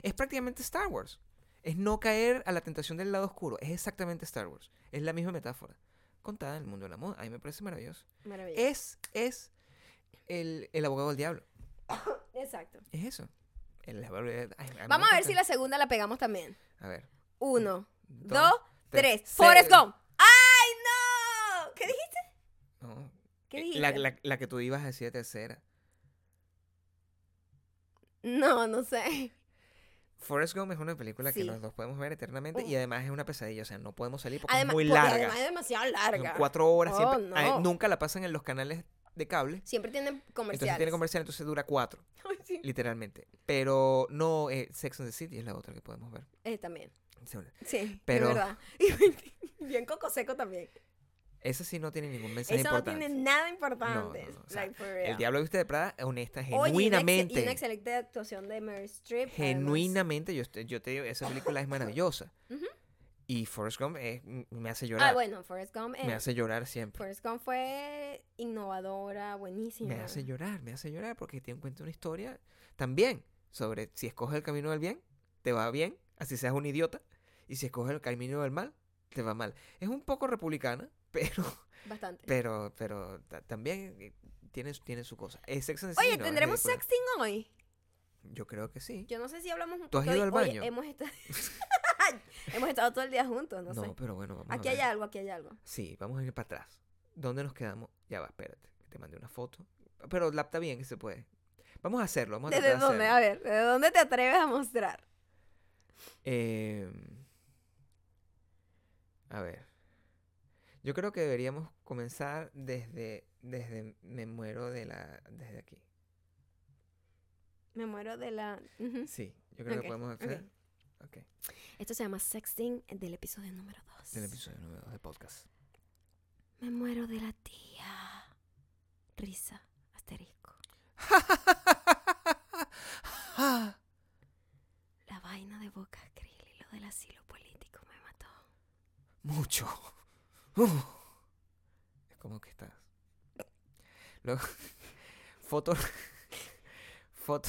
[SPEAKER 2] es prácticamente Star Wars. Es no caer a la tentación del lado oscuro. Es exactamente Star Wars. Es la misma metáfora. Contada en el mundo de la moda. A mí me parece maravilloso.
[SPEAKER 1] Maravilloso.
[SPEAKER 2] Es, es el, el abogado del diablo.
[SPEAKER 1] Exacto.
[SPEAKER 2] Es eso. El abogado del diablo. Ay, mí me
[SPEAKER 1] Vamos a ver
[SPEAKER 2] encanta.
[SPEAKER 1] si la segunda la pegamos también.
[SPEAKER 2] A ver.
[SPEAKER 1] Uno,
[SPEAKER 2] Dos,
[SPEAKER 1] dos, tres.
[SPEAKER 2] tres.
[SPEAKER 1] Forrest
[SPEAKER 2] Se-
[SPEAKER 1] Gump. ¡Ay, no! ¿Qué dijiste?
[SPEAKER 2] No.
[SPEAKER 1] ¿Qué
[SPEAKER 2] Eh,
[SPEAKER 1] dijiste?
[SPEAKER 2] La, la- la que tú ibas a decir de tercera.
[SPEAKER 1] No, no sé.
[SPEAKER 2] Forrest Gump es una película que
[SPEAKER 1] Sí.
[SPEAKER 2] los dos podemos ver eternamente y
[SPEAKER 1] Uh.
[SPEAKER 2] además es una pesadilla, o sea, no podemos salir porque
[SPEAKER 1] Además,
[SPEAKER 2] es muy
[SPEAKER 1] porque
[SPEAKER 2] larga.
[SPEAKER 1] además es demasiado larga.
[SPEAKER 2] Son cuatro horas,
[SPEAKER 1] Oh,
[SPEAKER 2] siempre, ah,
[SPEAKER 1] no.
[SPEAKER 2] nunca la pasan en los canales de cable.
[SPEAKER 1] Siempre tienen
[SPEAKER 2] Entonces
[SPEAKER 1] comerciales.
[SPEAKER 2] tiene comercial, entonces dura cuatro,
[SPEAKER 1] Ay, sí.
[SPEAKER 2] literalmente. Pero no, eh, Sex and the City es la otra que podemos ver.
[SPEAKER 1] Eh, también. Sí,
[SPEAKER 2] Pero-
[SPEAKER 1] es verdad. Y bien coco seco también.
[SPEAKER 2] Esa sí no tiene ningún mensaje
[SPEAKER 1] Eso no
[SPEAKER 2] importante.
[SPEAKER 1] tiene nada importante.
[SPEAKER 2] No, no, no, o sea,
[SPEAKER 1] like, for real.
[SPEAKER 2] El Diablo Viste de Prada, honesta,
[SPEAKER 1] Oye, y una ex-
[SPEAKER 2] genuinamente.
[SPEAKER 1] Y una, excelente actuación de Meryl Streep. además. Ah,
[SPEAKER 2] genuinamente, yo, estoy- yo te digo, esa película es maravillosa.
[SPEAKER 1] Ujú.
[SPEAKER 2] Y Forrest Gump es- me hace llorar.
[SPEAKER 1] Ah, bueno, Forrest Gump. eh,
[SPEAKER 2] Me hace llorar siempre.
[SPEAKER 1] Forrest Gump fue innovadora, buenísima.
[SPEAKER 2] me hace llorar, me hace llorar porque te cuenta una historia también sobre si escoges el camino del bien, te va bien, así seas un idiota, y si escoges el camino del mal, te va mal. Es un poco republicana, pero
[SPEAKER 1] Bastante.
[SPEAKER 2] pero pero ta- también eh, tiene, su- tiene su cosa. Es Sex and the
[SPEAKER 1] Oye,
[SPEAKER 2] City, no, es
[SPEAKER 1] ¿tendremos
[SPEAKER 2] ridícula.
[SPEAKER 1] sexting hoy?
[SPEAKER 2] Yo creo que sí.
[SPEAKER 1] Yo no sé si hablamos un
[SPEAKER 2] ¿Tú has
[SPEAKER 1] poquito
[SPEAKER 2] ido
[SPEAKER 1] hoy.
[SPEAKER 2] al
[SPEAKER 1] Oye,
[SPEAKER 2] baño?
[SPEAKER 1] hemos, estado... hemos estado todo el día juntos, no,
[SPEAKER 2] No,
[SPEAKER 1] sé.
[SPEAKER 2] pero bueno, vamos a
[SPEAKER 1] Aquí hay
[SPEAKER 2] ver.
[SPEAKER 1] algo, aquí hay algo.
[SPEAKER 2] Sí, vamos a ir para atrás. ¿Dónde nos quedamos? Ya va, espérate, que te mandé una foto. Pero la- está bien que se puede. Vamos a hacerlo, vamos a
[SPEAKER 1] ¿Desde
[SPEAKER 2] tratar de
[SPEAKER 1] dónde?
[SPEAKER 2] hacerlo.
[SPEAKER 1] A ver, ¿de dónde te atreves a mostrar?
[SPEAKER 2] Eh, a ver. Yo creo que deberíamos comenzar desde, desde me muero de la, desde aquí.
[SPEAKER 1] Me muero de la... Ujú.
[SPEAKER 2] Sí, yo creo
[SPEAKER 1] Ok,
[SPEAKER 2] que podemos
[SPEAKER 1] ok.
[SPEAKER 2] hacer. Ok.
[SPEAKER 1] Esto se llama sexting del episodio número 2.
[SPEAKER 2] Del episodio número dos del podcast.
[SPEAKER 1] Me muero de la tía. Risa, asterisco. La vaina de Boca Krill y lo del asilo político me mató.
[SPEAKER 2] Mucho. Uf. Es como que estás. Luego, foto, foto,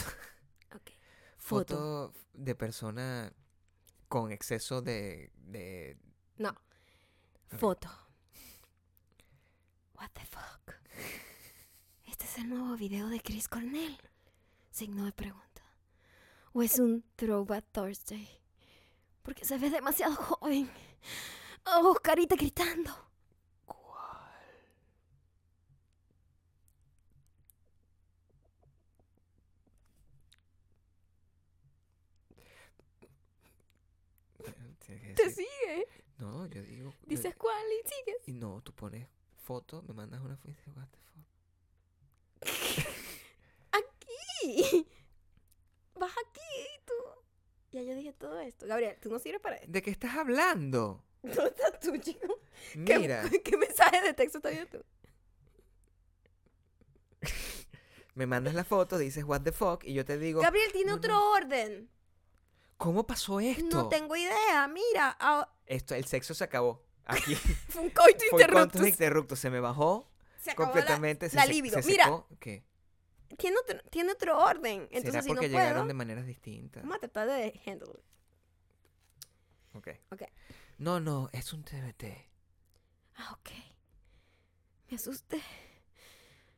[SPEAKER 1] Ok.
[SPEAKER 2] foto de persona con exceso de, de
[SPEAKER 1] No.
[SPEAKER 2] Ok.
[SPEAKER 1] Foto. What the fuck. Este es el nuevo video de Chris Cornell. Signo de pregunta. ¿O es un Throwback Thursday? Porque se ve demasiado joven. Oh, carita gritando.
[SPEAKER 2] Tienes que
[SPEAKER 1] Te
[SPEAKER 2] decir-
[SPEAKER 1] sigue.
[SPEAKER 2] No, yo digo. yo-
[SPEAKER 1] Dices cuál y sigues.
[SPEAKER 2] y no, tú pones foto, me mandas una foto y dices, what the fuck.
[SPEAKER 1] Aquí. Vas aquí tú. Ya yo dije todo esto. Gabriel, tú no sirves para esto.
[SPEAKER 2] ¿De qué estás hablando?
[SPEAKER 1] ¿Dónde estás tú, chico? ¿Qué,
[SPEAKER 2] Mira,
[SPEAKER 1] ¿Qué mensaje de texto estás viendo tú?
[SPEAKER 2] me mandas la foto, dices, what the fuck, y yo te digo,
[SPEAKER 1] Gabriel tiene
[SPEAKER 2] Oh, no,
[SPEAKER 1] otro
[SPEAKER 2] no.
[SPEAKER 1] orden.
[SPEAKER 2] ¿cómo pasó esto?
[SPEAKER 1] No tengo idea. Mira, ah,
[SPEAKER 2] Esto, el sexo se acabó. Aquí
[SPEAKER 1] fue un coito
[SPEAKER 2] fue cuantos
[SPEAKER 1] interruptus.
[SPEAKER 2] interruptos, se me bajó
[SPEAKER 1] Se acabó
[SPEAKER 2] completamente. se
[SPEAKER 1] la
[SPEAKER 2] sec-
[SPEAKER 1] libido.
[SPEAKER 2] se
[SPEAKER 1] Mira.
[SPEAKER 2] secó. ¿Qué?
[SPEAKER 1] la- tiene, otro, tiene otro orden.
[SPEAKER 2] ¿Será
[SPEAKER 1] Entonces, si no
[SPEAKER 2] porque
[SPEAKER 1] puedo,
[SPEAKER 2] llegaron de maneras distintas?
[SPEAKER 1] vamos a tratar de handle it.
[SPEAKER 2] Ok.
[SPEAKER 1] Ok.
[SPEAKER 2] No, no, es un TBT.
[SPEAKER 1] Ah, ok. Me asusté.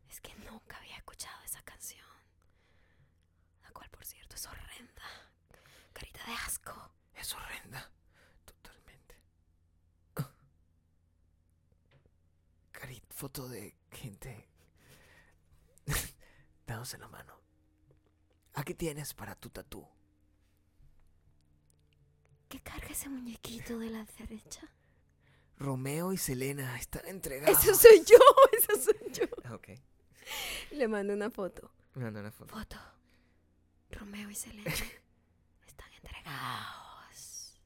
[SPEAKER 1] Es que nunca había escuchado esa canción. La cual, por cierto, es horrenda. Carita de asco.
[SPEAKER 2] Es horrenda. Totalmente. Cari, foto de gente. Dados en la mano. Aquí tienes para tu tatú.
[SPEAKER 1] ¿Qué carga ese muñequito de la derecha?
[SPEAKER 2] Romeo y Selena están entregados.
[SPEAKER 1] Eso soy yo, eso soy yo.
[SPEAKER 2] Ah, Ok.
[SPEAKER 1] Le mando una foto.
[SPEAKER 2] Me mandó una foto.
[SPEAKER 1] Foto. Romeo y Selena están entregados.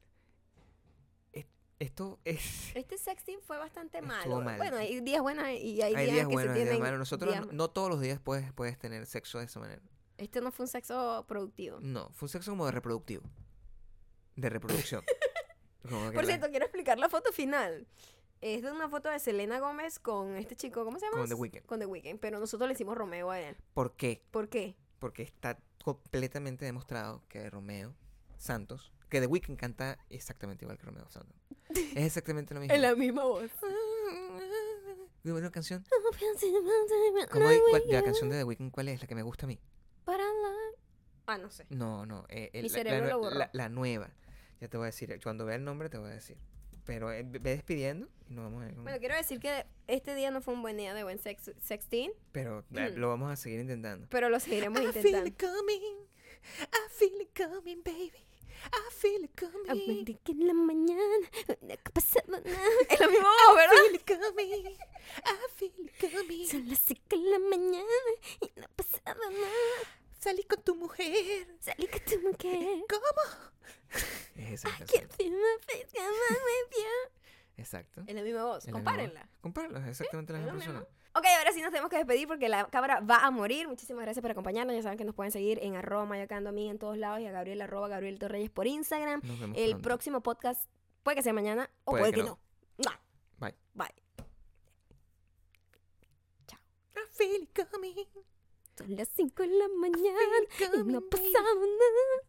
[SPEAKER 2] Esto es.
[SPEAKER 1] Este sexting fue bastante malo.
[SPEAKER 2] Estuvo mal.
[SPEAKER 1] Bueno, hay días buenos y hay,
[SPEAKER 2] Hay días
[SPEAKER 1] que
[SPEAKER 2] buenos,
[SPEAKER 1] se
[SPEAKER 2] hay días
[SPEAKER 1] tienen
[SPEAKER 2] malos. Nosotros
[SPEAKER 1] días-
[SPEAKER 2] no, no todos los días puedes, puedes tener sexo de esa manera.
[SPEAKER 1] Este no fue un sexo productivo.
[SPEAKER 2] No, fue un sexo como de reproductivo. De reproducción. Como que
[SPEAKER 1] Por
[SPEAKER 2] la-
[SPEAKER 1] cierto, quiero explicar la foto final. Es de una foto de Selena Gómez con este chico, ¿cómo se llama?
[SPEAKER 2] Con The Weeknd.
[SPEAKER 1] Con The Weeknd, pero nosotros le hicimos Romeo a él.
[SPEAKER 2] ¿Por qué?
[SPEAKER 1] ¿Por qué?
[SPEAKER 2] Porque está completamente demostrado que Romeo Santos, que The Weeknd canta exactamente igual que Romeo Santos. Es exactamente lo mismo.
[SPEAKER 1] En la misma voz.
[SPEAKER 2] Muy buena canción. ¿Cómo di- cuál- la canción de The Weeknd cuál es? La que me gusta a mí.
[SPEAKER 1] Para la- Ah, no sé.
[SPEAKER 2] No, no. eh, eh,
[SPEAKER 1] Mi
[SPEAKER 2] la-
[SPEAKER 1] cerebro
[SPEAKER 2] la,
[SPEAKER 1] lo
[SPEAKER 2] nue-
[SPEAKER 1] borró.
[SPEAKER 2] la- la nueva. Ya te voy a decir. eh, Cuando vea el nombre te voy a decir. Pero eh, ve despidiendo y nos vamos a ir con-
[SPEAKER 1] Bueno, quiero decir que este día no fue un buen día de buen sexo, sexting,
[SPEAKER 2] Pero la-
[SPEAKER 1] Mm.
[SPEAKER 2] lo vamos a seguir intentando.
[SPEAKER 1] pero lo seguiremos intentando.
[SPEAKER 2] coming. I feel it coming, baby. I feel it
[SPEAKER 1] Aprendí que en la mañana no ha pasado nada. Es la misma voz, ¿verdad?
[SPEAKER 2] coming. I feel it coming.
[SPEAKER 1] Son las 5 de la mañana y no ha pasado nada.
[SPEAKER 2] Salí con tu mujer.
[SPEAKER 1] Salí con tu mujer.
[SPEAKER 2] ¿Cómo? Es esa la
[SPEAKER 1] Que
[SPEAKER 2] canción.
[SPEAKER 1] firma pesca más me dio.
[SPEAKER 2] Exacto.
[SPEAKER 1] En la misma voz,
[SPEAKER 2] Es la misma
[SPEAKER 1] compárenla.
[SPEAKER 2] Compárenlo, es exactamente la
[SPEAKER 1] es
[SPEAKER 2] misma
[SPEAKER 1] lo
[SPEAKER 2] persona.
[SPEAKER 1] mismo. Ok, ahora sí nos tenemos que despedir porque la cámara va a morir. Muchísimas gracias por acompañarnos. Ya saben que nos pueden seguir en arroba mayocando a mí en todos lados y a Gabriel arroba Gabriel Torreyes por Instagram.
[SPEAKER 2] Nos vemos
[SPEAKER 1] El
[SPEAKER 2] pronto.
[SPEAKER 1] próximo podcast puede que sea mañana o puede, que, no. ¡Mua!
[SPEAKER 2] Bye.
[SPEAKER 1] Bye.
[SPEAKER 2] I feel it coming.
[SPEAKER 1] Son las 5 de la mañana Ah, y no ha
[SPEAKER 2] coming, baby.
[SPEAKER 1] pasado nada.